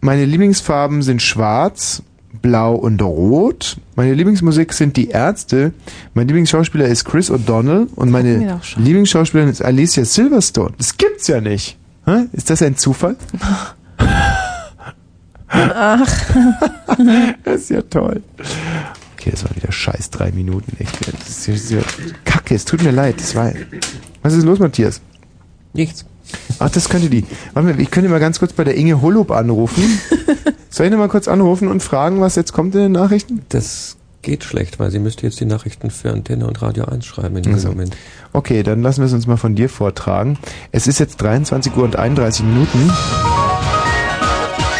Meine Lieblingsfarben sind schwarz, blau und rot. Meine Lieblingsmusik sind die Ärzte. Mein Lieblingsschauspieler ist Chris O'Donnell und
mir
meine
doch
Lieblingsschauspielerin ist Alicia Silverstone. Das gibt's ja nicht. Hä? Ist das ein Zufall?
Ach.
Das ist ja toll. Okay, das waren wieder scheiß drei Minuten. Echt, das ist ja, das ist ja Kacke, es tut mir leid. Das war, was ist los, Matthias?
Nichts.
Ach, das könnte die. Warte mal, ich könnte mal ganz kurz bei der Inge Holub anrufen. Soll ich noch mal kurz anrufen und fragen, was jetzt kommt in den Nachrichten?
Das geht schlecht, weil sie müsste jetzt die Nachrichten für Antenne und Radio 1 schreiben in diesem
Also.
Moment.
Okay, dann lassen wir es uns mal von dir vortragen. Es ist jetzt 23 Uhr und 31 Minuten.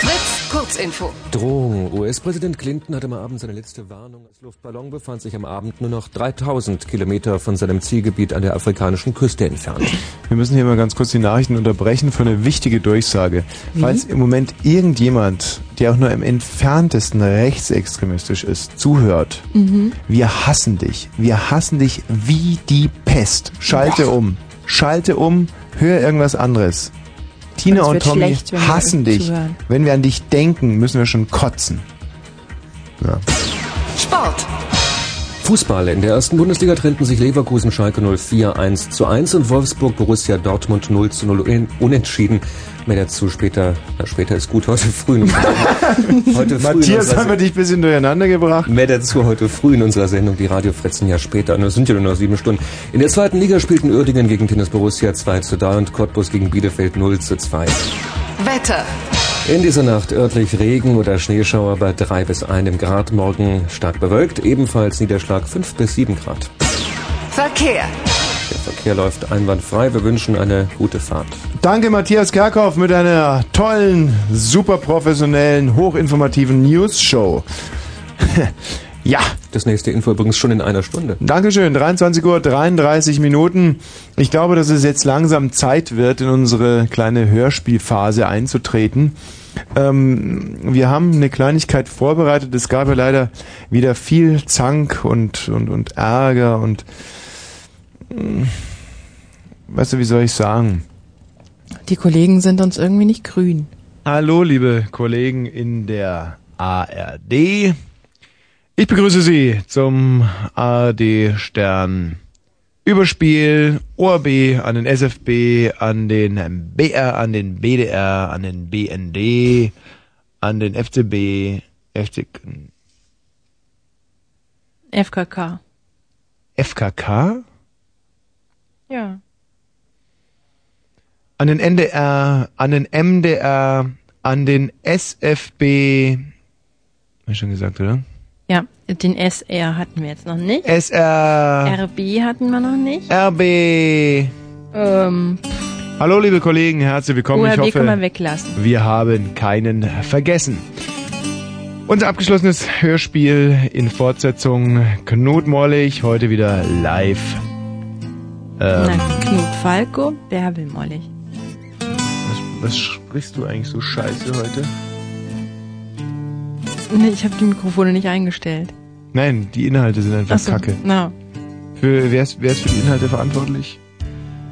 Fritz, Kurzinfo.
Drohung. US-Präsident Clinton hatte am Abend seine letzte Warnung. Als Luftballon befand sich am Abend nur noch 3000 Kilometer von seinem Zielgebiet an der afrikanischen Küste entfernt.
Wir müssen hier mal ganz kurz die Nachrichten unterbrechen für eine wichtige Durchsage.
Mhm.
Falls im Moment irgendjemand, der auch nur im entferntesten rechtsextremistisch ist, zuhört,
Mhm.
wir hassen dich. Wir hassen dich wie die Pest. Schalte um. Schalte um, hör irgendwas anderes. Tina
Uns
und
wird
Tommy
schlecht, wenn wir
hassen dich.
zuhören.
Wenn wir an dich denken, müssen wir schon kotzen. Ja.
Sport.
Fußball. In der ersten Bundesliga trennten sich Leverkusen Schalke 04 1 zu 1 und Wolfsburg Borussia Dortmund 0 zu 0 un- unentschieden. Mehr dazu später. Na, später ist gut, heute früh. heute früh in
Matthias,
unserer
haben wir dich ein bisschen durcheinander gebracht?
Mehr dazu heute früh in unserer Sendung. Die Radiofritzen ja später. Und es sind ja nur noch sieben Stunden. In der zweiten Liga spielten Uerdingen gegen Tennis Borussia 2 zu 3 und Cottbus gegen Bielefeld 0 zu 2.
Wetter.
In dieser Nacht örtlich Regen oder Schneeschauer bei 3 bis 1 Grad. Morgen stark bewölkt. Ebenfalls Niederschlag 5 bis 7 Grad.
Verkehr.
Der Verkehr läuft einwandfrei. Wir wünschen eine gute Fahrt.
Danke, Matthias Kerkhoff, mit einer tollen, super professionellen, hochinformativen News-Show. ja.
Das nächste Info übrigens schon in einer Stunde.
Dankeschön, 23 Uhr, 33 Minuten. Ich glaube, dass es jetzt langsam Zeit wird, in unsere kleine Hörspielphase einzutreten. Ähm, wir haben eine Kleinigkeit vorbereitet. Es gab ja leider wieder viel Zank und, und, und Ärger und... mm, Weißt du, wie soll ich sagen?
Die Kollegen sind uns irgendwie nicht grün.
Hallo, liebe Kollegen in der ARD. Ich begrüße Sie zum ARD-Stern. Überspiel, ORB, an den SFB, an den BR, an den BDR, an den BND, an den FCB, FC,
FKK.
FKK,
Ja.
an den NDR, an den MDR, an den SFB. Hab ich schon gesagt, oder?
Ja, den SR hatten wir jetzt noch nicht.
SR,
RB hatten wir noch nicht.
RB.
Ähm,
Hallo liebe Kollegen, herzlich willkommen.
ORB
ich hoffe,
kann man weglassen.
wir haben keinen vergessen. Unser abgeschlossenes Hörspiel in Fortsetzung Knut Mollig, heute wieder live. Ähm,
Na, Knut Falco, Bärbel Mollig.
was sprichst du eigentlich so scheiße heute?
Nee, ich habe die Mikrofone nicht eingestellt.
Nein, die Inhalte sind einfach
Ach so,
kacke.
Na,
Für, wer, ist, wer ist für die Inhalte verantwortlich?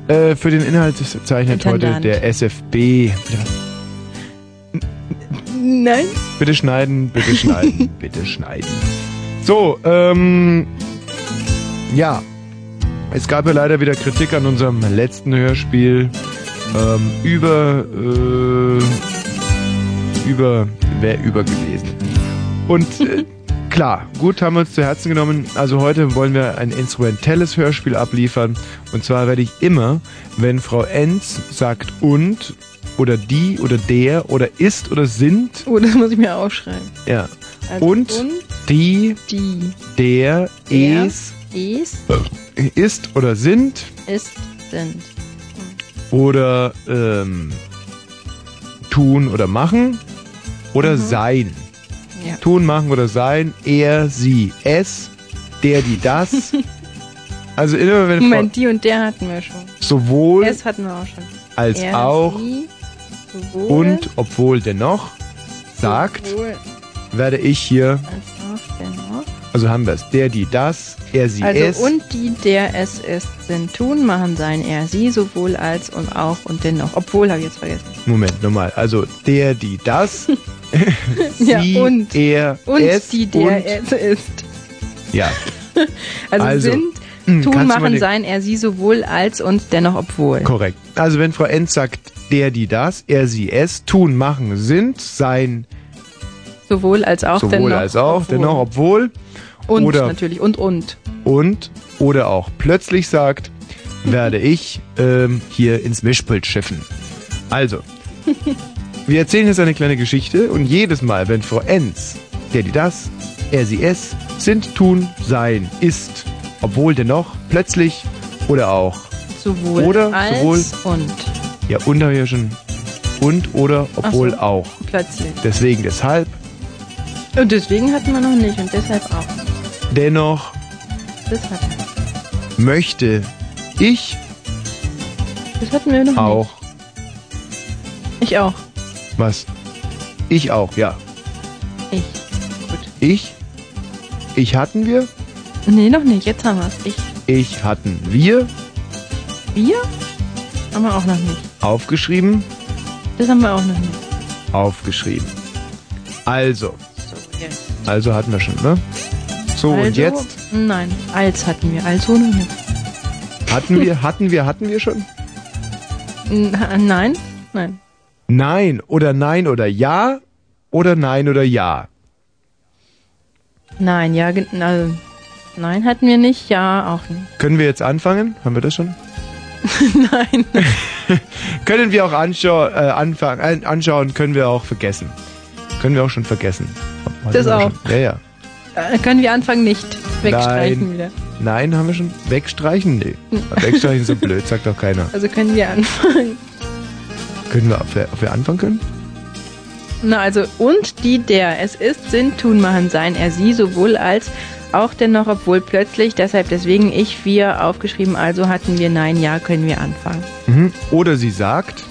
Äh, für den Inhalt zeichnet heute
Intendant.
der SFB. Bitte,
nein.
bitte schneiden, bitte schneiden, bitte schneiden. So, ähm, ja. Es gab ja leider wieder Kritik an unserem letzten Hörspiel ähm, über, äh, über, wer über gewesen. Und äh, klar, gut, haben wir uns zu Herzen genommen. Also heute wollen wir ein instrumentelles Hörspiel abliefern. Und zwar werde ich immer, wenn Frau Enz sagt und oder die oder der oder ist oder sind.
Oh, das muss ich mir aufschreiben.
Ja.
Also
und,
und,
die,
die,
der,
der,
es,
Es
ist oder sind
ist, sind.
oder ähm, tun oder machen oder sein.
Mhm. Ja.
Tun, machen oder sein, er, sie, es, der, die, das. also immer wenn
Moment, die und der hatten wir schon.
Frau, sowohl
Es hatten wir auch schon.
als
Er,
auch
sie, sowohl,
und obwohl dennoch sagt,
Sowohl
werde ich hier
als auch dennoch.
Also haben wir es. Der, die, das, er, sie,
also
es.
und die, der es ist, sind, tun, machen, sein, er, sie, sowohl als und auch und dennoch. Obwohl, habe ich jetzt vergessen.
Moment, nochmal. Also der, die, das, sie,
ja, und.
er,
Und
es
die, der
und-
es ist.
Ja.
Also,
Also,
sind,
hm, kannst
tun,
du mal
machen,
den-
sein, er, sie, sowohl als und dennoch, obwohl.
Korrekt. Also wenn Frau Enz sagt, der, die, das, er, sie, es, tun, machen, sind, sein,
Sowohl als auch,
sowohl
dennoch.
als auch,
obwohl.
dennoch, obwohl,
Und
oder,
natürlich, und und.
und, oder auch plötzlich sagt, werde ich ähm, hier ins Mischpult schiffen. Also, wir erzählen jetzt eine kleine Geschichte und jedes Mal, wenn Frau Enz, der, die, das, er, sie, es, sind, tun, sein, ist, obwohl, dennoch, plötzlich oder auch
Sowohl
Oder
als
sowohl-
und.
Ja, und habe ich ja schon. Und oder
Ach
obwohl
so.
auch.
Plötzlich.
Deswegen, deshalb,
Und deswegen hatten wir noch nicht und deshalb auch.
dennoch
Das hatten wir.
möchte ich
Das hatten wir noch
auch.
nicht. Ich auch.
Was? Ich auch, ja.
Ich.
Ich? Ich hatten wir?
Nee, noch nicht. Jetzt haben wir es. Ich.
Ich hatten wir
Wir? Haben wir auch noch nicht.
aufgeschrieben,
Das haben wir auch noch nicht.
aufgeschrieben. Also,
jetzt.
also hatten wir schon, ne? So, und
Also-
jetzt
Nein, als hatten wir. Also noch nicht.
hatten wir, hatten wir, hatten wir schon?
N nein? Nein.
Nein oder nein oder ja oder nein oder ja.
Nein, ja, gen- also, nein hatten wir nicht, ja auch nicht.
Können wir jetzt anfangen? Haben wir das schon? Nein. können wir auch anschau äh, anfangen, äh, anschauen, können wir auch vergessen. Können wir auch schon vergessen. Haben
Das
wir
auch.
Schon. Ja, ja.
Äh, können wir anfangen nicht wegstreichen
Nein.
wieder.
Nein, haben wir schon. Wegstreichen? Nee. Wegstreichen ist so blöd, sagt doch keiner.
Also können wir anfangen.
Können wir, ob wir, ob wir anfangen können?
Na, also und die der. Es ist Sinn, tun, machen, sein, er, sie, sowohl als auch dennoch, obwohl plötzlich, deshalb deswegen ich, wir aufgeschrieben, also hatten wir nein, ja, können wir anfangen.
Mhm. Oder sie sagt,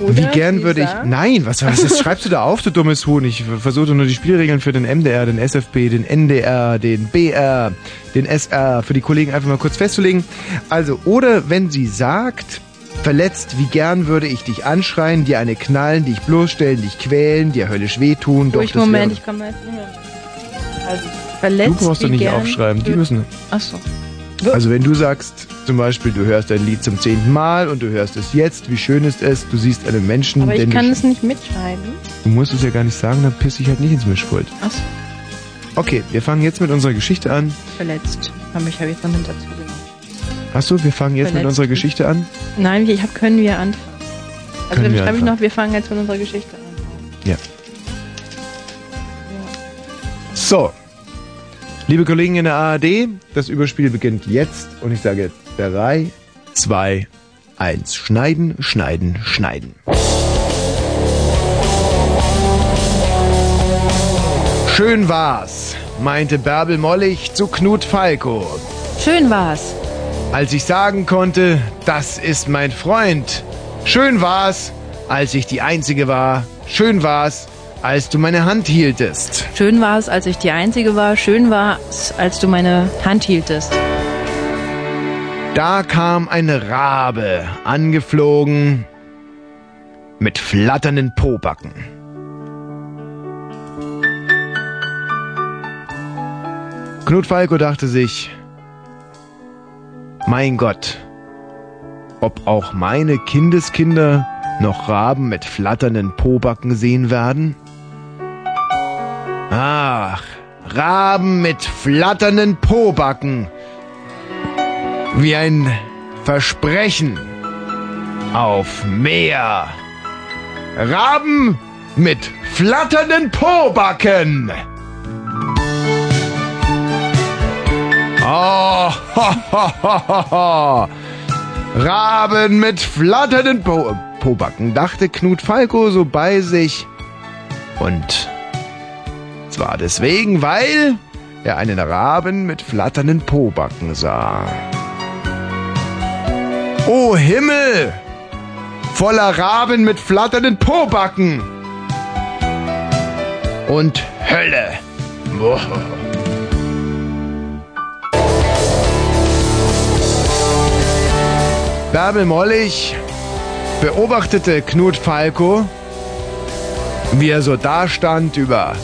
Oder
wie gern
sie
würde ich.
sagt-
Nein, was, was das schreibst du da auf, du dummes Huhn? Ich v- versuche nur die Spielregeln für den MDR, den SFP, den NDR, den BR, den SR für die Kollegen einfach mal kurz festzulegen. Also, oder wenn sie sagt, verletzt, wie gern würde ich dich anschreien, dir eine knallen, dich bloßstellen, dich quälen, dir höllisch wehtun, doch
Ruhig,
das
Moment,
wäre-
ich komme jetzt nicht mehr. Also, verletzt.
Du brauchst
wie
doch nicht
gern
aufschreiben, die
wür-
müssen.
Ach so.
Also wenn du sagst, zum Beispiel, du hörst ein Lied zum zehnten Mal und du hörst es jetzt, wie schön ist es, du siehst einen Menschen,
Aber ich
den
kann
du,
es nicht mitschreiben.
du musst es ja gar nicht sagen, dann piss ich halt nicht ins Mischpult.
Ach so.
Okay, wir fangen jetzt mit unserer Geschichte an.
Verletzt. Hab ich habe jetzt noch mit dazu genommen.
Achso, wir fangen jetzt mit
Verletzt.
unserer Geschichte an?
Nein, ich hab, können wir anfangen.
Können
Also dann
wir
schreibe ich
anfangen.
noch, wir fangen jetzt mit unserer Geschichte an.
Ja. So. Liebe Kollegen in der ARD, das Überspiel beginnt jetzt und ich sage 3, 2, 1. Schneiden, schneiden, schneiden. Schön war's, meinte Bärbel Mollig zu Knut Falco.
Schön war's.
Als ich sagen konnte, das ist mein Freund. Schön war's, als ich die Einzige war. Schön war's, als du meine Hand hieltest.
Schön war es, als ich die Einzige war. Schön war es, als du meine Hand hieltest.
Da kam ein Rabe, angeflogen, mit flatternden Pobacken. Knut Falco dachte sich, mein Gott, ob auch meine Kindeskinder noch Raben mit flatternden Pobacken sehen werden? Ach, Raben mit flatternden Pobacken wie ein Versprechen auf Meer. Raben mit flatternden Pobacken. Oh, ho, ho, ho, ho, ho. Raben mit flatternden po Pobacken, dachte Knut Falco so bei sich. Und zwar deswegen, weil er einen Raben mit flatternden Pobacken sah. Oh Himmel! Voller Raben mit flatternden Pobacken! Und Hölle! Boah. Bärbel Mollig beobachtete Knut Falco, wie er so dastand über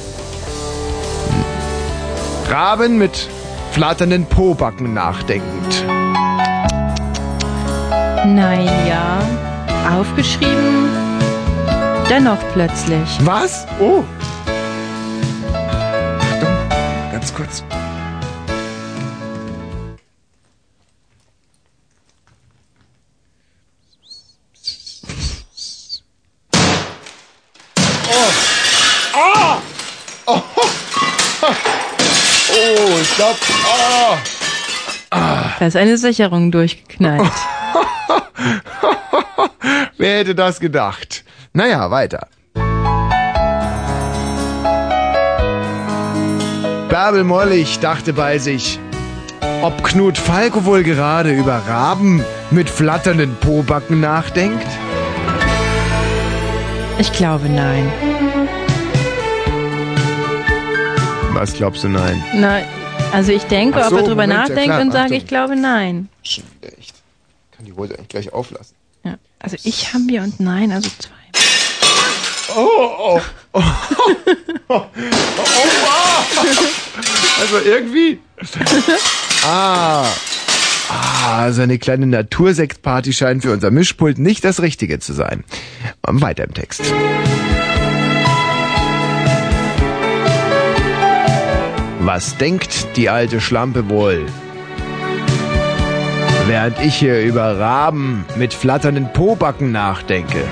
Raben mit flatternden Pobacken nachdenkend.
Naja, aufgeschrieben, dennoch plötzlich.
Was? Oh! Achtung, ganz kurz.
Ah!
Oh, oh ich glaub. Oh. Ah.
Da ist eine Sicherung durchgeknallt.
Oh. Wer hätte das gedacht? Naja, weiter. Bärbel Mollig dachte bei sich, ob Knut Falco wohl gerade über Raben mit flatternden Pobacken nachdenkt?
Ich glaube nein.
Was glaubst du, nein?
Na, also ich denke,
Ach
ob
so,
er drüber
Moment, ja
nachdenkt
klar,
und sage,
Achtung.
ich glaube nein.
Echt? Kann die Hose eigentlich gleich auflassen.
Ja. Also ich haben wir und nein, also zwei.
Oh, oh, oh. Also irgendwie. Ah. Ah, seine kleine Natursektparty scheint für unser Mischpult nicht das Richtige zu sein. Weiter im Text. Was denkt die alte Schlampe wohl? Während ich hier über Raben mit flatternden Pobacken nachdenke,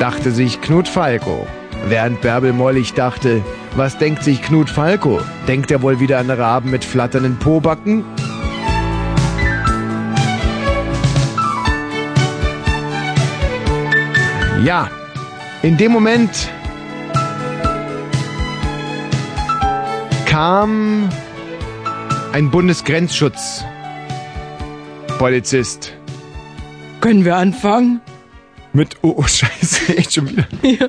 dachte sich Knut Falco. Während Bärbel Mollig dachte, was denkt sich Knut Falco? Denkt er wohl wieder an Raben mit flatternden Pobacken? Ja, in dem Moment kam ein Bundesgrenzschutzpolizist.
Können wir anfangen?
Mit, oh, oh scheiße, echt schon wieder.
Ja.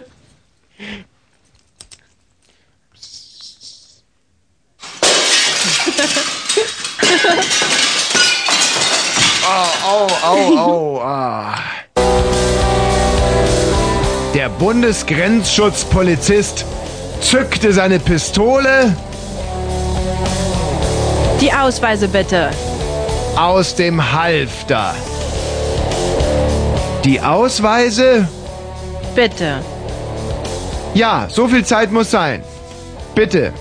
Au, au, au, ah. Der Bundesgrenzschutzpolizist zückte seine Pistole
Die Ausweise bitte.
aus dem Halfter. Die Ausweise?
Bitte.
Ja, so viel Zeit muss sein. Bitte.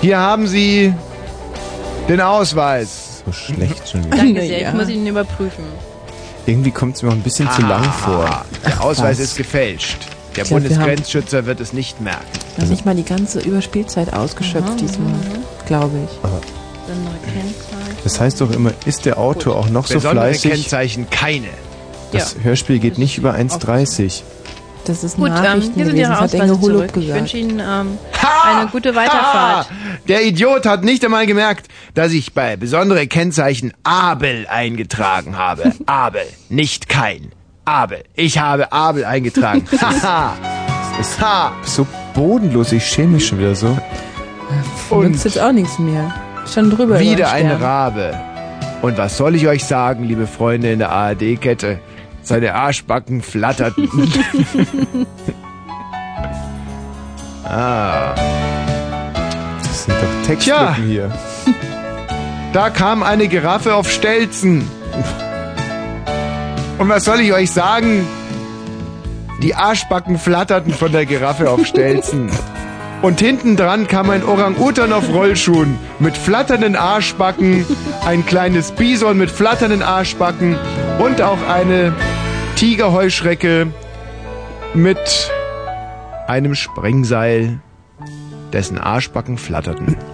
Hier haben Sie den Ausweis. So schlecht schon
Danke sehr, ich muss ihn überprüfen.
Irgendwie kommt es mir auch ein bisschen zu lang vor.
Der Ausweis
was.
ist gefälscht. Der
Ich glaub, wir haben-
Bundesgrenzschützer wird es nicht merken.
Wir
Mhm.
haben
nicht mal die ganze Überspielzeit ausgeschöpft diesmal, glaube ich.
Aber
Dann neue Kennzahl.
das heißt doch immer, ist der Autor auch noch so
Besondere
fleißig?
Kennzeichen keine.
Das Hörspiel geht nicht über 1,30.
Das ist
Gut, ähm,
Nachrichten
hier sind
gewesen,
Ihre
das hat
Ausweise
Inge Holub
zurück. Ich
gesagt.
wünsche Ihnen ähm, eine gute Weiterfahrt.
Ah! Der Idiot hat nicht einmal gemerkt, dass ich bei besondere Kennzeichen Abel eingetragen habe. Abel, nicht kein. Abel. Ich habe Abel eingetragen. Haha. ha.
So bodenlos, ich schäme mich schon wieder so.
Und nutzt jetzt auch nichts mehr. Schon drüber.
Wieder
über den
ein
Stern.
Rabe. Und was soll ich euch sagen, liebe Freunde in der ARD-Kette? Seine Arschbacken flatterten. ah. Das sind doch Textlücken
hier.
Da kam eine Giraffe auf Stelzen. Und was soll ich euch sagen? Die Arschbacken flatterten von der Giraffe auf Stelzen. Und hinten dran kam ein Orang-Utan auf Rollschuhen mit flatternden Arschbacken, ein kleines Bison mit flatternden Arschbacken und auch eine Tigerheuschrecke mit einem Springseil, dessen Arschbacken flatterten.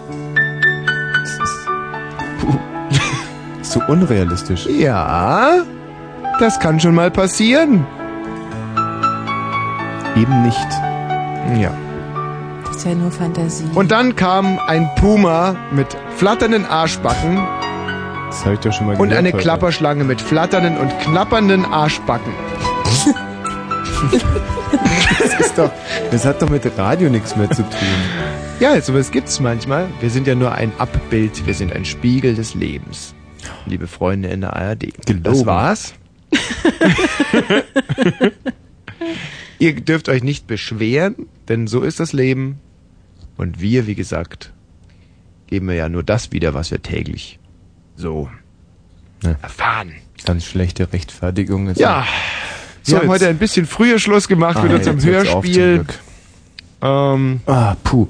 So unrealistisch.
Ja, das kann schon mal passieren.
Eben nicht.
Ja.
Das ist ja nur Fantasie.
Und dann kam ein Puma mit flatternden Arschbacken
Das habe ich doch schon mal
und
gelernt
eine
heute.
Klapperschlange mit flatternden und knappernden Arschbacken.
Das, ist doch, das hat doch mit Radio nichts mehr zu tun.
Ja, sowas gibt's manchmal. Wir sind ja nur ein Abbild, wir sind ein Spiegel des Lebens. liebe Freunde in der ARD. Das war's. Ihr dürft euch nicht beschweren, denn so ist das Leben. Und wir, wie gesagt, geben wir ja nur das wieder, was wir täglich so erfahren.
Ganz schlechte Rechtfertigung. Jetzt
Ja,
So,
wir haben
jetzt-
heute ein bisschen früher Schluss gemacht
Ah,
mit unserem
jetzt hört's auf, zum
Hörspiel.
Glück.
Ähm, ah, puh.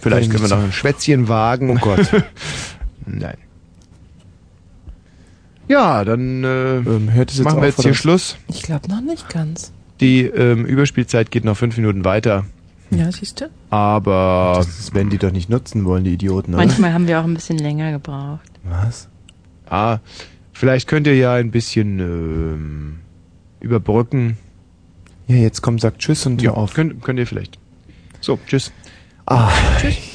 Vielleicht
Wenn
können wir
nicht
noch
so-
ein Schwätzchen wagen.
Oh Gott.
Nein. Ja, dann äh,
Ähm, jetzt
machen
auf,
wir jetzt
oder?
hier Schluss.
Ich glaube noch nicht ganz.
Die ähm, Überspielzeit geht noch fünf Minuten weiter.
Ja, siehst du?
Aber.
Das werden die doch nicht nutzen wollen, die Idioten. oder?
Ne? Manchmal haben wir auch ein bisschen länger gebraucht.
Was?
Ah, vielleicht könnt ihr ja ein bisschen ähm, überbrücken.
Ja, jetzt komm, sag Tschüss und hör auf.
Könnt, könnt ihr vielleicht. So, tschüss.
Ah,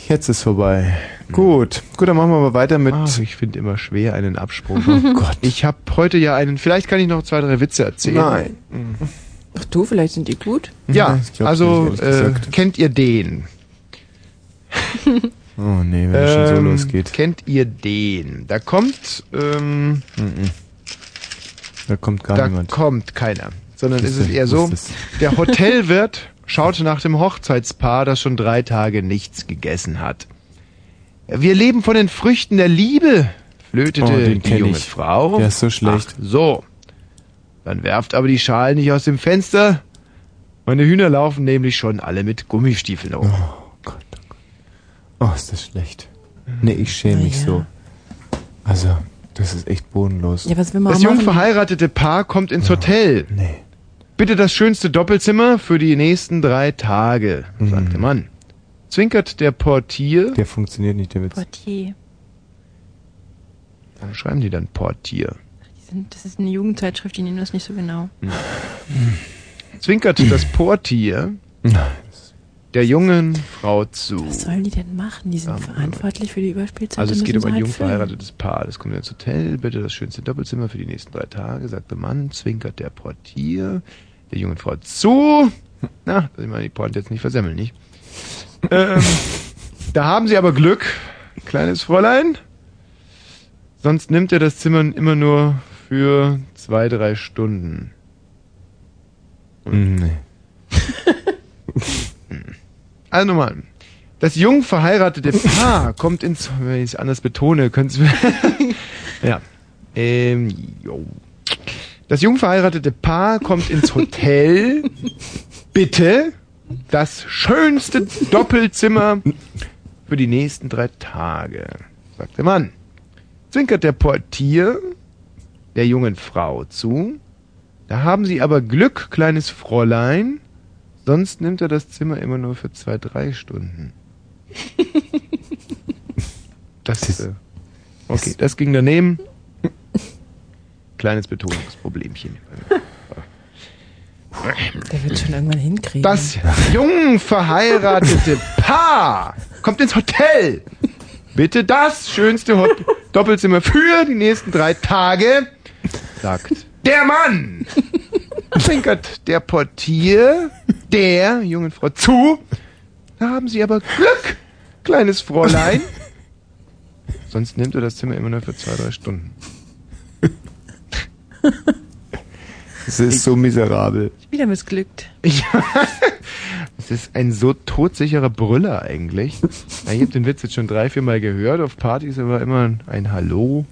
jetzt ist vorbei. Gut, gut, dann machen wir mal weiter mit.
Ach, ich finde immer schwer einen Absprung. Oh Gott. Ich habe heute ja einen. Vielleicht kann ich noch zwei, drei Witze erzählen.
Nein. Ach du, vielleicht sind die gut.
Ja,
ich glaub's
also
nicht, ehrlich
äh,
gesagt.
kennt ihr den?
Oh nee, wenn es schon so
Ähm,
losgeht.
Kennt ihr den? Da kommt. Ähm,
Da kommt gar
da
niemand.
kommt keiner. Sondern
Das
ist es
ist-
eher so,
das ist-
der Hotelwirt schaut nach dem Hochzeitspaar, das schon drei Tage nichts gegessen hat. Wir leben von den Früchten der Liebe, flötete
Oh, den
die
kenn
junge
ich.
Frau.
Der ist so schlecht.
Ach, so. Dann werft aber die Schalen nicht aus dem Fenster. Meine Hühner laufen nämlich schon alle mit Gummistiefeln rum.
Oh, ist das schlecht. Nee, ich schäme mich so. Also, das ist echt bodenlos.
Ja, was will man
Das
auch
jung
machen?
verheiratete Paar kommt ins Hotel. Bitte das schönste Doppelzimmer für die nächsten drei Tage, sagt der Mann. Zwinkert der Portier.
Mhm. Der funktioniert nicht, der Witz.
Portier.
Warum schreiben die dann Portier? Hm.
Die sind- Das ist eine Jugendzeitschrift, die nehmen das nicht so genau.
Zwinkert das Portier der jungen Frau zu.
Was sollen die denn machen? Die sind verantwortlich für die Überspielzeit.
Ähm, Also
die
es geht um
müssen
ein
sie
jung
halt füllen.
verheiratetes Paar. Das kommt ins Hotel. Bitte das schönste Doppelzimmer für die nächsten drei Tage, sagt der Mann. Zwinkert der Portier der jungen Frau zu. Na, dass ich meine die Pointe jetzt nicht versemmeln, nicht? ähm, da haben sie aber Glück, kleines Fräulein. Sonst nimmt er das Zimmer immer nur für zwei, drei Stunden.
Nee.
Also nochmal. Das jung verheiratete Paar kommt ins, wenn ich es anders betone, können Sie, ja. Ähm, jo. Das jung verheiratete Paar kommt ins Hotel. Bitte das schönste Doppelzimmer für die nächsten drei Tage, sagt der Mann. Zwinkert der Portier der jungen Frau zu. Da haben Sie aber Glück, kleines Fräulein. Sonst nimmt er das Zimmer immer nur für zwei, drei Stunden. Das, äh, okay, das ging daneben. Kleines Betonungsproblemchen.
Der wird schon irgendwann hinkriegen.
Das jung verheiratete Paar kommt ins Hotel. Bitte das schönste Hot Doppelzimmer für die nächsten drei Tage, sagt der Mann. Zwinkert der Portier der jungen Frau zu. Da haben Sie aber Glück, kleines Fräulein. Sonst nimmt er das Zimmer immer nur für zwei, drei Stunden.
Es ist so miserabel.
Wieder missglückt.
Es ist ein so todsicherer Brüller eigentlich. Ja, Ich habe den Witz jetzt schon drei, vier Mal gehört auf Partys, aber immer ein Hallo.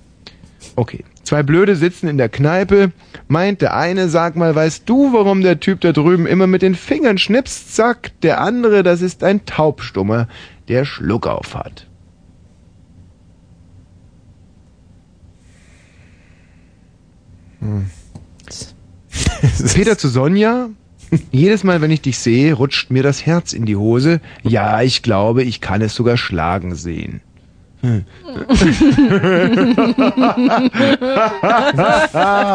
Okay. Zwei Blöde sitzen in der Kneipe. Meint der eine, sag mal, weißt du, warum der Typ da drüben immer mit den Fingern schnipst? Sagt der andere, das ist ein Taubstummer, der Schluck auf hat. Hm. Peter zu Sonja. Jedes Mal, wenn ich dich sehe, rutscht mir das Herz in die Hose. Ja, ich glaube, ich kann es sogar schlagen sehen. Hm.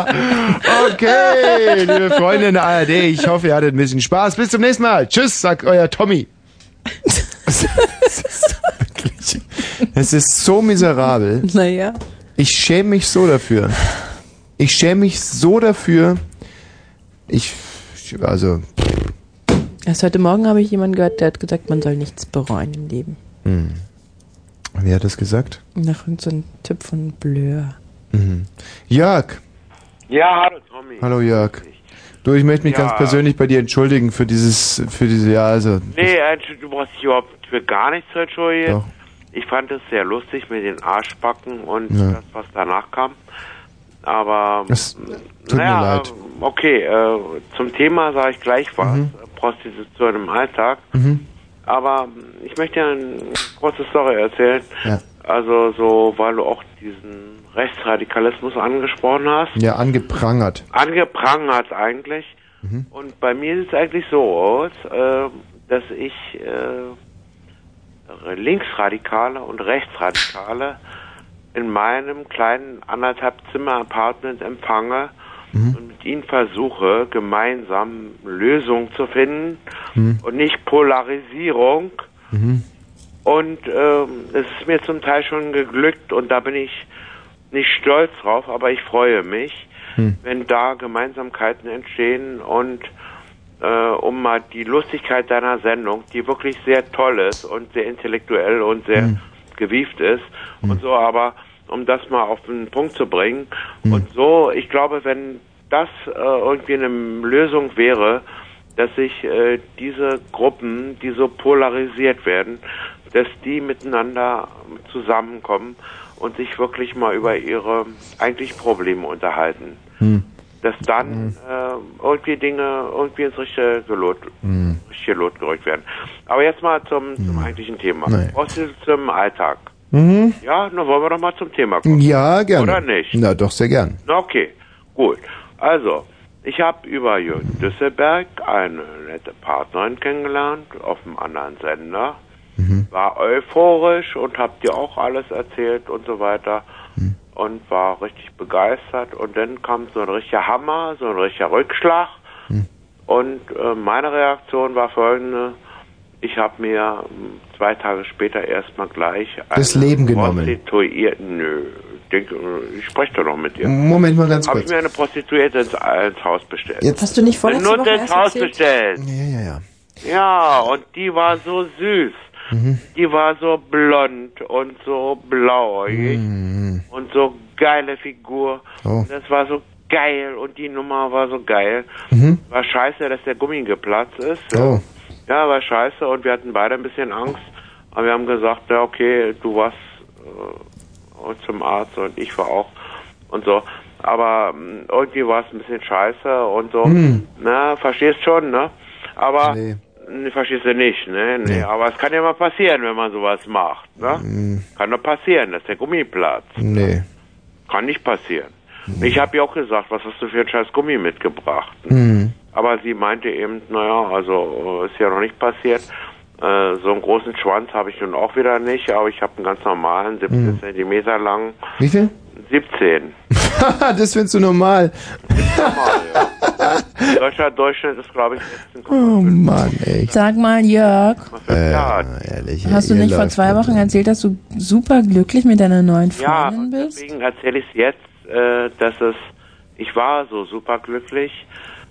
okay, liebe Freunde in der ARD, ich hoffe, ihr hattet ein bisschen Spaß. Bis zum nächsten Mal. Tschüss, sagt euer Tommy.
Es ist so miserabel.
Naja.
Ich schäme mich so dafür. Ich schäme mich so dafür. Ich, also,
Erst
Also
heute Morgen habe ich jemanden gehört, der hat gesagt, man soll nichts bereuen im Leben.
hm. wer hat das gesagt?
Nach irgendeinem so ein Tipp von Blur.
Mhm.
Jörg.
Ja, hallo Tommy.
Hallo Jörg. Du, ich möchte mich
Ja.
ganz persönlich bei dir entschuldigen für dieses, für diese, ja, also,
Nee, Entschuldigung, du brauchst dich überhaupt für gar nichts zu entschuldigen.
Doch.
Ich fand es sehr lustig mit den Arschbacken und
Ja.
das, was danach kam. Aber
Es tut mir
naja,
leid.
äh, okay, äh, zum Thema sage ich gleich was.
Mhm.
Prostitution im Alltag.
Mhm.
Aber ich möchte ja eine kurze Story erzählen.
Ja.
Also so, weil du auch diesen Rechtsradikalismus angesprochen hast.
ja, angeprangert.
angeprangert eigentlich. Und bei mir sieht es eigentlich so aus, äh, dass ich äh, Linksradikale und Rechtsradikale in meinem kleinen anderthalb Zimmer Apartment empfange und mit ihnen versuche, gemeinsam Lösungen zu finden und nicht Polarisierung. Und ähm, es ist mir zum Teil schon geglückt und da bin ich nicht stolz drauf, aber ich freue mich, wenn da Gemeinsamkeiten entstehen und äh, um mal die Lustigkeit deiner Sendung, die wirklich sehr toll ist und sehr intellektuell und sehr gewieft ist und so, aber um das mal auf den Punkt zu bringen. Und so, ich glaube, wenn das äh, irgendwie eine Lösung wäre, dass sich äh, diese Gruppen, die so polarisiert werden, dass die miteinander zusammenkommen und sich wirklich mal über ihre eigentlich Probleme unterhalten. Dass dann äh, irgendwie Dinge irgendwie ins richtige Lot,
Hm.
richtige Lot gerückt werden. Aber jetzt mal zum, zum eigentlichen Thema.
Nein.
Prostitution im Alltag.
Mhm.
Ja, nun wollen wir doch mal zum Thema kommen.
Ja, gerne.
Oder nicht?
Na, doch, sehr gern.
Na, Okay, gut. Also, ich habe über Jürgen Düsselberg eine nette Partnerin kennengelernt auf einem anderen Sender.
Mhm.
War euphorisch und hab dir auch alles erzählt und so weiter.
Mhm.
Und war richtig begeistert. Und dann kam so ein richtiger Hammer, so ein richtiger Rückschlag.
Mhm.
Und äh, meine Reaktion war folgende. Ich habe mir ähm, zwei Tage später erstmal gleich
Das
eine
Leben genommen.
Prostituierte- Nö, ich denk, äh, ich spreche doch noch mit dir.
Moment mal ganz
Habe
kurz.
ich mir eine Prostituierte ins, ins Haus bestellt.
Jetzt- Hast du nicht
eine
vorletzte
Nutte
Woche
ins
erst
Haus
erzählt?
bestellt.
Ja, ja, ja.
Ja, und die war so süß.
Mhm.
Die war so blond und so blauäugig
Mhm.
Mhm.
und so geile Figur.
Oh.
Und das war so geil und die Nummer war so geil.
Mhm.
War scheiße, dass der Gummi geplatzt ist.
Oh.
Ja, war scheiße und wir hatten beide ein bisschen Angst. Aber wir haben gesagt, ja, okay, du warst äh, zum Arzt und ich war auch und so. Aber mh, irgendwie war es ein bisschen scheiße und so.
Hm.
Na, verstehst schon, ne? Aber, nee, verstehst du nicht, ne? Nee, aber es kann ja mal passieren, wenn man sowas macht, ne?
Hm,
Kann doch passieren, dass der Gummi platzt.
Nee.
Kann nicht passieren. Ich habe ihr auch gesagt, was hast du für einen scheiß Gummi mitgebracht?
Hm.
Aber sie meinte eben, naja, also äh, ist ja noch nicht passiert. Äh, so einen großen Schwanz habe ich nun auch wieder nicht, aber ich habe einen ganz normalen, 17
Mhm.
Zentimeter langen,
Wie viel?
17.
Haha, das findest du normal.
Deutscher Durchschnitt ist, glaube ich,
Oh Mann,
echt.
Sag mal, Jörg,
äh,
ehrlich,
hast du
ihr
nicht vor
läuft
zwei Wochen erzählt, dass du super glücklich mit deiner neuen
Ja,
Freundin
und deswegen erzähle ich es jetzt, äh, dass es, ich war so super glücklich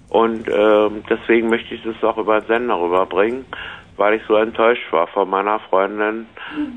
und ähm, deswegen möchte ich das auch über den Sender rüberbringen, weil ich so enttäuscht war von meiner Freundin,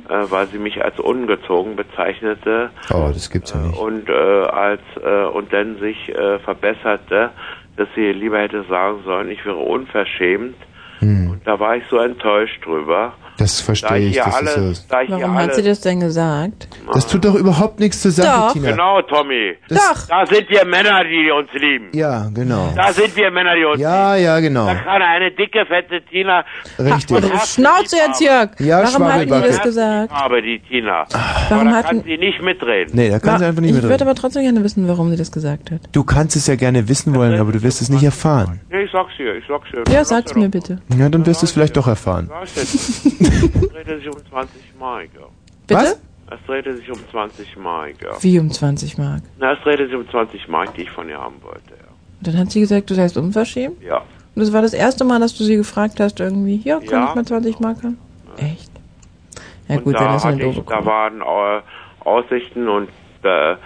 äh, weil sie mich als ungezogen bezeichnete
Oh, das gibt's ja nicht.
und äh, als äh, und dann sich äh, verbesserte, dass sie lieber hätte sagen sollen, ich wäre unverschämt.
Hm.
Und da war ich so enttäuscht drüber.
Das verstehe
da
ich,
ihr
das ist
alle,
so-
da ich ihr
Warum
alle,
hat sie das denn gesagt?
Das tut doch überhaupt nichts zusammen, Tina.
Genau, Tommy.
Das-
Da sind wir Männer, die uns lieben.
Ja, genau.
Da sind wir Männer, die uns
Ja, ja,
lieben.
genau.
Da kann eine dicke, fette Tina.
Richtig.
Ach,
Schnauze jetzt, Jörg!
Ja,
Warum hat die
Schwabbelbacke.
das gesagt?
Aber die Tina.
Warum
Aber da
hat
kann sie nicht mitreden.
Nee, da kann sie einfach nicht
Ich würde
mitreden.
aber trotzdem gerne wissen, warum sie das gesagt hat.
Du kannst es ja gerne wissen wollen, aber du wirst es nicht erfahren.
Nee, ich sag's ihr, ich sag's ihr.
Ja, sag's mir bitte.
Ja, dann wirst du es vielleicht doch erfahren.
Sag's jetzt. Es drehte sich um 20 Mark. ja.
Bitte?
Es drehte sich um 20 Mark, ja.
Wie um 20 Mark?
Na, es drehte sich um 20 Mark, die ich von ihr haben wollte,
Und dann hat sie gesagt, du seist unverschämt?
ja.
Und das war das erste Mal, dass du sie gefragt hast, irgendwie, hier, kann
Ja.
ich mal 20 Mark haben? Echt? Ja, gut,
da
dann ist eine
hatte
doofe
ich, Da waren äh, Aussichten und äh, äh,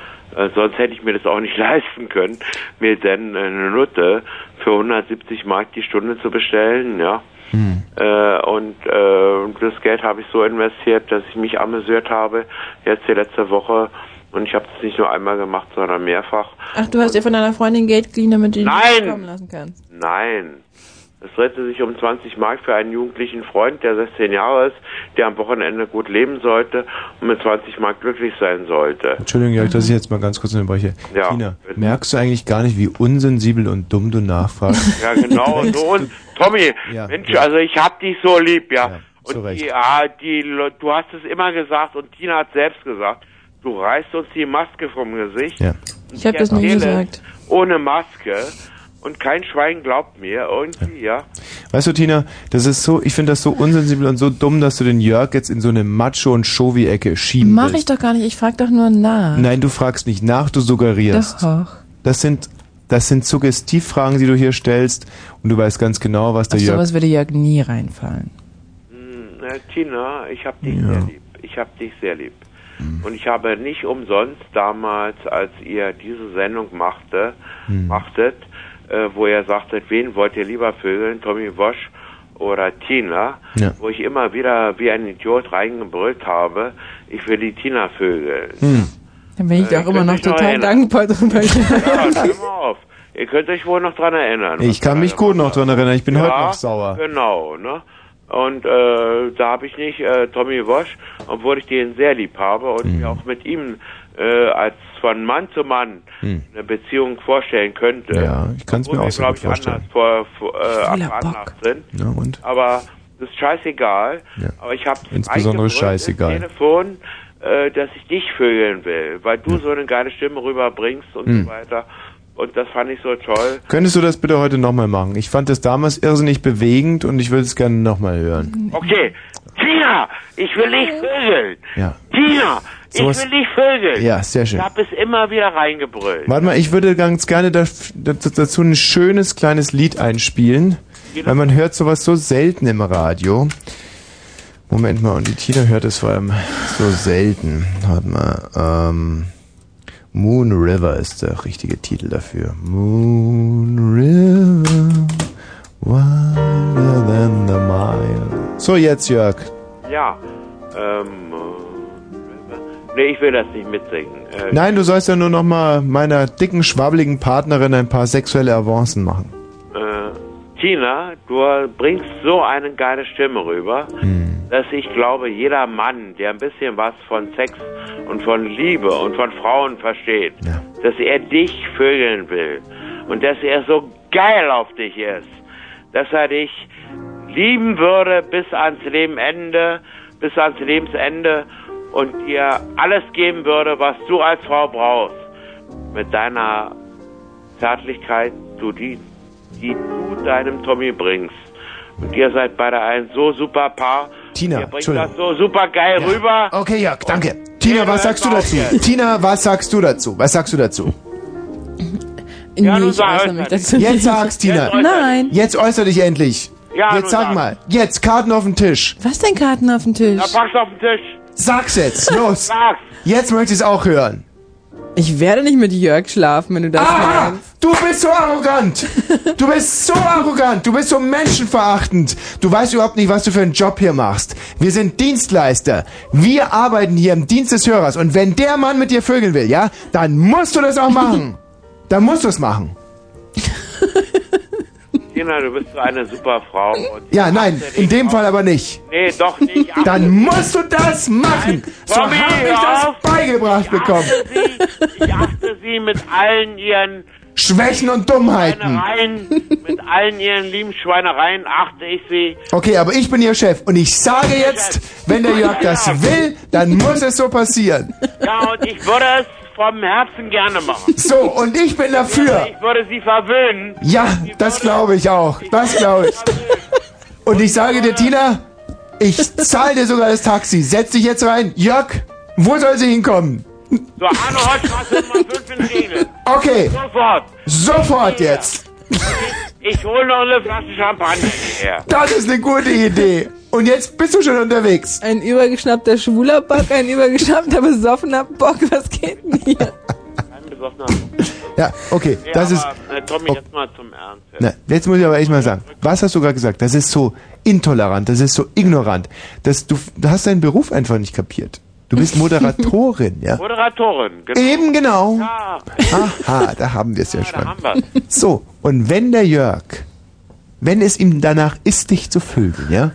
sonst hätte ich mir das auch nicht leisten können, mir dann eine Nutte für 170 Mark die Stunde zu bestellen, ja. Äh, und äh, das Geld habe ich so investiert, dass ich mich amüsiert habe, jetzt die letzte Woche Und ich habe es nicht nur einmal gemacht, sondern mehrfach.
Ach, du hast dir von deiner Freundin Geld geliehen, damit du die
Nein!
nicht kommen lassen kannst.
Nein. Es drehte sich um 20 Mark für einen jugendlichen Freund, der 16 Jahre ist, der am Wochenende gut leben sollte und mit 20 Mark glücklich sein sollte.
Entschuldigung, Jörg, dass ich jetzt mal ganz kurz unterbreche.
Ja.
Tina, merkst du eigentlich gar nicht, wie unsensibel und dumm du nachfragst?
Ja, genau. so und Tommy, Mensch, also ich hab dich so lieb, ja. und die, ah, die, Le- du hast es immer gesagt und Tina hat selbst gesagt, du reißt uns die Maske vom Gesicht. Ja.
Ich hab das nie gesagt.
Ohne Maske und kein Schwein glaubt mir irgendwie, ja.
Weißt du, Tina, das ist so, ich finde das so unsensibel und so dumm, dass du den Jörg jetzt in so eine Macho- und Chauvi-Ecke schieben
Mach
willst.
ich doch gar nicht, ich frag doch nur nach.
Nein, du fragst nicht nach, du suggerierst.
Doch.
Das sind, das sind Suggestivfragen, die du hier stellst und du weißt ganz genau, was der
Auf
Jörg...
sowas würde Jörg nie reinfallen.
Hm, äh, Tina, ich hab dich
Ja.
sehr lieb. Ich hab dich sehr lieb.
Hm.
Und ich habe nicht umsonst damals, als ihr diese Sendung machte,
Hm.
machtet, äh, wo ihr sagtet, wen wollt ihr lieber vögeln, Tommy Wosch oder Tina,
Ja.
wo ich immer wieder wie ein Idiot reingebrüllt habe, ich will die Tina vögeln.
Dann bin ich
Äh,
dir auch immer noch
ich kann mich
total
noch
dankbar drüber.
Ja, hör mal auf. Ihr könnt euch wohl noch dran erinnern.
Ich kann mich gut noch dran erinnern, ich bin heute noch sauer.
Genau, ne? Und äh, da habe ich nicht äh, Tommy Walsh, obwohl ich den sehr lieb habe und
Mhm.
mir auch mit ihm äh, als von Mann zu Mann
Hm.
eine Beziehung vorstellen könnte.
Ja, ich kann's
Obwohl
mir auch
wir,
so
glaub
gut
ich,
vorstellen.
Anders vor, vor, äh,
Voller
veranlagt sind.
Na und?
Aber das ist scheißegal.
Ja.
Aber ich habe
Insbesondere scheißegal.
Telefon, äh, dass ich dich vögeln will, weil du so eine geile Stimme rüberbringst und
Hm.
so weiter. Und das fand ich so toll.
Könntest du das bitte heute nochmal machen? Ich fand das damals irrsinnig bewegend und ich würde es gerne nochmal hören.
Okay, Tina, ich will dich vögeln.
Ja.
Tina,
Sowas-
ich will dich vögeln.
Ja, sehr schön.
Ich habe es immer wieder reingebrüllt.
Warte mal, ich würde ganz gerne daf- daz- dazu ein schönes kleines Lied einspielen, weil man hört sowas so selten im Radio. Moment mal, und die Tina hört es vor allem so selten. Warte mal, ähm, Moon River ist der richtige Titel dafür. Moon River, wilder than the mile. So, jetzt Jörg.
Ja, ähm, äh, nee, ich will das nicht mitsingen. Äh,
Nein, du sollst ja nur noch mal meiner dicken, schwabbeligen Partnerin ein paar sexuelle Avancen machen.
Äh, Tina, du bringst so eine geile Stimme rüber,
Hm.
dass ich glaube, jeder Mann, der ein bisschen was von Sex und von Liebe und von Frauen versteht, dass er dich vögeln will und dass er so geil auf dich ist, dass er dich lieben würde bis ans Lebenende, bis ans Lebensende und dir alles geben würde, was du als Frau brauchst. Mit deiner Zärtlichkeit, du die die du deinem Tommy bringst. Und ihr seid beide ein so super Paar.
Tina,
ihr bringt
Entschuldigung.
das so super geil rüber.
Okay, Jörg, danke. Tina, was sagst du
hört
dazu?
mal auf jetzt.
Tina, was sagst du dazu? Was sagst du dazu?
Ja, nun
ich
sag
äußere
euch
mich
mal.
dazu nicht.
Jetzt sag's, Tina.
Jetzt äußer Nein. dich.
Jetzt äußer dich endlich.
Ja,
jetzt
nun
sag
sag.
mal. Jetzt Karten auf den Tisch.
Was denn Karten auf den Tisch?
Na, pack's auf den Tisch.
Sag's jetzt. Los.
Sag's.
Jetzt möchte ich es auch hören.
Ich werde nicht mit Jörg schlafen, wenn du das
Ah,
meinst.
du bist so arrogant. Du bist so arrogant. Du bist so menschenverachtend. Du weißt überhaupt nicht, was du für einen Job hier machst. Wir sind Dienstleister. Wir arbeiten hier im Dienst des Hörers. Und wenn der Mann mit dir vögeln will, ja, dann musst du das auch machen. Dann musst du es machen.
Tina, du bist so eine super Frau. Und
Ja, nein, in dem Fall aber nicht.
nee, doch nicht.
Dann musst du das machen. So
Tommy,
habe ich
hör
das
auf.
beigebracht bekommen.
Ich achte sie mit allen ihren
Schwächen und Dummheiten.
Schweinereien, mit allen ihren lieben Schweinereien achte ich sie.
Okay, aber ich bin ihr Chef und ich sage jetzt, wenn der Jörg das will, dann muss es so passieren.
Ja, und ich würde es vom Herzen gerne machen.
So, und ich bin dafür.
Ich würde sie verwöhnen.
Ja, das glaube ich auch. Das glaube ich. Und ich sage dir, Tina, ich zahle dir sogar das Taxi. Setz dich jetzt rein. Jörg, wo soll sie hinkommen?
So, Arno Holtstraße Nummer 5 in Tegel.
Okay.
Sofort.
Sofort jetzt.
Ich hole noch eine Flasche Champagner hierher.
Das ist eine gute Idee. Und jetzt bist du schon unterwegs.
Ein übergeschnappter schwuler Bock, ein übergeschnappter besoffener Bock, was geht denn hier?
Kein besoffener.
Ja, okay.
Nee,
Das ist.
aber, äh, Tommy, jetzt mal zum Ernst.
Ne,
Na, jetzt muss ich aber echt mal sagen, was hast du gerade gesagt? Das ist so intolerant, das ist so ignorant. Das, du, du hast deinen Beruf einfach nicht kapiert. Du bist Moderatorin, ja?
Moderatorin, genau.
Eben genau.
Ja,
Aha, da haben wir es ja, schon.
haben wir's.
So, und wenn der Jörg, wenn es ihm danach ist, dich zu vögeln, ja,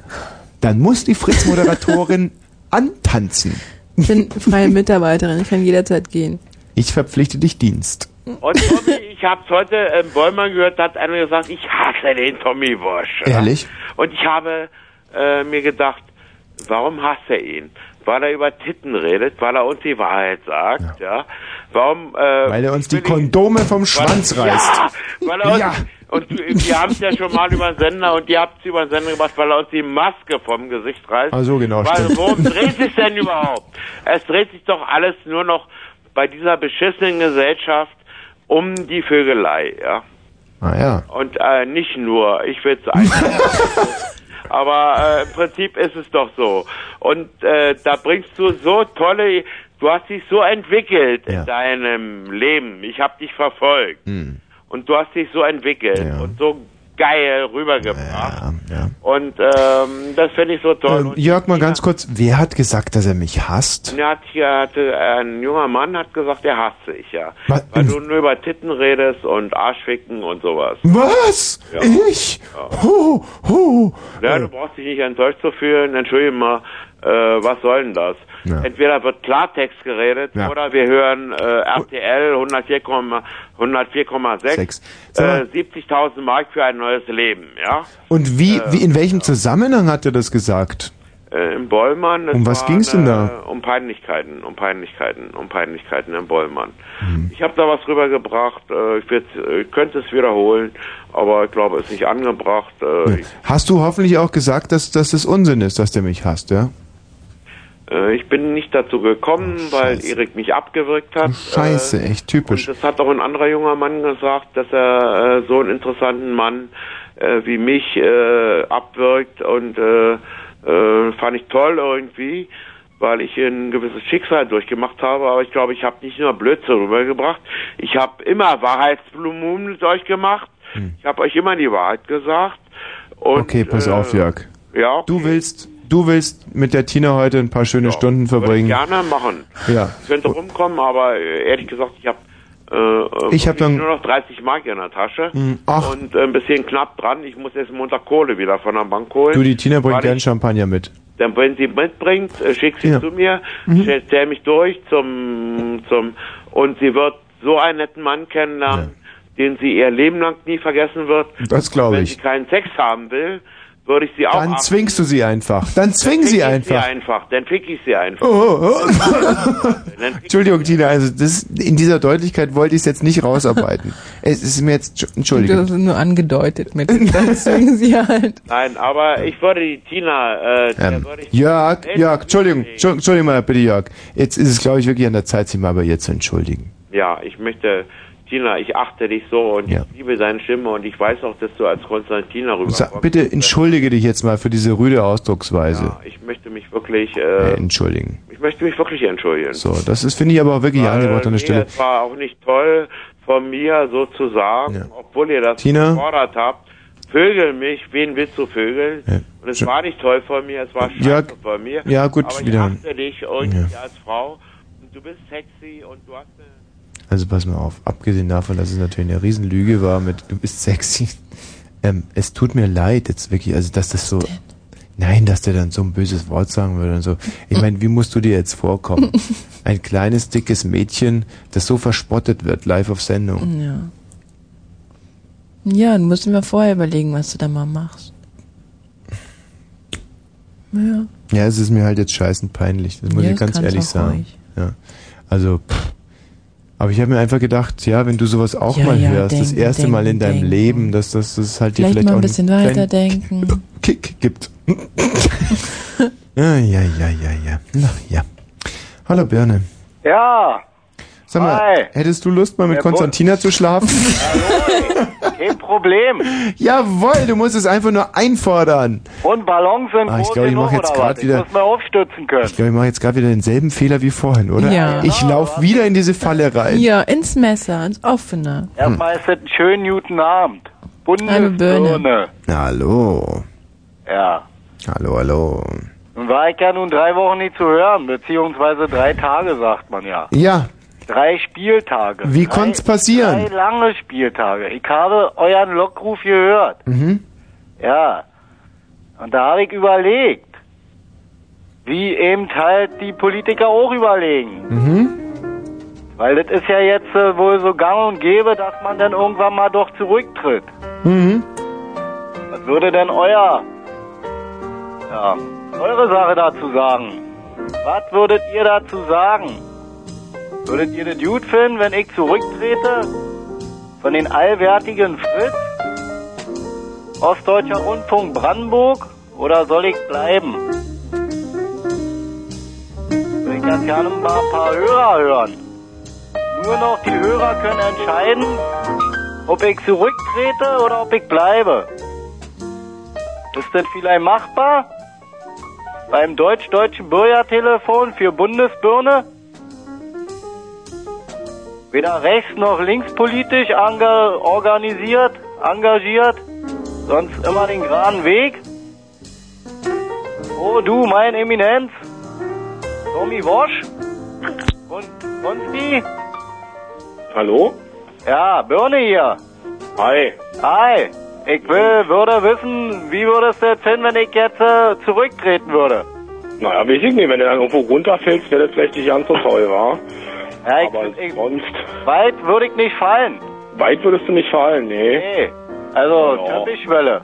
dann muss die Fritz-Moderatorin antanzen.
Ich bin freie Mitarbeiterin, ich kann jederzeit gehen.
Ich verpflichte dich Dienst.
Und Tommy, ich hab's heute im Bollmann gehört, da hat einer gesagt, ich hasse den Tommy Walsh.
Ehrlich?
Und ich habe äh, mir gedacht, warum hasst er ihn? Weil er über Titten redet, weil er uns die Wahrheit sagt, ja. Warum, äh,
Weil er uns die Kondome vom Schwanz reißt.
Ja, weil er uns,
Ja.
Und wir haben es ja schon mal über den Sender und ihr habt es über den Sender gemacht, weil er uns die Maske vom Gesicht reißt.
Ah, so genau,
Weil
stimmt.
worum dreht sich denn überhaupt? Es dreht sich doch alles nur noch bei dieser beschissenen Gesellschaft um die Vögelei, ja.
Ah ja.
Und äh, nicht nur, ich will es einfach. Aber äh, im Prinzip ist es doch so. Und äh, da bringst du so tolle, du hast dich so entwickelt in deinem Leben. Ich habe dich verfolgt.
Hm.
Und du hast dich so entwickelt und so geil rübergebracht. Und ähm, das finde ich so toll.
Ähm, Jörg, mal ganz kurz, wer hat gesagt, dass er mich hasst?
Und er hat hier, hatte, äh, ein junger Mann hat gesagt, er hasst dich, ja. Weil du nur über Titten redest und Arschficken und sowas.
Was?
Ja.
Ich? Ho, ho.
Ja, du brauchst dich nicht enttäuscht zu fühlen. Entschuldige mal, äh, was soll denn das?
Ja.
Entweder wird Klartext geredet
Ja.
oder wir hören äh, RTL 104,6, 104,6
Sechs. Sag mal.
äh, 70.000 Mark für ein neues Leben, ja?
Und wie, wie, in welchem Zusammenhang hat er das gesagt?
Äh, Im Bollmann. das
Um was
war
ging's denn
eine-
da?
Um Peinlichkeiten, um Peinlichkeiten, um Peinlichkeiten im Bollmann.
Mhm.
Ich habe da was rübergebracht. Äh, ich, würd's- äh, ich könnte es wiederholen, aber ich glaube, es ist nicht angebracht. Äh, ich
Hast du hoffentlich auch gesagt, dass, dass das Unsinn ist, dass der mich hasst, ja?
Äh, ich bin nicht dazu gekommen, weil Erik mich abgewürgt hat. Äh,
Scheiße, echt typisch.
Und das hat auch ein anderer junger Mann gesagt, dass er äh, so einen interessanten Mann äh, wie mich äh, abwirkt und äh, äh, fand ich toll irgendwie, weil ich ein gewisses Schicksal durchgemacht habe. Aber ich glaube, ich habe nicht nur Blödsinn rübergebracht, ich habe immer Wahrheitsblumen mit euch gemacht. Ich habe euch immer die Wahrheit gesagt. Und,
Hm.
äh,
okay, pass auf, Jörg.
Ja,
Du willst, du willst mit der Tina heute ein paar schöne Stunden verbringen.
gerne machen.
Ja.
Ich könnte rumkommen, aber äh, ehrlich gesagt, ich habe äh, äh,
Ich
wirklich
hab dann-
nur noch 30 Mark in der Tasche
Hm, ach.
und äh, ein bisschen knapp dran. Ich muss jetzt Montag Kohle wieder von der Bank holen.
Du, die Tina bringt
Weil
gern
ich-
Champagner mit.
Dann, wenn sie mitbringt, äh, schick sie
Ja. Mhm.
zu mir, stell, stell mich durch zum, zum, und sie wird so einen netten Mann kennenlernen, den sie ihr Leben lang nie vergessen wird.
Das glaub
Wenn
ich.
sie keinen Sex haben will, würde ich sie auch
Dann zwingst du sie einfach. Dann zwing
fick
sie
ich
einfach.
Sie einfach. Dann fick ich sie einfach.
Oh, oh. Entschuldigung, Tina, also das, in dieser Deutlichkeit wollte ich es jetzt nicht rausarbeiten. Es ist mir jetzt, Entschuldigung.
Das ist nur angedeutet mit. Dann zwingen sie halt.
Nein, aber ich würde die Tina, äh, der
Ähm,
würde ich,
Jörg, Jörg, Entschuldigung, Entschu- Entschuldigung mal bitte, Jörg. Jetzt ist es, glaube ich, wirklich an der Zeit, sich mal bei ihr zu entschuldigen.
ja, ich möchte, Tina, ich achte dich so und
Ja.
ich liebe deine Stimme und ich weiß auch, dass du als Konstantina
Und
rüberkommst.
sag, bitte entschuldige dich jetzt mal für diese rüde Ausdrucksweise.
Ich möchte mich wirklich,
Äh,
äh,
entschuldigen.
ich möchte mich wirklich entschuldigen.
So, das ist, finde ich, aber auch wirklich
Weil,
angebracht an der
Äh, nee,
Stelle.
Es war auch nicht toll von mir so zu sagen, obwohl ihr das
Tina?
gefordert habt. Vögel mich, wen willst du vögeln? Und es war nicht toll von mir, es war scheiße
Jörg,
von mir.
ja, gut,
aber
wieder.
ich achte dich irgendwie als Frau. Und du bist sexy und du hast eine
Also pass mal auf, abgesehen davon, dass es natürlich eine Riesenlüge war mit du bist sexy. Ähm, es tut mir leid jetzt wirklich, also dass das so... Nein, dass der dann so ein böses Wort sagen würde und so. Ich meine, wie musst du dir jetzt vorkommen? Ein kleines, dickes Mädchen, das so verspottet wird, live auf Sendung.
Ja. Ja, dann müssen wir vorher überlegen, was du da mal machst. Ja.
Ja, es ist mir halt jetzt scheißend peinlich. Das muss
Ja,
ich
das
ganz
kannst
ehrlich
auch
sagen.
ruhig.
Ja. Also, pff. aber ich habe mir einfach gedacht, ja, wenn du sowas auch
Ja,
mal
ja,
hörst, das
denken,
erste Mal in
denken,
deinem
denken.
Leben, dass das, das halt dir
Vielleicht,
vielleicht
mal
auch
ein bisschen
einen kleinen
weiterdenken.
Kick gibt. ja, ja, ja, ja, ja. Na ja. Hallo Birne.
Ja,
Sag mal,
Hi.
hättest du Lust mal mit
Ja,
Konstantina zu schlafen?
kein Problem.
Jawohl, du musst es einfach nur einfordern.
Und Ballons sind
Ah, ich
groß
glaube, ich
genug
mache jetzt
oder was?
gerade wieder-
Ich muss mal aufstützen können.
Ich glaube, ich mache jetzt gerade wieder denselben Fehler wie vorhin, oder?
Ja.
Ich laufe wieder in diese Falle rein.
Ja, ins Messer, ins Offene.
Erstmal ist das einen schönen guten Abend.
Hallo Birne.
Bundesbirne.
Hallo.
Ja.
Hallo, hallo.
Nun war ich ja nun drei Wochen nicht zu hören, beziehungsweise drei Tage, sagt man ja.
Ja,
Drei Spieltage.
Wie
Drei-
konnte's passieren?
Drei lange Spieltage. Ich habe euren Lockruf gehört.
mhm.
Ja. Und da habe ich überlegt, wie eben halt die Politiker auch überlegen.
Mhm.
Weil das ist ja jetzt äh, wohl so gang und gäbe, dass man dann irgendwann mal doch zurücktritt.
Mhm.
Was würde denn euer, ja, eure Sache dazu sagen? Was würdet ihr dazu sagen? Würdet ihr das gut finden, wenn ich zurücktrete? Von den allwärtigen Fritz? Ostdeutscher Rundfunk Brandenburg? Oder soll ich bleiben? Würde ich ganz gerne mal ein paar Hörer hören. Nur noch die Hörer können entscheiden, ob ich zurücktrete oder ob ich bleibe. Ist das vielleicht machbar? Beim deutsch-deutschen Bürgertelefon für Bundesbirne? Weder rechts- noch linkspolitisch ange organisiert, engagiert, sonst immer den geraden Weg. Oh du, mein Eminenz, Tommy Wosch und Konsti.
Hallo?
Ja, Birne hier.
Hi.
Hi, ich will, würde wissen, wie würde es jetzt hin, wenn ich jetzt äh, zurücktreten würde?
Naja, weiß ich nicht. Wenn du dann irgendwo runterfällst, wäre das vielleicht nicht ganz so toll, wa?
Ja, ich,
Aber
ich,
sonst-
weit würde ich nicht fallen.
Weit würdest du nicht fallen, nee.
Nee. Also,
Ja.
Teppichschwelle.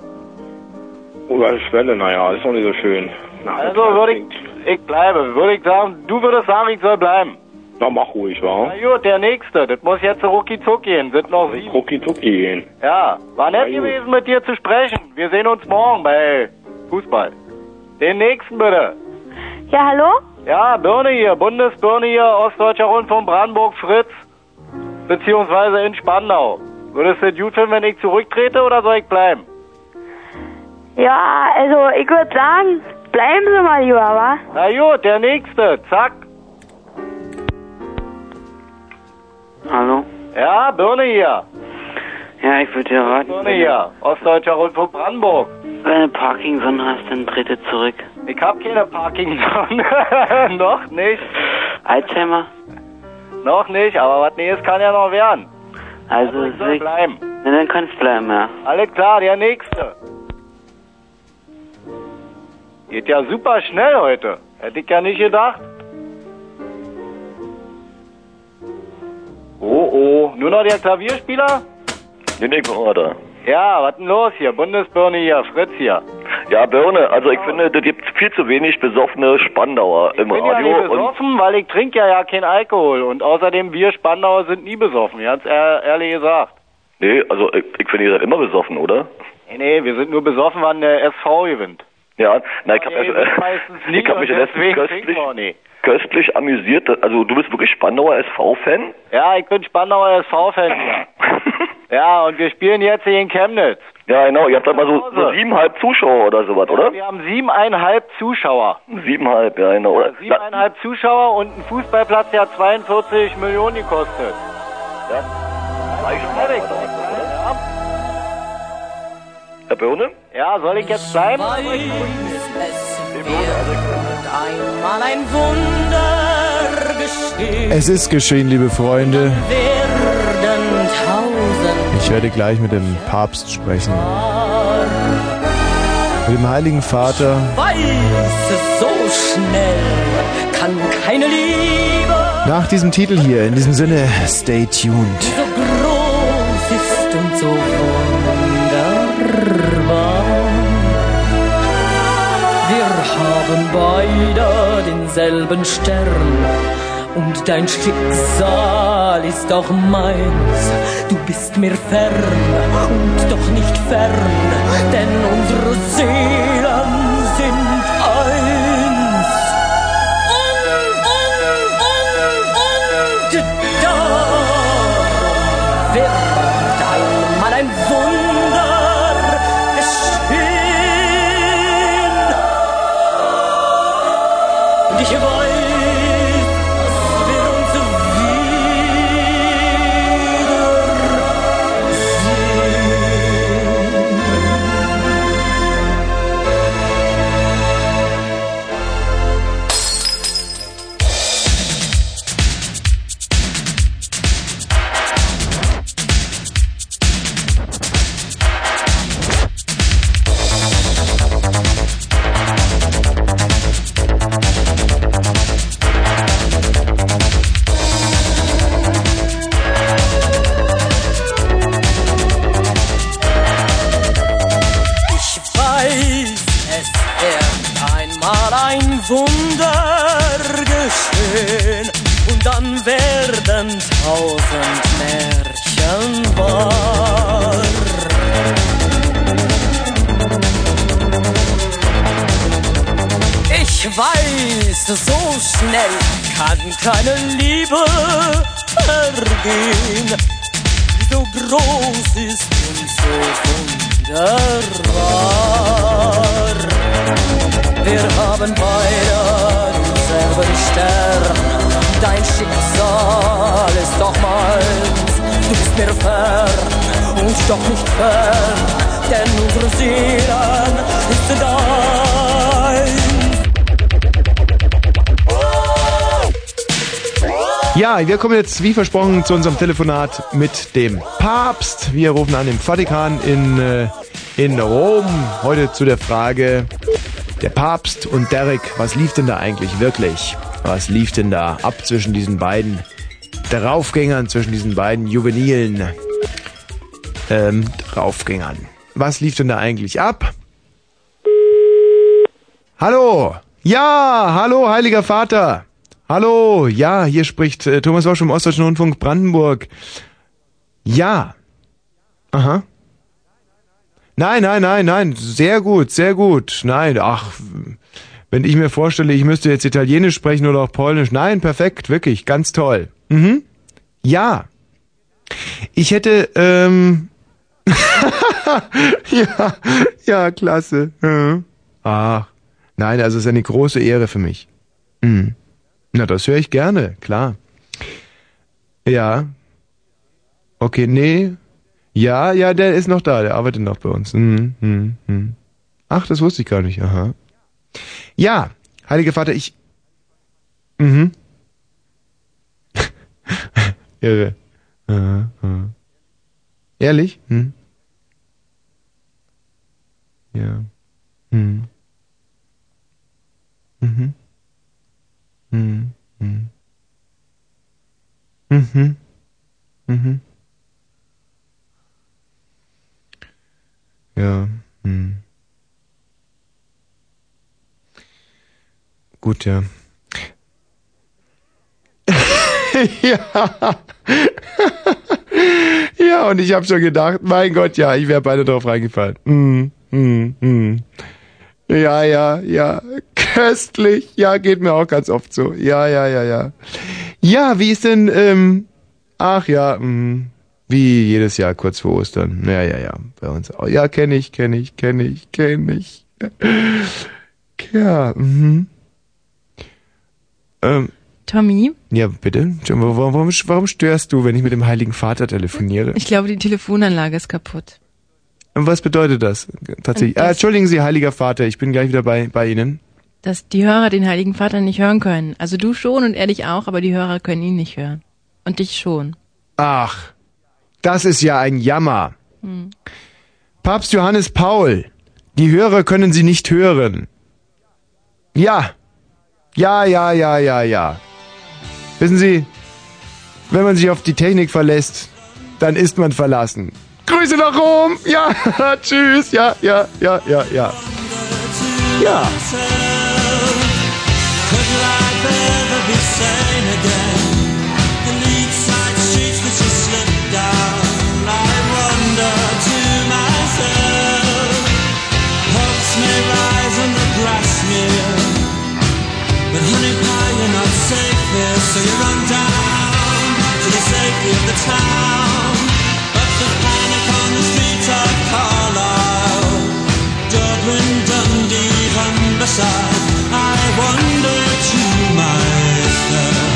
Oder Schwelle, naja, ist auch nicht so schön. Na,
Also würde ich, ich bleibe. Würde ich sagen, du würdest sagen, ich soll bleiben.
Na, mach ruhig, wa?
Na gut, der Nächste. Das muss jetzt rucki zuck gehen. Sind noch sieben.
Rucki zucki gehen.
Ja, war nett
Na gut.
gewesen, mit dir zu sprechen. Wir sehen uns morgen bei Fußball. Den Nächsten bitte.
Ja, hallo?
Ja, Birne hier, Bundesbirne hier, Ostdeutscher Rundfunk Brandenburg, Fritz, beziehungsweise in Spandau. Würdest du gut finden, wenn ich zurücktrete oder soll ich bleiben?
Ja, also ich würde sagen, bleiben Sie mal lieber, wa?
Na gut, der Nächste, zack.
Hallo?
Ja, Birne hier,
Ja, ich würde dir raten.
Birne hier, Ostdeutscher Rundfunk Brandenburg.
Wenn du Parkinson hast, dann trete zurück.
Ich hab keine Parkinson. noch nicht.
Alzheimer?
Noch nicht, aber was nie ist, kann ja noch werden.
Also,
ich soll bleiben.
Na, dann kannst du bleiben, ja.
Alles klar, der Nächste. Geht ja super schnell heute. Hätte ich ja nicht gedacht. Oh, oh. Nur noch der Klavierspieler?
Nee, nee, ich bin immer da.
Ja, was denn los hier? Bundesbirne hier, Fritz hier.
Ja, Birne, also ich finde, das gibt viel zu wenig besoffene Spandauer im
Ich bin ja
Radio.
nicht
und
besoffen, weil ich trinke ja, ja keinen Alkohol. Und außerdem, wir Spandauer sind nie besoffen, ganz ehr- ehrlich gesagt.
nee, also ich, ich finde, ihr seid immer besoffen, oder?
Nee, nee, wir sind nur besoffen, wann der SV gewinnt.
Ja, na, ich also habe
Nee, das meistens nie
ich hab mich
und
letztens
deswegen
köstlich,
trinken wir auch nie.
köstlich amüsiert. Also du bist wirklich Spandauer SV-Fan?
Ja, ich bin Spandauer SV-Fan hier. ja, und wir spielen jetzt hier in Chemnitz.
Ja, genau. Ihr habt da mal so,
Zu
so
Hause.
siebeneinhalb Zuschauer oder sowas, oder?
Wir haben siebeneinhalb Zuschauer.
Siebeneinhalb, ja, genau. Oder?
Siebeneinhalb Zuschauer und ein Fußballplatz, der hat 42 Millionen gekostet.
Ja.
Ja.
Herr Birne?
ja, soll ich jetzt bleiben?
also
Einmal ein Wunder geschehen.
Es ist geschehen, liebe Freunde.
werden tausend
Ich werde gleich mit dem Papst sprechen. Mit dem Heiligen Vater.
Weiße so schnell kann keine Liebe
Nach diesem Titel hier, in diesem Sinne, stay tuned.
so groß ist und so wunderbar. Wir haben beide denselben Stern und dein Schicksal ist auch meins. Du bist mir fern und doch nicht fern, denn unsere Seelen sind eins. Und, und, und, und da wird einmal ein Wunder geschehen. Und ich weiß, dass wir uns wiedersehen. zum Märchen war. Ich weiß, so schnell kann keine Liebe vergehen. So groß ist und so wunderbar. Wir haben beide denselben Stern. Dein Schicksal ist doch meins. Du bist mir fern und doch nicht fern, denn unsere Seelen ist dein.
Ja, wir kommen jetzt wie versprochen zu unserem Telefonat mit dem Papst. Wir rufen an im Vatikan in, äh, in Rom. Heute zu der Frage, der Papst und Derek, was lief denn da eigentlich wirklich? Was lief denn da ab zwischen diesen beiden Draufgängern, zwischen diesen beiden juvenilen ähm, Draufgängern? Was lief denn da eigentlich ab? Hallo! Ja, hallo, heiliger Vater! Hallo, ja, hier spricht äh, Thomas Wosch vom Ostdeutschen Rundfunk Brandenburg. Ja. Aha. Nein, nein, nein, nein, sehr gut, sehr gut. Nein, ach, wenn ich mir vorstelle, ich müsste jetzt Italienisch sprechen oder auch Polnisch. Nein, perfekt, wirklich, ganz toll. Mhm. Ja. Ich hätte, ähm, ja, ja, klasse. Mhm. Ach, nein, also es ist eine große Ehre für mich. Mhm. Na, das höre ich gerne, klar. Ja. Okay, nee. Ja, ja, der ist noch da, der arbeitet noch bei uns. Mhm, mhm, mhm. Ach, das wusste ich gar nicht, aha. Ja, Heiliger Vater, ich. Mhm. Irre. Aha, aha. Ehrlich? Hm? Ja. Hm. Mhm. Mhm. Mhm. Mhm. Mhm. Ja. Mhm. Gut, ja. ja. ja, und ich habe schon gedacht, mein Gott, ja, ich wäre beide drauf reingefallen. Mhm. Mhm. Mhm. Ja, ja, ja. Köstlich. Ja, geht mir auch ganz oft so. Ja, ja, ja, ja. Ja, wie ist denn, ähm, ach ja, mh, wie jedes Jahr kurz vor Ostern. Ja, ja, ja. Bei uns auch. Ja, kenne ich, kenne ich, kenne ich, kenne ich. Ja, mhm. Ähm,
Tommy,
ja, bitte. John, wa- wa- Warum, warum störst du, wenn ich mit dem Heiligen Vater telefoniere?
ich glaube, die Telefonanlage ist kaputt.
Was bedeutet das tatsächlich? Äh, Entschuldigen Sie, Heiliger Vater, ich bin gleich wieder bei, bei Ihnen.
Dass die Hörer den Heiligen Vater nicht hören können. Also du schon und er dich auch, aber die Hörer können ihn nicht hören. Und dich schon.
Ach, das ist ja ein Jammer.
Hm.
Papst Johannes Paul, die Hörer können Sie nicht hören. Ja, ja, ja, ja, ja, ja. Wissen Sie, wenn man sich auf die Technik verlässt, dann ist man verlassen. Grüße nach Rom. Ja, tschüss. Ja, ja, ja, ja, ja. Ja.
Could life ever be sane again? The lead side sheets that you slipped down. I wonder to myself. Hopes may rise and the grass smear. But honey pie, you're not safe here, so you run down to the safety of the town. But the panic on the streets of Carlisle. Dublin, Dundee, Humberside. I wonder to myself.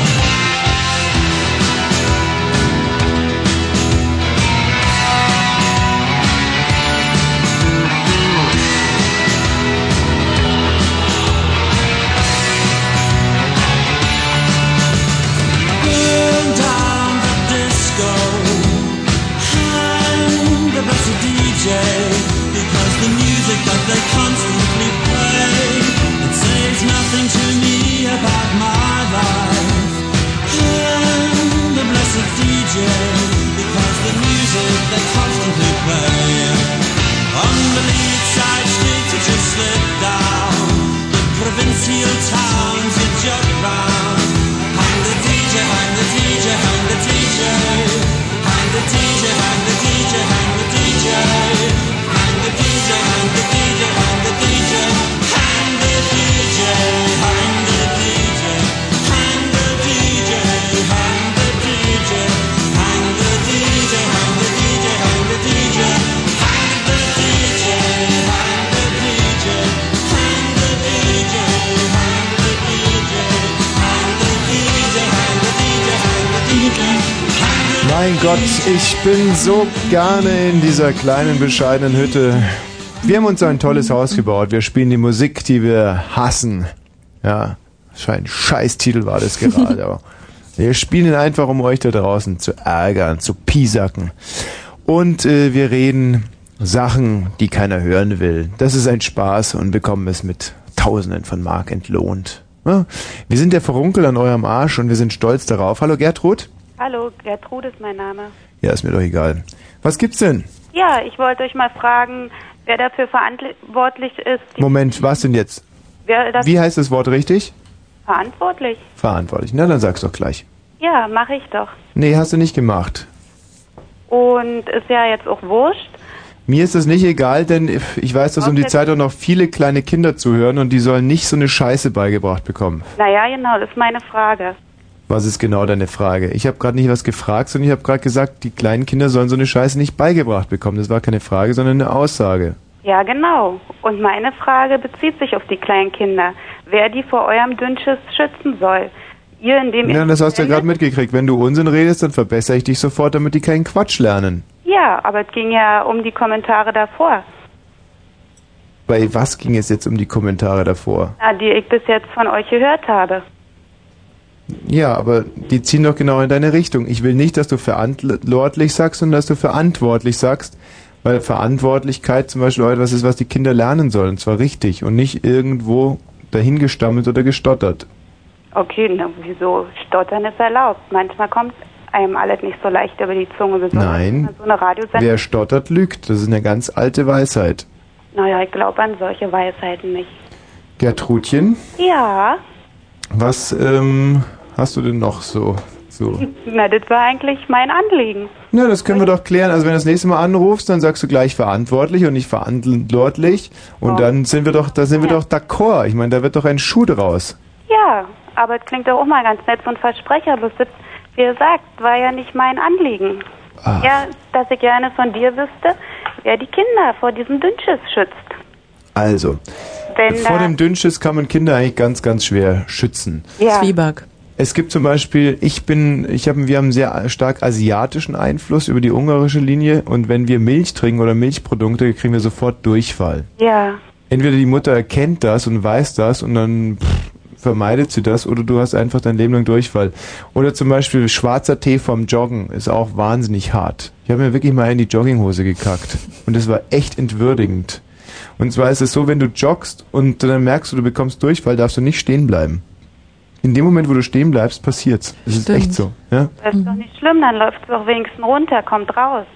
Gott, ich bin so gerne in dieser kleinen, bescheidenen Hütte. Wir haben uns ein tolles Haus gebaut. Wir spielen die Musik, die wir hassen. Ja, schein Scheißtitel war das gerade. aber wir spielen ihn einfach, um euch da draußen zu ärgern, zu piesacken. Und äh, wir reden Sachen, die keiner hören will. Das ist ein Spaß und bekommen es mit Tausenden von Mark entlohnt. Ja? Wir sind der Verunkel an eurem Arsch und wir sind stolz darauf. Hallo Gertrud?
Hallo, Gertrud ist mein Name.
Ja, ist mir doch egal. Was gibt's denn?
Ja, ich wollte euch mal fragen, wer dafür verantwortlich ist.
Moment, was denn jetzt?
Wer das
Wie heißt das Wort richtig?
verantwortlich?
Verantwortlich. Na, dann sag's doch gleich.
Ja, mache ich doch.
Nee, hast du nicht gemacht.
Und ist ja jetzt auch wurscht.
Mir ist das nicht egal, denn ich weiß, dass um die
Okay.
Zeit auch noch viele kleine Kinder zuhören und die sollen nicht so eine Scheiße beigebracht bekommen.
Naja, genau, das ist meine Frage.
Was ist genau deine Frage? Ich habe gerade nicht was gefragt, sondern ich habe gerade gesagt, die kleinen Kinder sollen so eine Scheiße nicht beigebracht bekommen. Das war keine Frage, sondern eine Aussage.
Ja, genau. Und meine Frage bezieht sich auf die kleinen Kinder. Wer die vor eurem Dünnschiss schützen soll. Ihr in dem...
Ja, das hast du ja gerade mitgekriegt. Wenn du Unsinn redest, dann verbessere ich dich sofort, damit die keinen Quatsch lernen.
ja, aber es ging ja um die Kommentare davor,
Bei was ging es jetzt um die Kommentare davor?
na, die ich bis jetzt von euch gehört habe.
Ja, aber die ziehen doch genau in deine Richtung. Ich will nicht, dass du verantwortlich sagst, sondern dass du verantwortlich sagst, weil Verantwortlichkeit zum Beispiel auch etwas ist, was die Kinder lernen sollen, und zwar richtig und nicht irgendwo dahingestammelt oder gestottert.
Okay, na, wieso? Stottern ist erlaubt. Manchmal kommt einem alles nicht so leicht über die Zunge. Wieso
Nein.
So eine Radiosendung.
Wer stottert, lügt. Das ist eine ganz alte Weisheit.
Naja, ich glaube an solche Weisheiten nicht.
Gertrudchen,
Ja,
was ähm, hast du denn noch so? so?
na, das war eigentlich mein Anliegen.
Na, das können wir doch klären. Also wenn du das nächste Mal anrufst, dann sagst du gleich verantwortlich und nicht verantwortlich. Und dann sind wir doch, da sind wir doch d'accord. Ich meine, da wird doch ein Schuh draus.
Ja, aber es klingt doch auch mal ganz nett, so ein Versprecher. Bloß das, wie gesagt, war ja nicht mein Anliegen. Ja, dass ich gerne von dir wüsste, wer die Kinder vor diesem Dünnschiss schützt.
Also,
Wenn
vor
da-
dem Dünnschiss kann man Kinder eigentlich ganz, ganz schwer schützen.
Ja.
Zwieback. Es gibt zum Beispiel, ich bin, ich habe, wir haben sehr stark asiatischen Einfluss über die ungarische Linie und wenn wir Milch trinken oder Milchprodukte, kriegen wir sofort Durchfall.
Ja,
Entweder die Mutter erkennt das und weiß das und dann pff, vermeidet sie das oder du hast einfach dein Leben lang Durchfall. Oder zum Beispiel schwarzer Tee vom Joggen ist auch wahnsinnig hart. Ich habe mir wirklich mal in die Jogginghose gekackt und das war echt entwürdigend. Und zwar ist es so, wenn du joggst und dann merkst du, du bekommst Durchfall, darfst du nicht stehen bleiben. In dem Moment, wo du stehen bleibst, passiert's. Das ist echt so. Ja?
das ist doch nicht schlimm, dann läuft es doch wenigstens runter, kommt raus.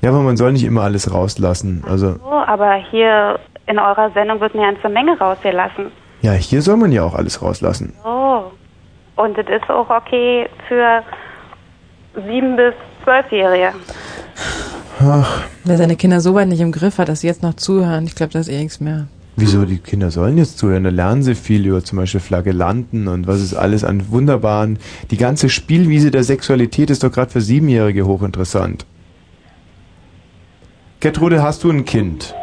ja, aber man soll nicht immer alles rauslassen. Also
So, aber hier in eurer Sendung wird eine ganze Menge rausgelassen.
ja, hier soll man ja auch alles rauslassen.
So. Oh. Und das ist auch okay für sieben bis zwölfjährige.
Ach,
Wer seine Kinder so weit nicht im Griff hat, dass sie jetzt noch zuhören, ich glaube, das ist eh nichts mehr.
Wieso? Die Kinder sollen jetzt zuhören. Da lernen sie viel über zum Beispiel Flagellanten und was es alles an wunderbaren. Die ganze Spielwiese der Sexualität ist doch gerade für Siebenjährige hochinteressant. Gertrude, hast du ein Kind?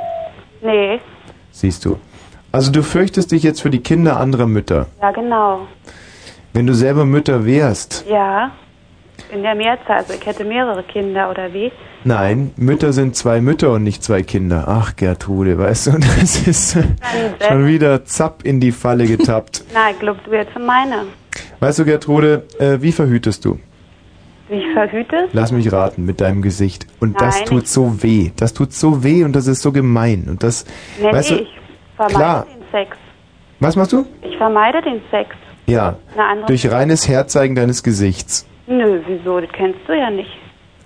Nee,
Siehst du. Also du fürchtest dich jetzt für die Kinder anderer Mütter.
ja genau.
Wenn du selber Mütter wärst.
Ja, in der Mehrzahl. Also ich hätte mehrere Kinder oder wie?
Nein, Mütter sind zwei Mütter und nicht zwei Kinder. Ach, Gertrude, weißt du, das ist schon wieder zapp in die Falle getappt.
Na, ich glaube, du jetzt für meine.
Weißt du, Gertrude, äh, wie verhütest du?
Wie ich verhüte?
Lass mich raten, mit deinem Gesicht. Und das
Nein,
tut
ich-
so weh. Das tut so weh und das ist so gemein. Und das,
Nee,
weißt du,
ich vermeide
klar.
den Sex.
was machst du?
Ich vermeide den Sex.
Ja,
Eine andere-
durch reines Herzeigen deines Gesichts.
Nö, wieso? Das kennst du ja nicht.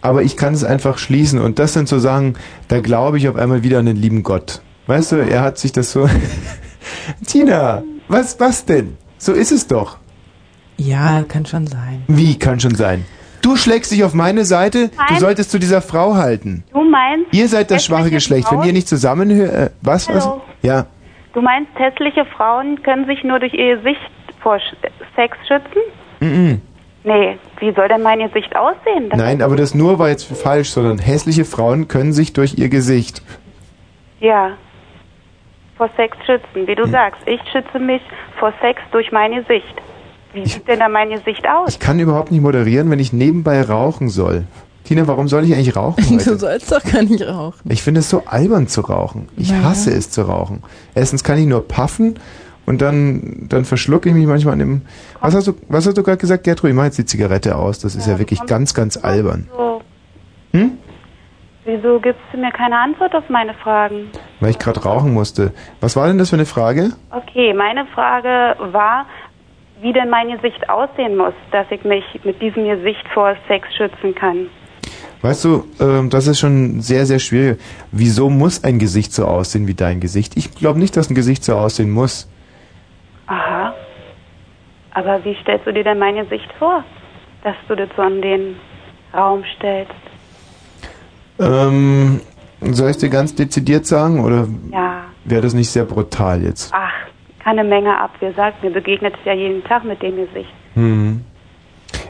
Aber ich kann es einfach schließen. Und das sind so Sachen, da glaube ich auf einmal wieder an den lieben Gott. Weißt du, er hat sich das so... Tina, was, was denn? So ist es doch.
Ja, kann schon sein.
Wie kann schon sein? Du schlägst dich auf meine Seite, du
Nein.
solltest zu dieser Frau halten.
Du meinst,
Ihr seid das schwache Geschlecht. Wenn
Frauen-
ihr nicht zusammenhört... Äh, was? was?
Hallo.
Ja,
du meinst, hässliche Frauen können sich nur durch ihr Gesicht vor Sch Sex schützen?
mhm.
Nee, wie soll denn mein Gesicht aussehen? Das
Nein, aber das nur war jetzt falsch, sondern hässliche Frauen können sich durch ihr Gesicht.
Ja. Vor Sex schützen, wie du sagst. Ich schütze mich vor Sex durch mein Gesicht. Wie sieht denn da mein Gesicht aus?
Ich kann überhaupt nicht moderieren, wenn ich nebenbei rauchen soll. Tina, warum soll ich eigentlich rauchen
Du
heute?
sollst doch gar nicht rauchen.
Ich finde es so albern zu rauchen. Ich
Naja.
hasse es zu rauchen. Erstens kann ich nur puffen und dann, dann verschlucke ich mich manchmal an dem... Was hast du, was hast du gerade gesagt, Gertrud? Ich mache jetzt die Zigarette aus. Das ist ja wirklich ganz, ganz albern.
So.
Hm?
Wieso gibst du mir keine Antwort auf meine Fragen?
Weil ich gerade rauchen musste. Was war denn das für eine Frage?
Okay, meine Frage war, wie denn mein Gesicht aussehen muss, dass ich mich mit diesem Gesicht vor Sex schützen kann.
Weißt du, ähm, das ist schon sehr, sehr schwierig. Wieso muss ein Gesicht so aussehen wie dein Gesicht? Ich glaube nicht, dass ein Gesicht so aussehen muss.
Aha. Aber wie stellst du dir denn mein Gesicht vor, dass du das so an den Raum stellst?
Ähm, soll ich dir ganz dezidiert sagen oder
Ja.
wäre das nicht sehr brutal jetzt?
Ach, kann eine Menge Abwehr. Sagt mir, begegnet es ja jeden Tag mit dem Gesicht.
Hm.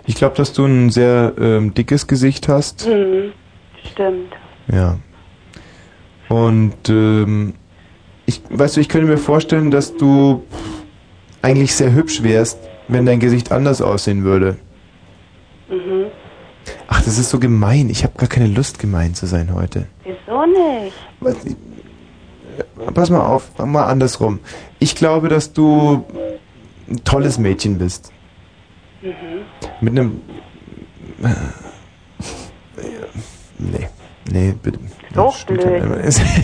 Ich glaube, dass du ein sehr ähm, dickes Gesicht hast.
Hm, stimmt.
Ja. Und ähm, ich, weißt du, ich könnte mir vorstellen, dass du eigentlich sehr hübsch wärst, wenn dein Gesicht anders aussehen würde.
Mhm.
Ach, das ist so gemein. Ich habe gar keine Lust, gemein zu sein heute.
Wieso nicht? Mhm.
Was- äh, Pass mal auf, mach mal andersrum. Ich glaube, dass du ein tolles Mädchen bist.
Mhm.
Mit einem. äh, Nee, nee, bitte.
Doch
Das stimmt
blöd.
halt einfach.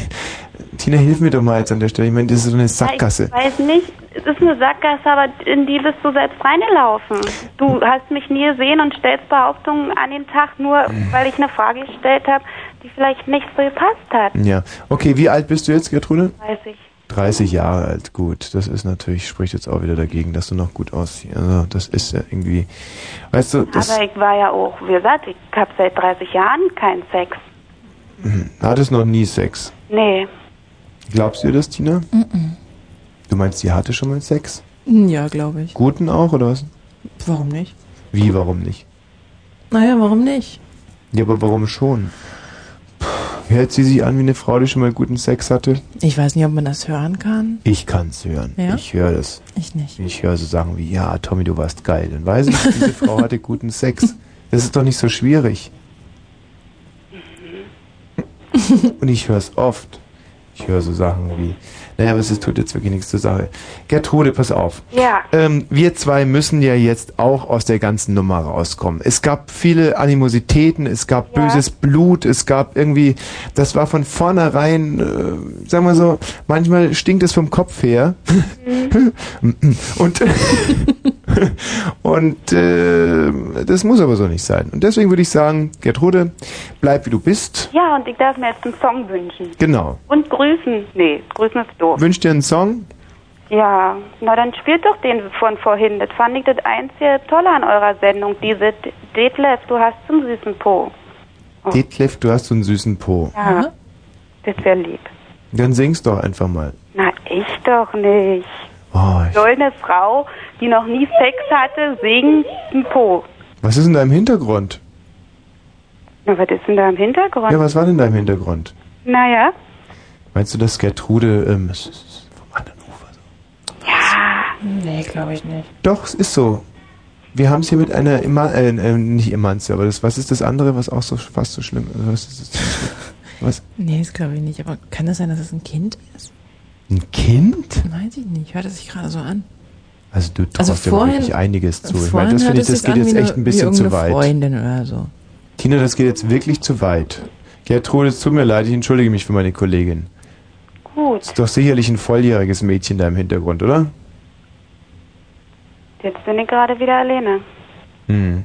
Tina, hilf mir doch mal jetzt an der Stelle. Ich meine, das ist so eine Sackgasse.
Ich weiß nicht, es ist eine Sackgasse, aber in die bist du selbst reingelaufen.
Hm.
Du hast mich nie gesehen und stellst Behauptungen an den Tag, nur
Hm.
weil ich eine Frage gestellt habe, die vielleicht nicht so gepasst hat.
Ja. Okay, wie alt bist du jetzt, Gertrude?
Weiß ich.
30 Jahre alt, gut. Das ist natürlich, spricht jetzt auch wieder dagegen, dass du noch gut aussiehst. Also, das ist ja irgendwie. Weißt du, das.
Aber ich war ja auch, wie gesagt, ich habe seit 30 Jahren keinen Sex.
Hm, Hattest noch nie Sex.
Nee.
Glaubst du das, Tina? Du meinst, die hatte schon mal Sex?
Ja, glaube ich.
Guten auch, oder was?
Warum nicht?
Wie, warum nicht?
Naja, warum nicht?
Ja, aber warum schon? Hört sie sich an wie eine Frau, die schon mal guten Sex hatte?
Ich weiß nicht, ob man das hören kann.
Ich kann's hören.
Ja?
Ich höre das.
Ich nicht.
Ich höre so Sachen wie, ja, Tommy, du warst geil. Dann weiß ich, diese Frau hatte guten Sex. Das ist doch nicht so schwierig.
Mhm.
Und ich höre es oft. Ich höre so Sachen wie, naja, aber es tut jetzt wirklich nichts zur Sache. Gertrude, pass auf.
Ja.
Ähm, wir zwei müssen ja jetzt auch aus der ganzen Nummer rauskommen. Es gab viele Animositäten, es gab böses Blut, es gab irgendwie, das war von vornherein, äh, sagen wir so, manchmal stinkt es vom Kopf her. und und äh, das muss aber so nicht sein. Und deswegen würde ich sagen, Gertrude, bleib wie du bist.
Ja, und ich darf mir jetzt einen Song wünschen.
Genau.
Und grüßen. Nee, grüßen ist doof.
Wünsch dir einen Song.
Ja, na dann spielt doch den von vorhin. Das fand ich das einzige Tolle an eurer Sendung. Diese D- Detlef, du hast zum süßen Po.
Detlef, du hast so einen süßen Po.
Ja, das wäre lieb.
Dann sing's doch einfach mal.
Na, ich doch nicht.
Oh,
Soll eine Frau, die noch nie Sex hatte, singen einen Po?
was ist denn da im Hintergrund?
Na, was ist denn da im Hintergrund?
Ja, was war denn da im Hintergrund?
Naja,
Meinst du, dass Gertrude. Ähm, es ist-
Ah, Nee, glaube ich nicht.
doch, es ist so. Wir haben es hier mit einer Eman äh, äh, nicht Emanze, aber das, was ist das andere, was auch so sch- fast so schlimm ist? Was ist das? Was?
Nee, das glaube ich nicht. Aber kann das sein, dass es ein Kind ist?
Ein Kind?
Weiß ich nicht. Hört es sich gerade so an.
Also du traust
Also
dir mal
vorhin- also
wirklich einiges zu. Ich meine,
vorhin
das
hört
finde ich,
es
das
sich
geht
an
jetzt
wie
echt
eine-
ein
wie
bisschen zu
irgendeine
weit.
Freundin oder so.
Tina, das geht jetzt wirklich zu weit. Gertrude, es tut mir leid, ich entschuldige mich für meine Kollegin.
gut.
Ist doch sicherlich ein volljähriges Mädchen da im Hintergrund, oder?
Jetzt bin ich gerade wieder alleine.
Hm.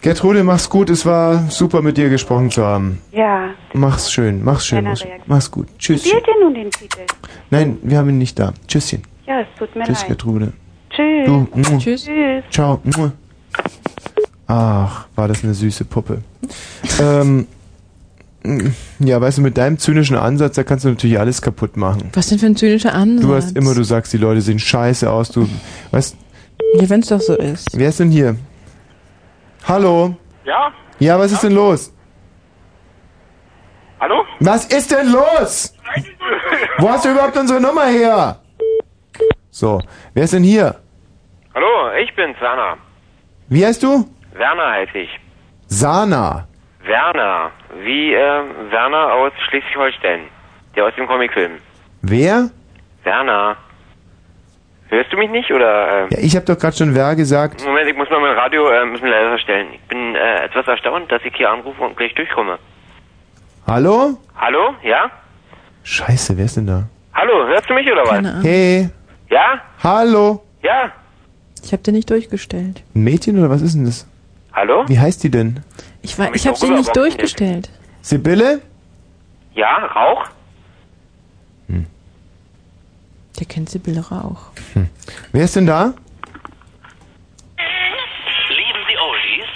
Gertrude, mach's gut. Es war super, mit dir gesprochen zu haben.
Ja.
Mach's schön, mach's schön.
Keine
Mach's,
Reaktion.
mach's gut. Tschüss.
Spielt ihr nun den Titel?
Nein, wir haben ihn nicht da. Tschüsschen.
Ja, es tut mir
Tschüss,
leid.
Gertrude.
Tschüss.
Du, mua.
Tschüss. Tschüss.
Ciao. mua. Ach, war das eine süße Puppe. ähm, ja, weißt du, mit deinem zynischen Ansatz, da kannst du natürlich alles kaputt machen.
Was denn für ein zynischer Ansatz?
Du hast immer, du sagst, die Leute sehen scheiße aus. Du, weißt,
Ja, wenn es doch so ist.
wer ist denn hier? Hallo?
Ja?
Ja, was ist denn los?
Hallo?
Was ist denn los? Wo hast du überhaupt unsere Nummer her? So, wer ist denn hier?
Hallo, ich bin's, Werner.
Wie heißt du?
Werner heiße ich.
Sana.
Werner, wie äh, Werner aus Schleswig-Holstein, der aus dem Comicfilm.
Wer?
Werner, hörst du mich nicht oder? Äh,
Ja, ich habe doch gerade schon wer gesagt.
Moment, ich muss mal mein Radio äh, ein bisschen leiser stellen. Ich bin äh, etwas erstaunt, dass ich hier anrufe und gleich durchkomme.
Hallo?
Hallo, ja?
Scheiße, wer ist denn da?
Hallo, hörst du mich oder was?
Hey.
Ja?
Hallo.
Ja?
Ich habe dir nicht durchgestellt.
Ein Mädchen oder was ist denn das?
Hallo?
Wie heißt die denn?
Ich, war-
Komm ich
ich habe
doch
dir
rüber,
nicht
aber-
durchgestellt.
Sibylle?
Ja, Rauch?
Der kennt Sibylle Rauch.
Hm. Wer ist denn da?
Lieben Sie Oldies?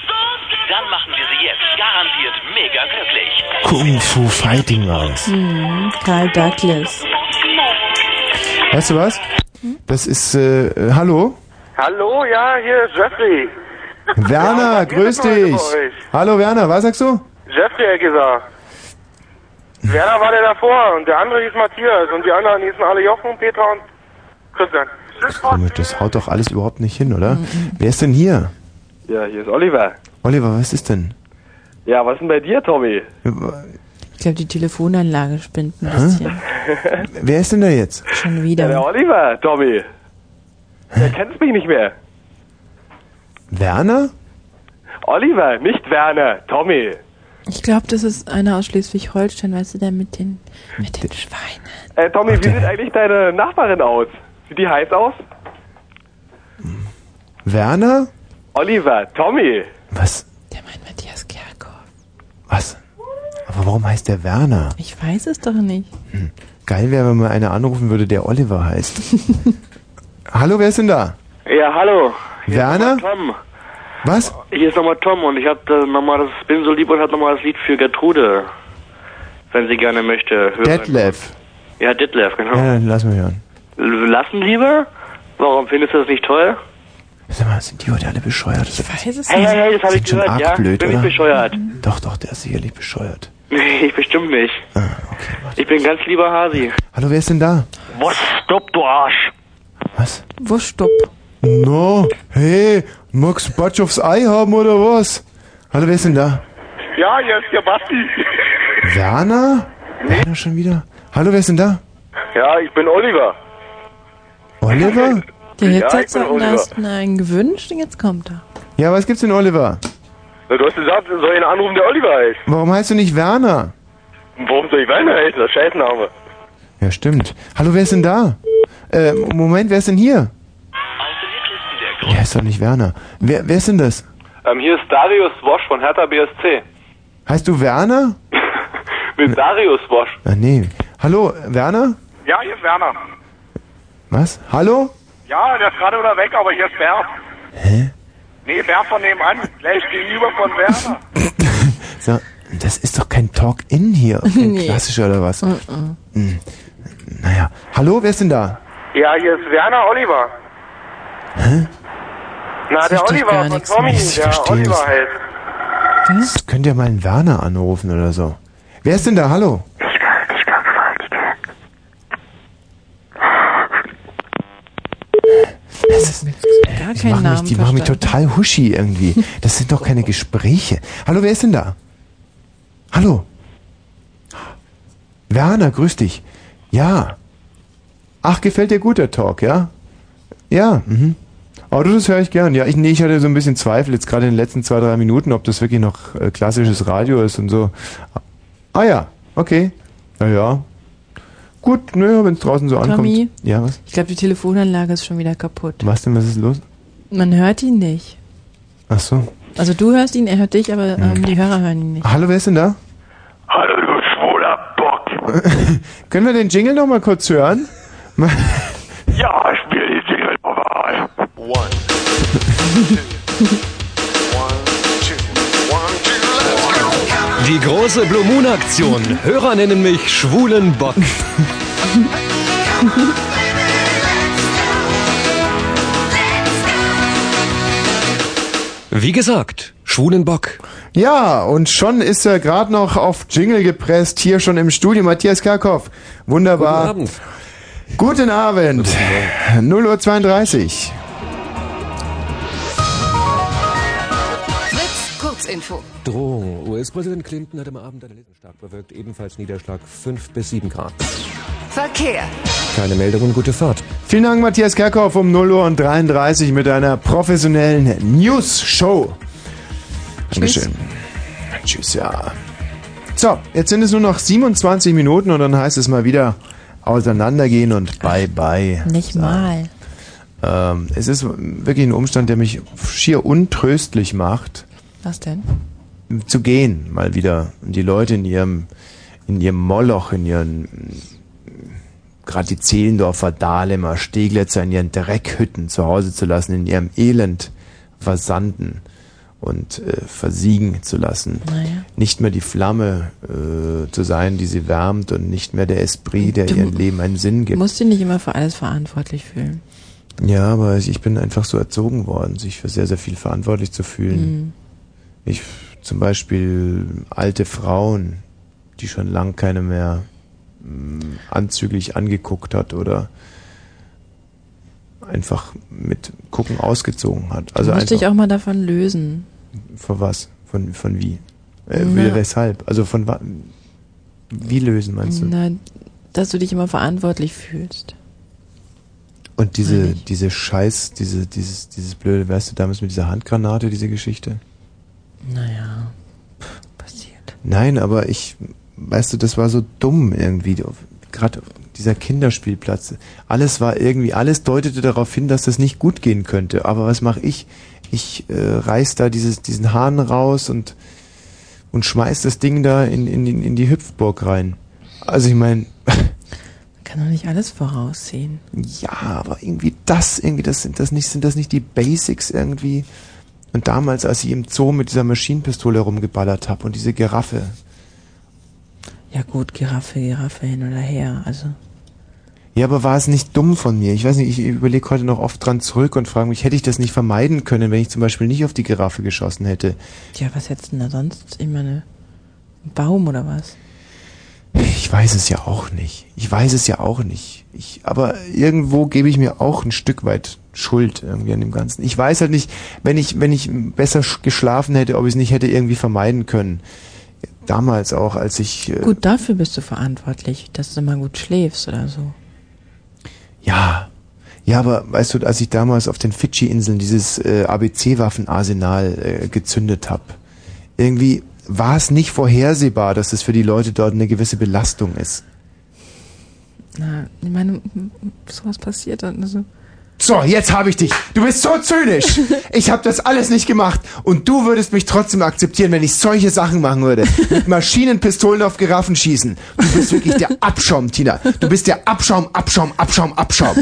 Dann machen wir sie jetzt garantiert mega glücklich.
Kung Fu Fighting House.
Hm, Karl Douglas.
Weißt du was?
Hm?
Das ist, äh, äh, hallo?
Hallo, ja, hier ist Jeffrey.
Werner, grüß
denn heute
dich.
bei euch?
Hallo Werner, was sagst du?
Jeffrey hat gesagt. Werner war der davor und der andere hieß Matthias und die anderen hießen alle Jochen, Peter und Christian.
Komisch, das haut doch alles überhaupt nicht hin, oder?
Hm,
Wer ist denn hier?
Ja, hier ist Oliver.
Oliver, was ist denn?
Ja, was ist denn bei dir, Tommy?
Ich glaube, die Telefonanlage spinnt ein
Hm?
bisschen.
Wer ist denn da jetzt?
Schon
Ja, der
wieder.
Oliver, Tommy. Der kennt mich nicht mehr.
Werner?
Oliver, nicht Werner, Tommy.
Ich glaube, das ist einer aus Schleswig-Holstein, weißt du, der mit den, mit den Schweinen.
Äh, Tommy, wie sieht eigentlich deine Nachbarin aus? Sieht die heiß aus?
Werner?
Oliver, Tommy.
Was?
Matthias Kerkhoff.
Was? Aber warum heißt der Werner?
Ich weiß es doch nicht.
Geil wäre, wenn man einer anrufen würde, der Oliver heißt. hallo, wer ist denn da?
Ja, hallo.
Werner?
Tom.
Was?
Hier ist nochmal Tom und ich hab da nochmal das Bin so lieb und hat nochmal das Lied für Gertrude. Wenn sie gerne möchte. hören.
Detlef.
Ja, Detlef, genau.
Ja, dann lass mal hören.
Lassen lieber? Warum findest du das nicht toll?
Sag mal, sind die heute alle bescheuert? Ich
weiß
Hey, hey, hey, das habe ich
Sind schon
gehört,
arg
ja?
blöd,
bin
oder?
ich bescheuert.
Doch, doch, der ist sicherlich bescheuert.
Nee, ich bestimmt nicht.
Ah,
ich bin ganz lieber Hasi.
Hallo, wer ist denn da?
Was? Stopp, du Arsch.
Wo stopp?
No, hey, magst du Batsch aufs Ei haben oder was? Hallo, wer ist denn da?
Ja, hier ist der Basti.
Werner? Werner schon wieder? Hallo, wer ist denn da?
Ja, ich bin Oliver.
Oliver?
Der
Ja,
jetzt
ich
hat's
bin
auch
Oliver.
erst einen gewünscht und jetzt kommt er.
Ja, was gibt's denn, Oliver?
Na, Du hast gesagt, soll ich einen anrufen, der Oliver heißt.
Warum heißt du nicht Werner?
Warum soll ich Werner heißen? Das ist Scheißname.
Ja, stimmt. Hallo, wer ist denn da? Äh, Moment, wer ist denn hier? Ja, ist doch nicht Werner. Wer, wer ist denn das?
Ähm, hier ist Darius Wosch von Hertha BSC.
Heißt du Werner?
Mit Darius Wosch.
Ah, nee. Hallo, Werner?
Ja, hier ist Werner.
Was? Hallo?
Ja, der ist gerade wieder weg, aber hier ist Bär. Hä? Nee, Bär von nebenan. Gleich gegenüber von Werner.
So, das ist doch kein Talk-In hier. Kein
Nee.
klassischer oder was? Hm. Naja. Hallo, wer ist denn da?
Ja, hier ist Werner Oliver.
Hä?
Na, der
doch gar
Oliver von
nichts
Tommy,
mehr. Ich
der
verstehe
Oliver
das.
heißt.
Das könnt ihr mal einen Werner anrufen oder so. Wer ist denn da? Hallo? Das ist
gar
Die machen, mich, die machen mich total huschi irgendwie. Das sind doch keine Gespräche. Hallo, wer ist denn da? Hallo? Werner, grüß dich. Ja. Ach, gefällt dir gut der Talk, ja? Ja, mhm. Oh, du, das höre ich gern. Ja, ich, nee, ich hatte so ein bisschen Zweifel jetzt gerade in den letzten zwei, drei Minuten, ob das wirklich noch äh, klassisches Radio ist und so. Ah ja, okay. Naja. Gut, naja, wenn es draußen so ankommt.
Tommy?
Ja, was?
Ich glaube, die Telefonanlage ist schon wieder kaputt.
Was denn, was ist los?
Man hört ihn nicht.
Ach so.
Also du hörst ihn, er hört dich, aber
Hm.
ähm, die Hörer hören ihn nicht.
Hallo, wer ist denn da?
Hallo, du schwuler Bock.
Können wir den Jingle noch mal kurz hören?
Ja, spiel die Jingle nochmal. One,
Die große Blue Moon Aktion. Hörer nennen mich schwulen Bock.
Wie gesagt, schwulen Bock. Ja, und schon ist er gerade noch auf Jingle gepresst, hier schon im Studio. Matthias Kerkhoff, wunderbar. Guten Abend. Guten Abend. 0.32 Uhr.
Kurzinfo.
Drohung. US-Präsident Clinton hat am Abend eine Listen stark bewirkt, ebenfalls Niederschlag 5 bis 7 Grad.
Verkehr.
Keine Meldungen, gute Fahrt.
Vielen Dank, Matthias Kerkhoff, um 0 Uhr und 33 mit einer professionellen News-Show. Dankeschön. Tschüss, ja. So, jetzt sind es nur noch 27 Minuten und dann heißt es mal wieder auseinandergehen und bye bye.
Nicht mal.
Ähm, es ist wirklich ein Umstand, der mich schier untröstlich macht,
Was denn?
zu gehen mal wieder. Und die Leute in ihrem, in ihrem Moloch, in ihren, gerade die Zehlendorfer, Dahlemer, Steglitzer, in ihren Dreckhütten zu Hause zu lassen, in ihrem Elend versanden und äh, versiegen zu lassen.
Naja.
Nicht mehr die Flamme äh, zu sein, die sie wärmt und nicht mehr der Esprit, der
Du
ihrem Leben einen Sinn
Du
gibt.
musst dich nicht immer für alles verantwortlich fühlen.
Ja, aber ich bin einfach so erzogen worden, sich für sehr, sehr viel verantwortlich zu fühlen.
Mhm.
Ich, zum Beispiel alte Frauen, die schon lang keine mehr mh, anzüglich angeguckt hat oder einfach mit Gucken ausgezogen hat. Also
du musst
einfach,
dich auch mal davon lösen.
von was? Von, von wie? Äh,
Na.
wie- Weshalb? Also von wa- wie lösen meinst du?
Na, dass du dich immer verantwortlich fühlst.
Und diese, diese Scheiß, diese, dieses, dieses blöde, weißt du, damals mit dieser Handgranate, diese Geschichte?
Naja.
Nein, aber ich, weißt du, das war so dumm irgendwie. Gerade dieser Kinderspielplatz. Alles war irgendwie, alles deutete darauf hin, dass das nicht gut gehen könnte. Aber was mache ich? Ich äh, reiß da dieses, diesen Hahn raus und, und schmeiß das Ding da in, in, in die Hüpfburg rein. Also ich meine,
Man kann doch nicht alles voraussehen.
ja, aber irgendwie das, irgendwie, das sind das nicht, sind das nicht die Basics irgendwie? Und damals, als ich im Zoo mit dieser Maschinenpistole rumgeballert habe und diese Giraffe,
Ja gut, Giraffe, Giraffe hin oder her. Also
Ja, aber war es nicht dumm von mir? Ich weiß nicht, ich überlege heute noch oft dran zurück und frage mich, hätte ich das nicht vermeiden können, wenn ich zum Beispiel nicht auf die Giraffe geschossen hätte?
Tja, was hättest du denn da sonst? Ich meine, ein Baum oder was?
Ich weiß es ja auch nicht. Ich weiß es ja auch nicht. Ich, aber irgendwo gebe ich mir auch ein Stück weit Schuld irgendwie an dem Ganzen. Ich weiß halt nicht, wenn ich, wenn ich besser sch- geschlafen hätte, ob ich es nicht hätte irgendwie vermeiden können. Damals auch, als ich, äh,
Gut, dafür bist du verantwortlich, dass du mal gut schläfst oder so.
ja. Ja, aber weißt du, als ich damals auf den Fidschi-Inseln dieses äh, ABC-Waffenarsenal äh, gezündet habe, irgendwie war es nicht vorhersehbar, dass es für die Leute dort eine gewisse Belastung ist.
Na, ich meine, m- m- sowas passiert dann. Also,
So, jetzt habe ich dich. Du bist so zynisch. Ich habe das alles nicht gemacht und du würdest mich trotzdem akzeptieren, wenn ich solche Sachen machen würde. Mit Maschinenpistolen auf Giraffen schießen. Du bist wirklich der Abschaum, Tina. Du bist der Abschaum, Abschaum, Abschaum, Abschaum.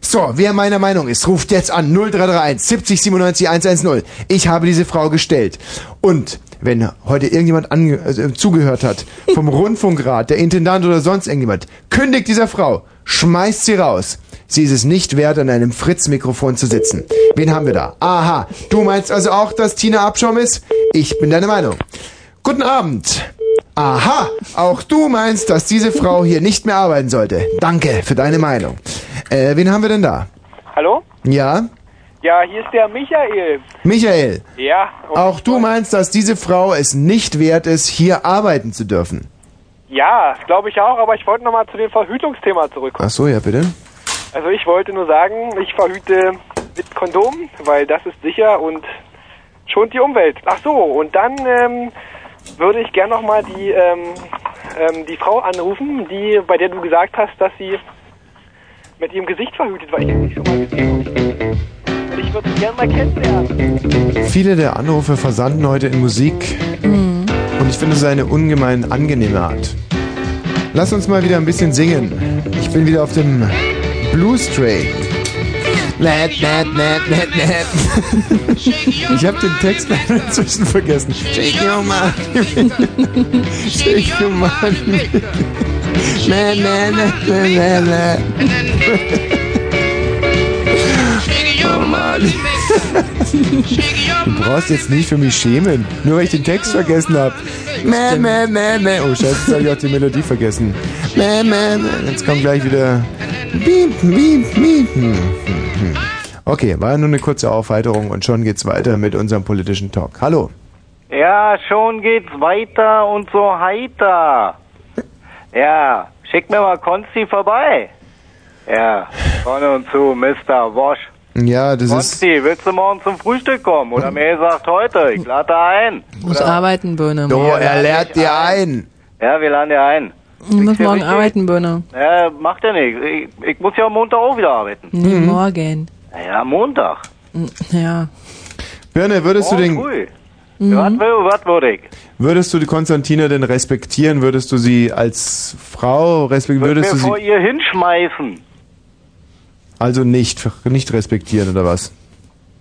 So, wer meiner Meinung ist, ruft jetzt an 0331 70 97 110. Ich habe diese Frau gestellt. Und wenn heute irgendjemand ange äh, zugehört hat, vom Rundfunkrat, der Intendant oder sonst irgendjemand, kündigt dieser Frau, schmeißt sie raus. Sie ist es nicht wert, an einem Fritz-Mikrofon zu sitzen. Wen haben wir da? Aha, du meinst also auch, dass Tina Abschaum ist? Ich bin deiner Meinung. Guten Abend. Aha, auch du meinst, dass diese Frau hier nicht mehr arbeiten sollte. Danke für deine Meinung. Äh, wen haben wir denn da?
Hallo?
Ja,
Ja, hier ist der Michael.
Michael.
Ja, und-
Auch du meinst, dass diese Frau es nicht wert ist, hier arbeiten zu dürfen.
ja, glaube ich auch, aber ich wollte nochmal zu dem Verhütungsthema zurückkommen.
Ach so, ja, bitte.
Also ich wollte nur sagen, ich verhüte mit Kondom, weil das ist sicher und schont die Umwelt. Ach so, und dann ähm, würde ich gern nochmal die, ähm, ähm, die Frau anrufen, die bei der du gesagt hast, dass sie mit ihrem Gesicht verhütet war. Ich habe sie schon mal gesehen. Und ich würde sie gern mal kennenlernen.
Viele der Anrufe versanden heute in Musik. Und ich finde es eine ungemein angenehme Art. Lass uns mal wieder ein bisschen singen. Ich bin wieder auf dem Blues Train. Let, let, let, let, let. Ich habe den Text leider inzwischen vergessen. Shake your money. Shake your money. Na, na, na, na, na, na. Oh Mann. Du brauchst jetzt nicht für mich schämen, nur weil ich den Text vergessen habe. Mäh, mäh, mäh, mäh. Oh Scheiße, jetzt habe ich auch die Melodie vergessen. Mäh, mäh, mäh. Jetzt kommt gleich wieder. Beep, beep, beep. Hm, hm, hm. Okay, war ja nur eine kurze Aufheiterung und schon geht's weiter mit unserem politischen Talk. Hallo.
Ja, schon geht's weiter und so heiter. Ja, schick mir mal Konsti vorbei. Ja, von und zu, Mr. Wash.
Ja, das ist.
Konsti, willst du morgen zum Frühstück kommen? Oder mehr gesagt heute, ich lade ein.
Muss arbeiten, Birne.
So, er lädt dir ein.
Ja, wir laden dir ein.
Ich muss morgen arbeiten, Birne.
Ja, macht ja nichts. Ich, ich muss ja am Montag auch wieder arbeiten.
Mhm.
Nee, morgen.
Ja, Montag.
Ja.
Birne, würdest du den.
Cool.
Mhm.
Was will, was würde ich?
Würdest du die Konstantina denn respektieren? Würdest du sie als Frau respektieren?
Würd
Würdest
mir
du
vor
sie
ihr hinschmeißen.
also nicht, nicht respektieren oder was?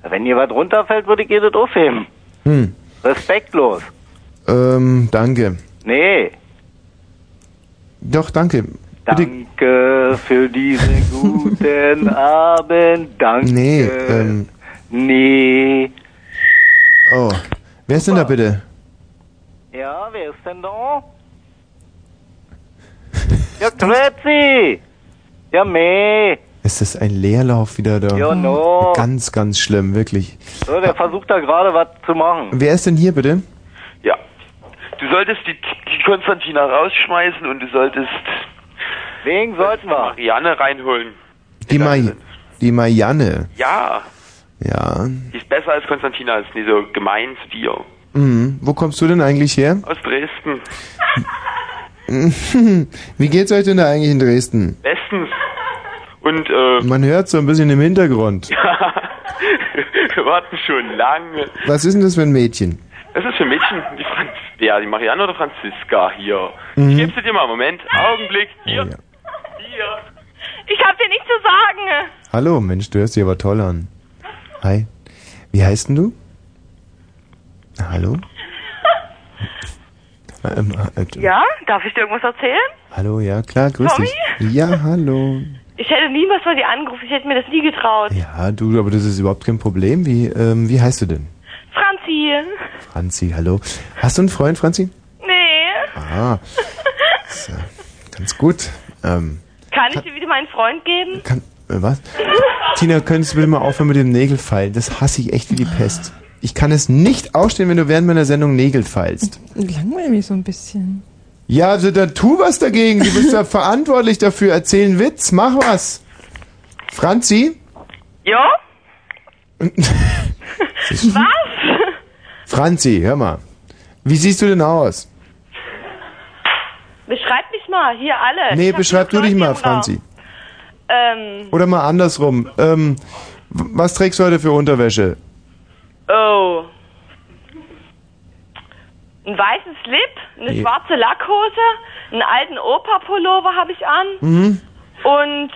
Wenn ihr was runterfällt, würde ich ihr das aufheben.
Hm.
Respektlos.
Ähm, danke.
Nee.
Doch, danke.
Danke für diesen guten Abend. Danke.
Nee, ähm.
Nee.
Oh. Wer ist denn da bitte?
Ja, wer ist denn da? Ja, Kretzi! Ja, meh!
Ist das ein Leerlauf wieder da?
Ja, no.
Ganz, ganz schlimm, wirklich.
So, der versucht da gerade was zu machen.
Wer ist denn hier bitte?
Ja. Du solltest die, die Konstantina rausschmeißen und du solltest.
Wegen sollten wir.
Marianne reinholen.
Die, Mai, die Marianne.
Ja.
Ja.
Die ist besser als Konstantina, ist nie so gemein zu dir.
Mhm. Wo kommst du denn eigentlich her?
Aus Dresden.
Wie geht's euch denn da eigentlich in Dresden?
Bestens. Und, äh,
Man hört so ein bisschen im Hintergrund.
wir warten schon lange.
Was ist denn das für ein Mädchen?
Das ist für Mädchen, die Franz, ja, die Marianne oder Franziska hier.
Mhm.
Ich geb's dir mal, Moment, Augenblick, hier.
Ich hab dir nichts zu sagen.
Hallo, Mensch, du hörst dich aber toll an. Hi. Wie heißt denn du? Hallo? Ähm, äh,
Ja? Darf ich dir irgendwas erzählen?
hallo, ja, klar, grüß dich.
Tommy?
Ja, hallo.
Ich hätte niemals von dir angerufen. Ich hätte mir das nie getraut.
Ja, du, aber das ist überhaupt kein Problem. Wie, ähm, wie heißt du denn?
Franzi.
Franzi, hallo. Hast du einen Freund, Franzi?
Nee.
Ah, ist, äh, ganz gut. Ähm,
Kann ich dir wieder meinen Freund geben?
kann, äh, was? Tina, könntest du bitte mal aufhören mit dem Nägelfeilen? Das hasse ich echt wie die Pest. Ich kann es nicht ausstehen, wenn du während meiner Sendung Nägel feilst.
Langweilig mich so ein bisschen.
Ja, also dann tu was dagegen. Du bist ja verantwortlich dafür. Erzähl einen Witz, mach was. Franzi?
Ja?
was? Franzi, hör mal. Wie siehst du denn aus?
Beschreib mich mal. Hier alle. Ich
Nee,
hab
beschreib du
hier
dich mal,
Claudia
Franzi.
Brau. Ähm.
Oder mal andersrum. Ähm, w- was trägst du heute für Unterwäsche?
Oh. Ein weißes Lip, eine
Nee.
schwarze Lackhose, einen alten Opa-Pullover habe ich an
Mhm.
und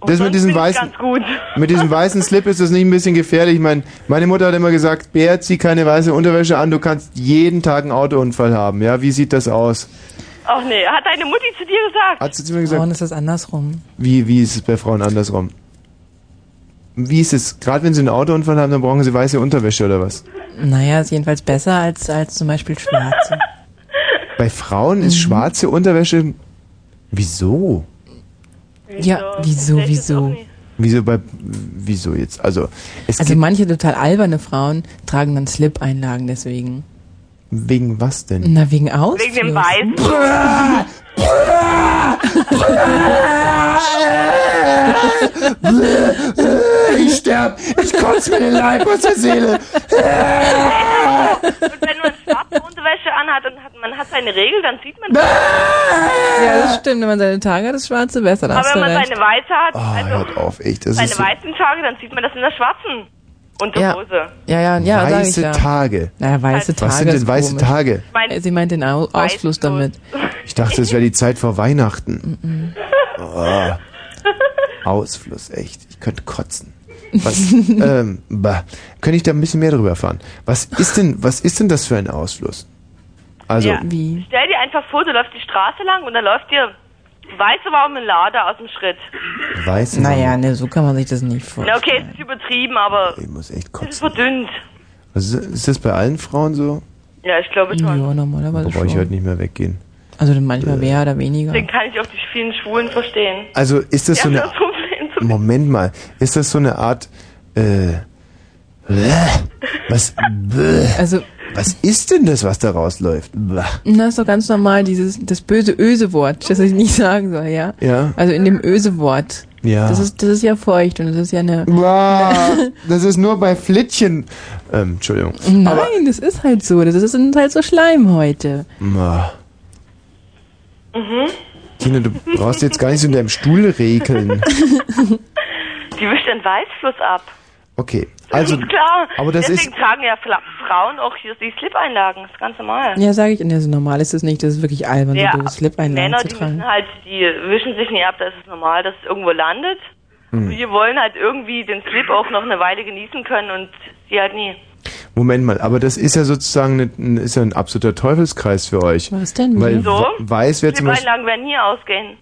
Und
Das mit
Oh, sonst
diesem
bin ich
weißen,
ganz gut.
mit diesem weißen Slip ist das nicht ein bisschen gefährlich. Ich Mein, meine Mutter hat immer gesagt, Bär, zieh keine weiße Unterwäsche an, du kannst jeden Tag einen Autounfall haben. Ja, wie sieht das aus?
ach nee, hat deine Mutti zu dir gesagt?
Hat sie zu mir gesagt?
Frauen
ist das andersrum. Wie, wie ist es bei Frauen andersrum? Wie ist es? Gerade wenn sie einen Autounfall haben, dann brauchen sie weiße Unterwäsche oder was?
Naja, ist jedenfalls besser als, als zum Beispiel schwarze.
Bei Frauen
Mhm.
ist schwarze Unterwäsche. Wieso?
ja, wieso, wieso?
Wieso bei. Wieso jetzt? Also, es
Also
gibt.
manche total alberne Frauen tragen dann Slip-Einlagen deswegen.
Wegen was denn?
Na, wegen aus?
Wegen dem Weißen.
Ich sterb! Ich kotze mir den Leib aus der Seele!
Und wenn man schwarze Unterwäsche anhat und hat, man hat seine Regel, dann sieht man das.
Ja, das stimmt. Wenn man seine Tage hat, ist schwarze besser. Da
Aber
hast
wenn
du
man
recht.
seine weiße hat, also
Oh, Hört auf, echt. Das
seine
ist so
weißen Tage, dann sieht man das in der schwarzen Unterhose.
Ja, ja, ja, sag ich
weiße
ja.
Tage.
Naja, weiße Tage.
Was sind denn
ist
weiße
komisch.
Tage?
Äh, Sie meint den Au Ausfluss damit. Mhm.
Ich dachte, es wäre die Zeit vor Weihnachten. Oh. Ausfluss, echt. Ich könnte kotzen. Was, ähm, bah. Könnte ich da ein bisschen mehr drüber erfahren? Was ist denn, was ist denn das für ein Ausfluss? Also,
ja. Stell dir einfach vor, du läufst die Straße lang und dann läuft dir weiße Marmelade aus dem Schritt.
Oh, weiße
Naja, ne, so kann man sich das nicht vorstellen.
Na okay, es ist übertrieben, aber
muss echt
es ist verdünnt.
Was ist, ist das bei allen Frauen so?
Ja, ich glaube schon.
Ja, normalerweise
Brauche ich
schon.
heute nicht mehr weggehen. Äh.
Also dann manchmal mehr oder weniger.
Deswegen kann ich auch die vielen Schwulen verstehen.
Also, ist das
Die
so
haben
eine,
Äh. das Problem zu
Moment mal, ist das so eine Art, äh, bleh, äh, was, bleh,
Also,
Was ist denn das, was da rausläuft? Blah.
Na, ist doch ganz normal, dieses, das böse Öse-Wort, das ich nicht sagen soll, ja?
Ja.
Also in dem Öse-Wort.
Ja.
Das ist, das ist ja feucht und das ist ja eine.
Blah. das ist nur bei Flittchen. Ähm, Entschuldigung. Aber,
Nein, das ist halt so. Das ist, das ist halt so Schleim heute.
Blah.
Mhm.
Tina, du brauchst jetzt gar nicht so in deinem Stuhl regeln.
Die wischt den Weißfluss ab.
Okay, also,
Ist klar.
aber das ist,
Deswegen tragen ja Fla Frauen auch hier die Slip-Einlagen. Das ist ganz normal.
Ja, sage ich. Nee, so normal ist es nicht. Das ist wirklich albern,
Ja,
so doofes Lip-Einlagen
Männer,
zu
die
tragen.
müssen halt, die wischen sich nicht ab, das ist normal, dass es irgendwo landet.
Hm.
Wir wollen halt irgendwie den Slip auch noch eine Weile genießen können und sie halt nie.
Moment mal, aber das ist ja sozusagen eine, ein- ist ja ein absoluter Teufelskreis für euch.
Was denn? ne?
Weil
Wieso?
wa- weiß wäre zum Beispiel,
Slip-Einlagen werden nie ausgehen.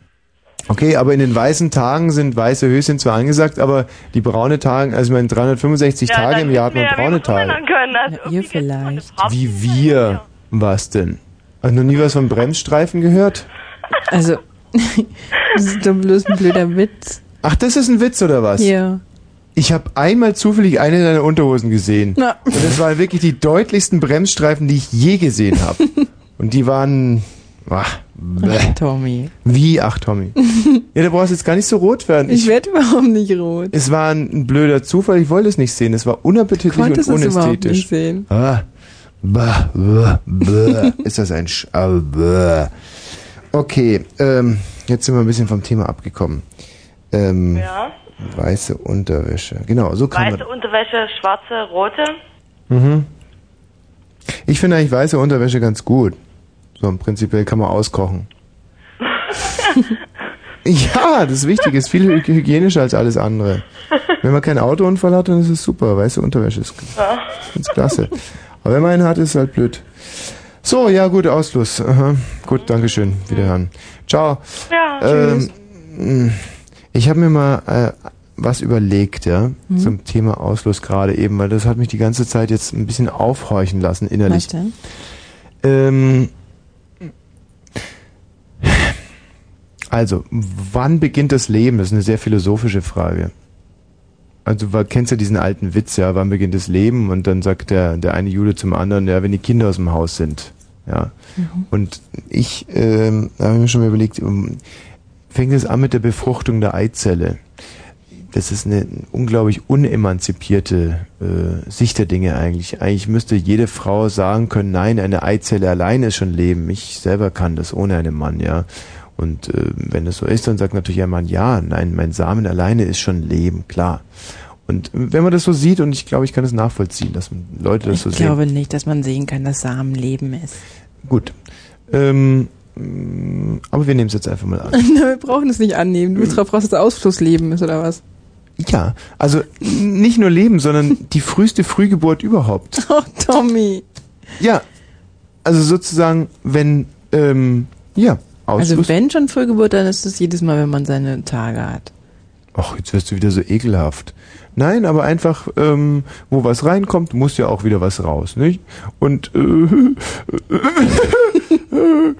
okay, aber in den weißen Tagen sind weiße Höschen zwar angesagt, aber die braune Tagen, also man 365
Ja,
Tage
dann
im Jahr hat
müssen
man
wir ja
braune
wieder
Tage.
ändern können. Also,
Ihr vielleicht.
Wie wir was denn? Hast du noch nie was von Bremsstreifen gehört?
Also, das ist doch bloß ein blöder Witz.
Ach, das ist ein Witz oder was?
Ja.
Ich habe einmal zufällig eine deiner Unterhosen gesehen.
Na.
Und das waren wirklich die deutlichsten Bremsstreifen, die ich je gesehen habe. Und die waren. Ach,
Ach,
bleh.
Tommy.
Wie? Ach, Tommy. Ja, du brauchst jetzt gar nicht so rot werden.
Ich
Ich,
werde überhaupt nicht rot.
es war ein blöder Zufall, ich wollte es nicht sehen. Es war unappetitlich
Konntest
und
es überhaupt
unästhetisch.
nicht sehen.
Ah, bah, bah, bah. Ist das ein Sch ah, bah. Okay, ähm, jetzt sind wir ein bisschen vom Thema abgekommen. Ähm,
Ja.
Weiße Unterwäsche. Genau, so kann
Weiße Unterwäsche, schwarze, rote.
man. Mhm. Ich finde eigentlich weiße Unterwäsche ganz gut. So, im prinzipiell kann man auskochen. ja, das ist wichtig. Ist viel hy- hygienischer als alles andere. Wenn man keinen Autounfall hat, dann ist es super. Weiße Unterwäsche ist
Ja.
Ganz klasse. Aber wenn man einen hat, ist es halt blöd. So, ja, gut, Ausfluss. Aha. Gut, Dankeschön. Wiederhören. Ciao.
Ja,
ähm,
tschüss.
mh, Ich habe mir mal äh, was überlegt, ja,
Mhm.
zum Thema Ausfluss gerade eben, weil das hat mich die ganze Zeit jetzt ein bisschen aufhorchen lassen
Was
innerlich.
denn?
Ähm, also, wann beginnt das Leben? Das ist eine sehr philosophische Frage. Also, wa- kennst du diesen alten Witz, ja, wann beginnt das Leben? Und dann sagt der, der eine Jude zum anderen, ja, wenn die Kinder aus dem Haus sind. Ja.
Mhm.
Und ich ähm, habe mir schon mal überlegt, ähm, fängt es an mit der Befruchtung der Eizelle? Das ist eine unglaublich unemanzipierte äh, Sicht der Dinge eigentlich. Eigentlich müsste jede Frau sagen können, nein, eine Eizelle alleine ist schon Leben. Ich selber kann das ohne einen Mann, ja. Und äh, wenn es so ist, dann sagt natürlich ein Mann, ja, nein, mein Samen alleine ist schon Leben, klar. Und äh, wenn man das so sieht, und ich glaube, ich kann das nachvollziehen, dass Leute das so
Ich
sehen.
glaube nicht, dass man sehen kann, dass Samen Leben ist.
Gut. Ähm, mh, aber wir nehmen es jetzt einfach mal an.
Na, wir brauchen es nicht annehmen.
Mhm.
Du willst drauf raus, dass es Ausflussleben ist, oder was?
Ja, also n- nicht nur Leben, sondern die früheste Frühgeburt überhaupt.
Oh, Tommy.
Ja, also sozusagen, wenn, ähm, ja,
Also
Ausfluss.
wenn schon Frühgeburt, dann ist es jedes Mal, wenn man seine Tage hat.
Ach, jetzt wirst du wieder so ekelhaft. Nein, aber einfach, ähm, wo was reinkommt, muss ja auch wieder was raus, nicht? Und, äh,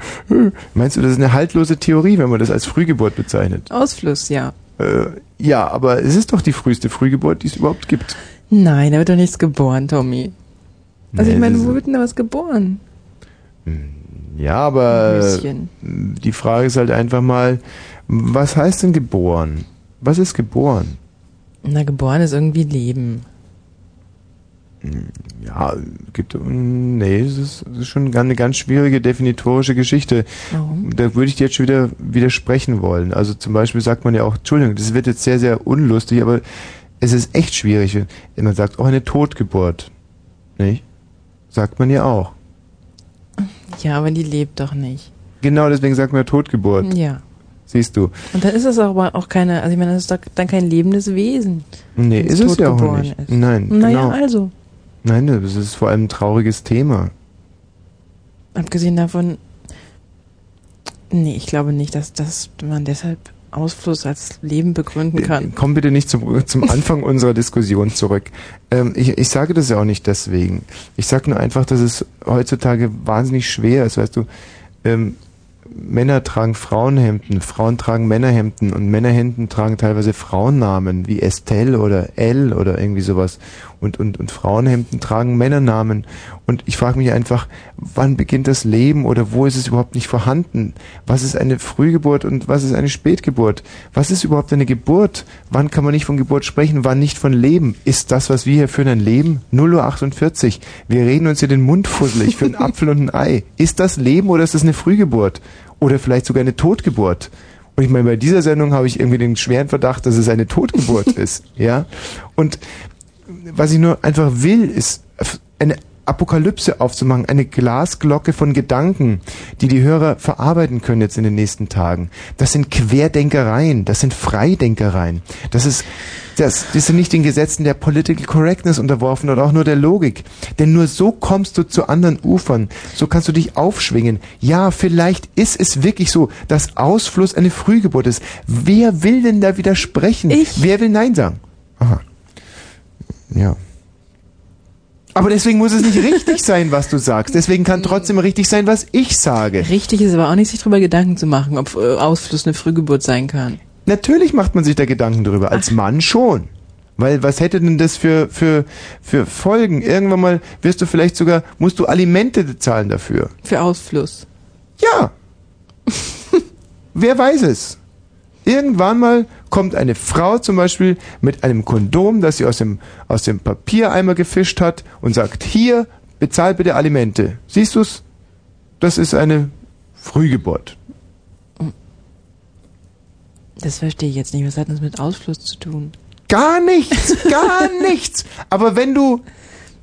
meinst du, das ist eine haltlose Theorie, wenn man das als Frühgeburt bezeichnet?
Ausfluss, ja.
Äh, ja, aber es ist doch die früheste Frühgeburt, die es überhaupt gibt.
Nein, da wird doch nichts geboren, Tommy. Also ich
Nee,
meine,
das
wo wird denn da was geboren?
Ja, aber
Höschen.
die Frage ist halt einfach mal, was heißt denn geboren? Was ist geboren?
Na, geboren ist irgendwie Leben.
Ja, gibt nee, es ist, es ist schon eine ganz schwierige definitorische Geschichte.
Warum?
Da würde ich dir jetzt schon wieder widersprechen wollen. Also zum Beispiel sagt man ja auch, Entschuldigung, das wird jetzt sehr, sehr unlustig, aber es ist echt schwierig, wenn man sagt, auch eine Totgeburt. Nicht? Sagt man ja auch.
Ja, aber die lebt doch nicht.
Genau deswegen sagt man ja Totgeburt.
Ja.
Siehst du.
Und dann ist es aber auch keine, also ich meine, das ist doch dann kein lebendes Wesen.
Nee,
wenn
ist es ja auch
totgeboren
nicht. Nein,
Naja,
genau.
also.
Nein, das ist vor allem ein trauriges Thema.
Abgesehen davon, nee, ich glaube nicht, dass, dass man deshalb Ausfluss als Leben begründen kann.
Äh, Komm bitte nicht zum, zum Anfang unserer Diskussion zurück. Ähm, ich, ich sage das ja auch nicht deswegen. Ich sage nur einfach, dass es heutzutage wahnsinnig schwer ist. Weißt du, ähm, Männer tragen Frauenhemden, Frauen tragen Männerhemden und Männerhemden tragen teilweise Frauennamen wie Estelle oder Elle oder irgendwie sowas. und, und, und Frauenhemden tragen Männernamen. Und ich frage mich einfach, wann beginnt das Leben oder wo ist es überhaupt nicht vorhanden? Was ist eine Frühgeburt und was ist eine Spätgeburt? Was ist überhaupt eine Geburt? Wann kann man nicht von Geburt sprechen, wann nicht von Leben? Ist das, was wir hier führen, ein Leben? 0.48 Uhr. Wir reden uns hier den Mund fusselig für einen Apfel und ein Ei. Ist das Leben oder ist das eine Frühgeburt? Oder vielleicht sogar eine Totgeburt? Und ich meine, bei dieser Sendung habe ich irgendwie den schweren Verdacht, dass es eine Totgeburt ist. Ja. Und was ich nur einfach will, ist eine Apokalypse aufzumachen, eine Glasglocke von Gedanken, die die Hörer verarbeiten können jetzt in den nächsten Tagen. Das sind Querdenkereien, das sind Freidenkereien. Das ist, das, das sind nicht den Gesetzen der Political Correctness unterworfen oder auch nur der Logik. Denn nur so kommst du zu anderen Ufern. So kannst du dich aufschwingen. Ja, vielleicht ist es wirklich so, dass Ausfluss eine Frühgeburt ist. Wer will denn da widersprechen? Ich. Wer will Nein sagen? Aha. Ja. Aber deswegen muss es nicht richtig sein, was du sagst. Deswegen kann trotzdem richtig sein, was ich sage.
Richtig ist aber auch nicht, sich darüber Gedanken zu machen, ob äh, Ausfluss eine Frühgeburt sein kann.
Natürlich macht man sich da Gedanken drüber. Als Mann schon. Weil was hätte denn das für, für, für Folgen? Irgendwann mal wirst du vielleicht sogar, musst du Alimente zahlen dafür.
Für Ausfluss.
Ja. Wer weiß es? Irgendwann mal kommt eine Frau zum Beispiel mit einem Kondom, das sie aus dem, aus dem Papiereimer gefischt hat und sagt, hier, bezahl bitte Alimente. Siehst du's? Das ist eine Frühgeburt.
Das verstehe ich jetzt nicht. Was hat das mit Ausfluss zu tun?
Gar nichts, gar nichts. Aber wenn du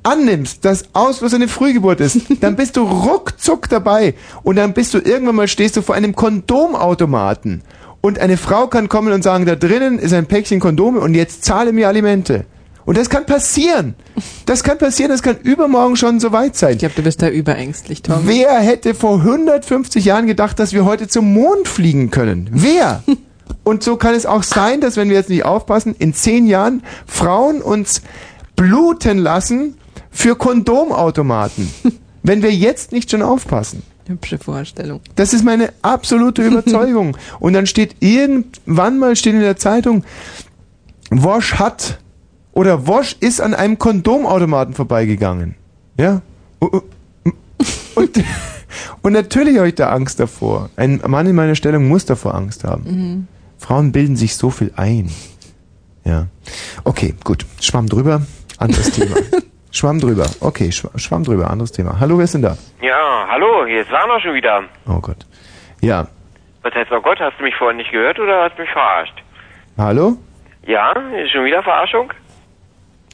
annimmst, dass Ausfluss eine Frühgeburt ist, dann bist du ruckzuck dabei und dann bist du irgendwann mal stehst du vor einem Kondomautomaten und eine Frau kann kommen und sagen, da drinnen ist ein Päckchen Kondome und jetzt zahle mir Alimente. Und das kann passieren. Das kann passieren, das kann übermorgen schon soweit sein. Ich
glaube, du bist da überängstlich, Tom.
Wer hätte vor 150 Jahren gedacht, dass wir heute zum Mond fliegen können? Wer? Und so kann es auch sein, dass wenn wir jetzt nicht aufpassen, in zehn Jahren Frauen uns bluten lassen für Kondomautomaten. Wenn wir jetzt nicht schon aufpassen.
Hübsche Vorstellung.
Das ist meine absolute Überzeugung. Und dann steht irgendwann mal steht in der Zeitung, Wosch hat oder Wosch ist an einem Kondomautomaten vorbeigegangen. Ja? Und, und, und natürlich habe ich da Angst davor. Ein Mann in meiner Stellung muss davor Angst haben.
Mhm.
Frauen bilden sich so viel ein. Ja. Okay, gut. Schwamm drüber. Anderes Thema. Schwamm drüber. Okay, schw- schwamm drüber. Anderes Thema. Hallo, wer ist denn da?
Ja, hallo, hier ist Werner schon wieder.
Oh Gott. Ja.
Was heißt, oh Gott, hast du mich vorhin nicht gehört oder hast du mich verarscht?
Hallo?
Ja, ist schon wieder Verarschung?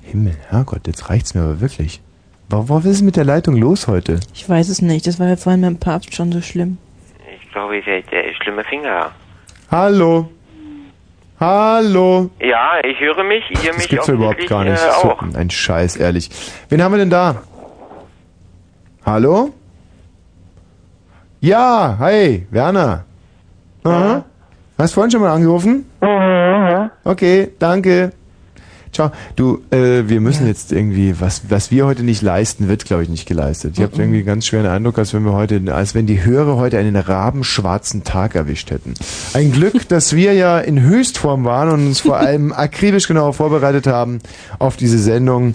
Himmel, Herrgott, jetzt reicht's mir aber wirklich. Wa- wa- Was ist mit der Leitung los heute?
Ich weiß es nicht. Das war ja vorhin beim Papst schon so schlimm.
Ich glaube, ich seid der schlimme Finger.
Hallo? Hallo?
Ja, ich höre mich, ihr
Das
mich
gibt's ja überhaupt gar nicht.
offensichtlich, Äh,
So
auch.
ein Scheiß, ehrlich. Wen haben wir denn da? Hallo? Ja, hi, Werner. Aha. Hast vorhin schon mal angerufen? Okay, danke. Ciao. Du, äh, wir müssen jetzt irgendwie, was, was wir heute nicht leisten, wird, glaube ich, nicht geleistet. Ich habe irgendwie einen ganz schweren Eindruck, als wenn wir heute, als wenn die Hörer heute einen rabenschwarzen Tag erwischt hätten. Ein Glück, dass wir ja in Höchstform waren und uns vor allem akribisch genau vorbereitet haben auf diese Sendung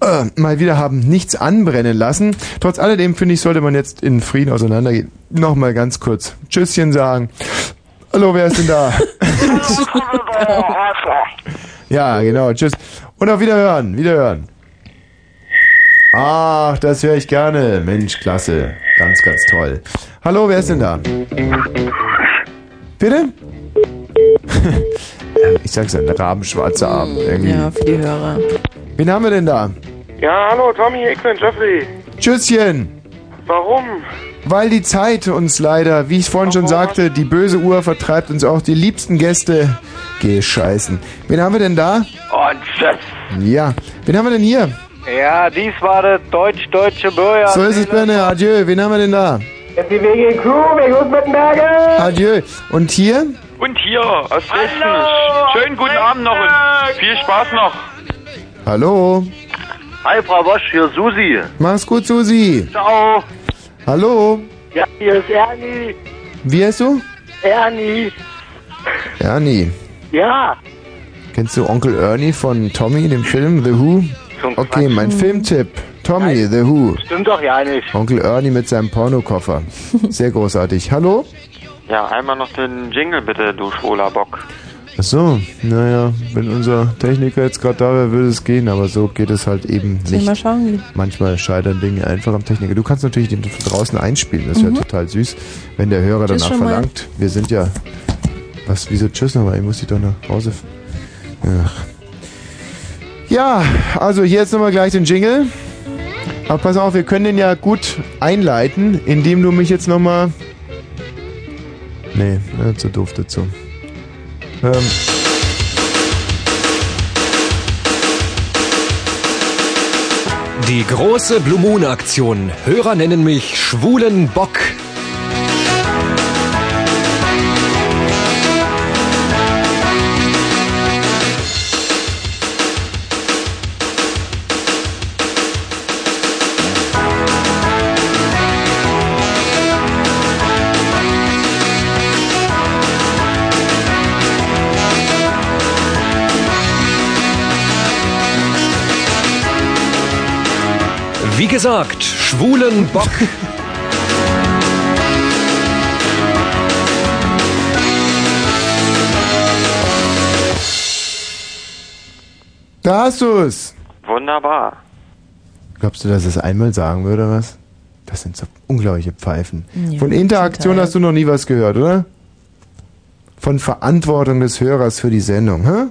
äh, mal wieder haben nichts anbrennen lassen. Trotz alledem finde ich, sollte man jetzt in Frieden auseinandergehen. Nochmal ganz kurz Tschüsschen sagen. Hallo, wer ist denn da? ja, genau, tschüss. Und auf Wiederhören, Wiederhören. Ach, das höre ich gerne. Mensch, klasse. Ganz, ganz toll. Hallo, wer ist denn da? Bitte? ich sag's ein rabenschwarzer Abend irgendwie.
Mm, Ja, für die Hörer.
Wen haben wir denn da?
Ja, hallo Tommy, ich bin Jeffrey.
Tschüsschen.
Warum?
Weil die Zeit uns leider, wie ich vorhin schon sagte, die böse Uhr vertreibt uns auch die liebsten Gäste. Geh scheißen. Wen haben wir denn da?
Und tschüss.
Ja. Wen haben wir denn hier?
Ja, dies war der deutsch-deutsche Bürger.
so ist es, Benne. Adieu. Wen haben wir denn da?
Die WG Crew, wir gut
Adieu. Und hier?
Und hier aus Dresden. Schönen guten Abend noch und viel Spaß noch.
Hallo.
Hi, Frau Bosch, hier ist Susi.
Mach's gut, Susi.
Ciao.
Hallo.
Ja, hier ist Ernie.
Wie heißt du?
Ernie.
Ernie.
Ja.
Kennst du Onkel Ernie von Tommy, dem Film The Who?
zum
Okay, mein Filmtipp. Tommy, The Who.
Stimmt doch ja nicht.
Onkel Ernie mit seinem Pornokoffer. Sehr großartig. Hallo?
Ja, einmal noch den Jingle bitte, du schwuler Bock.
Ach so, naja, wenn unser Techniker jetzt gerade da wäre, würde es gehen, aber so geht es halt eben
Soll ich mal
nicht.
schauen?
Manchmal scheitern Dinge einfach am Techniker. Du kannst natürlich den von draußen einspielen, das wäre
Mhm.
total süß, wenn der Hörer
Tschüss
danach
schon mal.
verlangt. Wir sind ja. Was, wieso tschüss nochmal? Ich muss die doch nach Hause. f- Ach. Ja, also hier jetzt nochmal gleich den Jingle. Aber pass auf, wir können den ja gut einleiten, indem du mich jetzt nochmal. Nee, ja, zu doof dazu. Ähm.
Die große Blue Moon Aktion. Hörer nennen mich schwulen Bock. Wie gesagt, schwulen Bock.
Da hast du es!
Wunderbar.
Glaubst du, dass es einmal sagen würde, oder was? Das sind so unglaubliche Pfeifen.
Ja,
Von Interaktion hast du noch nie was gehört, oder? Von Verantwortung des Hörers für die Sendung, hä?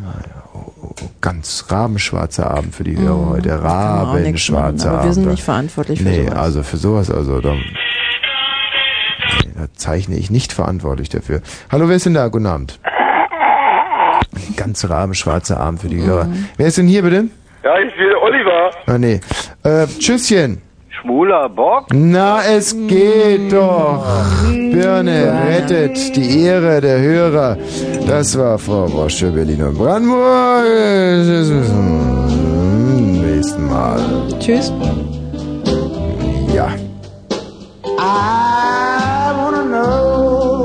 Ah, ja, oh, oh, oh, ganz rabenschwarzer Abend für die Hörer heute.
Mhm. man auch nichts machen,
Rabenschwarzer
aber
Abend.
wir sind nicht verantwortlich für
Nee,
sowas.
also für sowas, also da, nee, da zeichne ich nicht verantwortlich dafür. Hallo, wer ist denn da? Guten Abend. Ganz rabenschwarzer Abend für die Hörer.
Mhm.
Wer ist denn hier bitte?
Ja, ich will Oliver.
Ah, nee. Äh, tschüsschen.
Schwuler Bock?
Na, es geht doch. Birne rettet die Ehre der Hörer. Das war Frau Rosche, Berlin und Brandenburg. Tschüss. Hm, Nächsten Mal.
Tschüss.
Ja.
I wanna know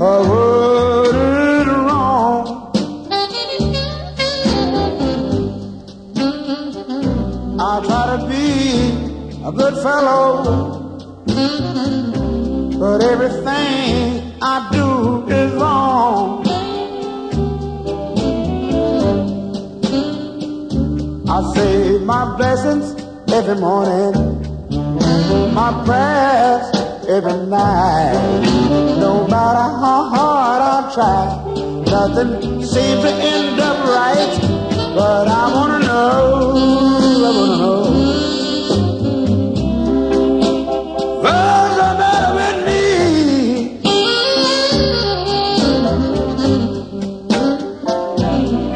I what is wrong. I try to be a good fellow, Mm-hmm. but everything I do is wrong. I say my blessings every morning, my prayers every night. No matter how hard I try, nothing seems to end up right. But I wanna know, I wanna know. What's the matter with me?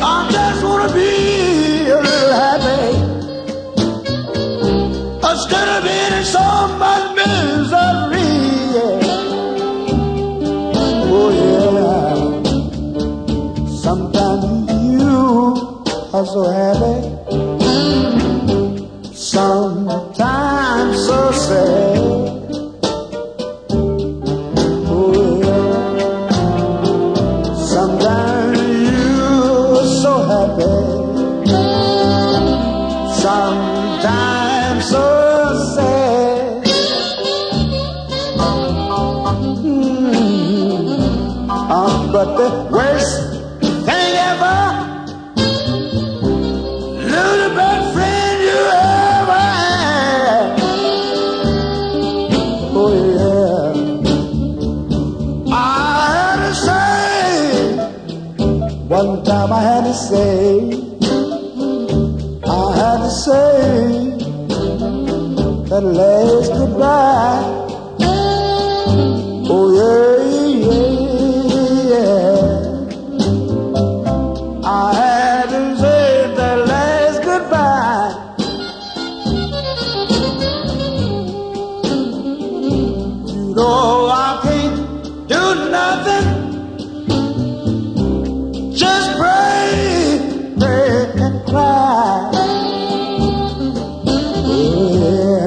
I just wanna be a little happy instead of being in so much misery. yeah. Oh yeah. Sometimes you are so happy, Oh, sometimes so sad. Oh yeah. Sometimes you are so happy. Sometimes so sad. Mm. Uh, Mm-hmm. but the worst thing ever, lose the best friend you ever had. Oh yeah. I had to say, one time I had to say, I had to say that last goodbye. Oh yeah, yeah, yeah. I had to say that last goodbye. You know I can't do nothing. Just pray, pray and cry. Oh, yeah.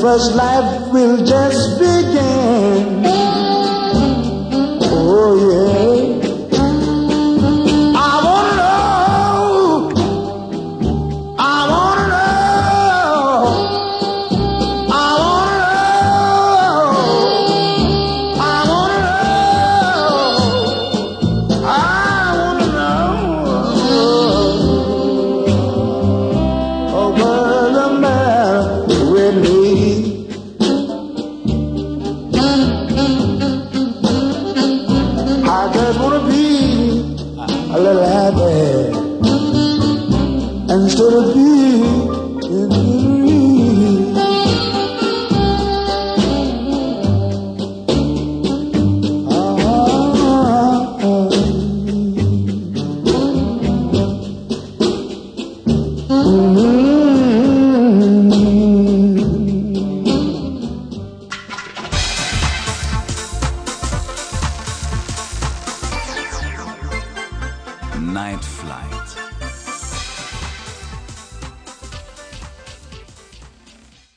first life will just begin. Oh yeah. I wanna know. I wanna know. I wanna know. I wanna know. I wanna know. Oh, what's the matter with me? I just wanna be a little happy instead of being in misery. Ah, ah, ah. Mhm.
Nightfly.
Mm-hmm.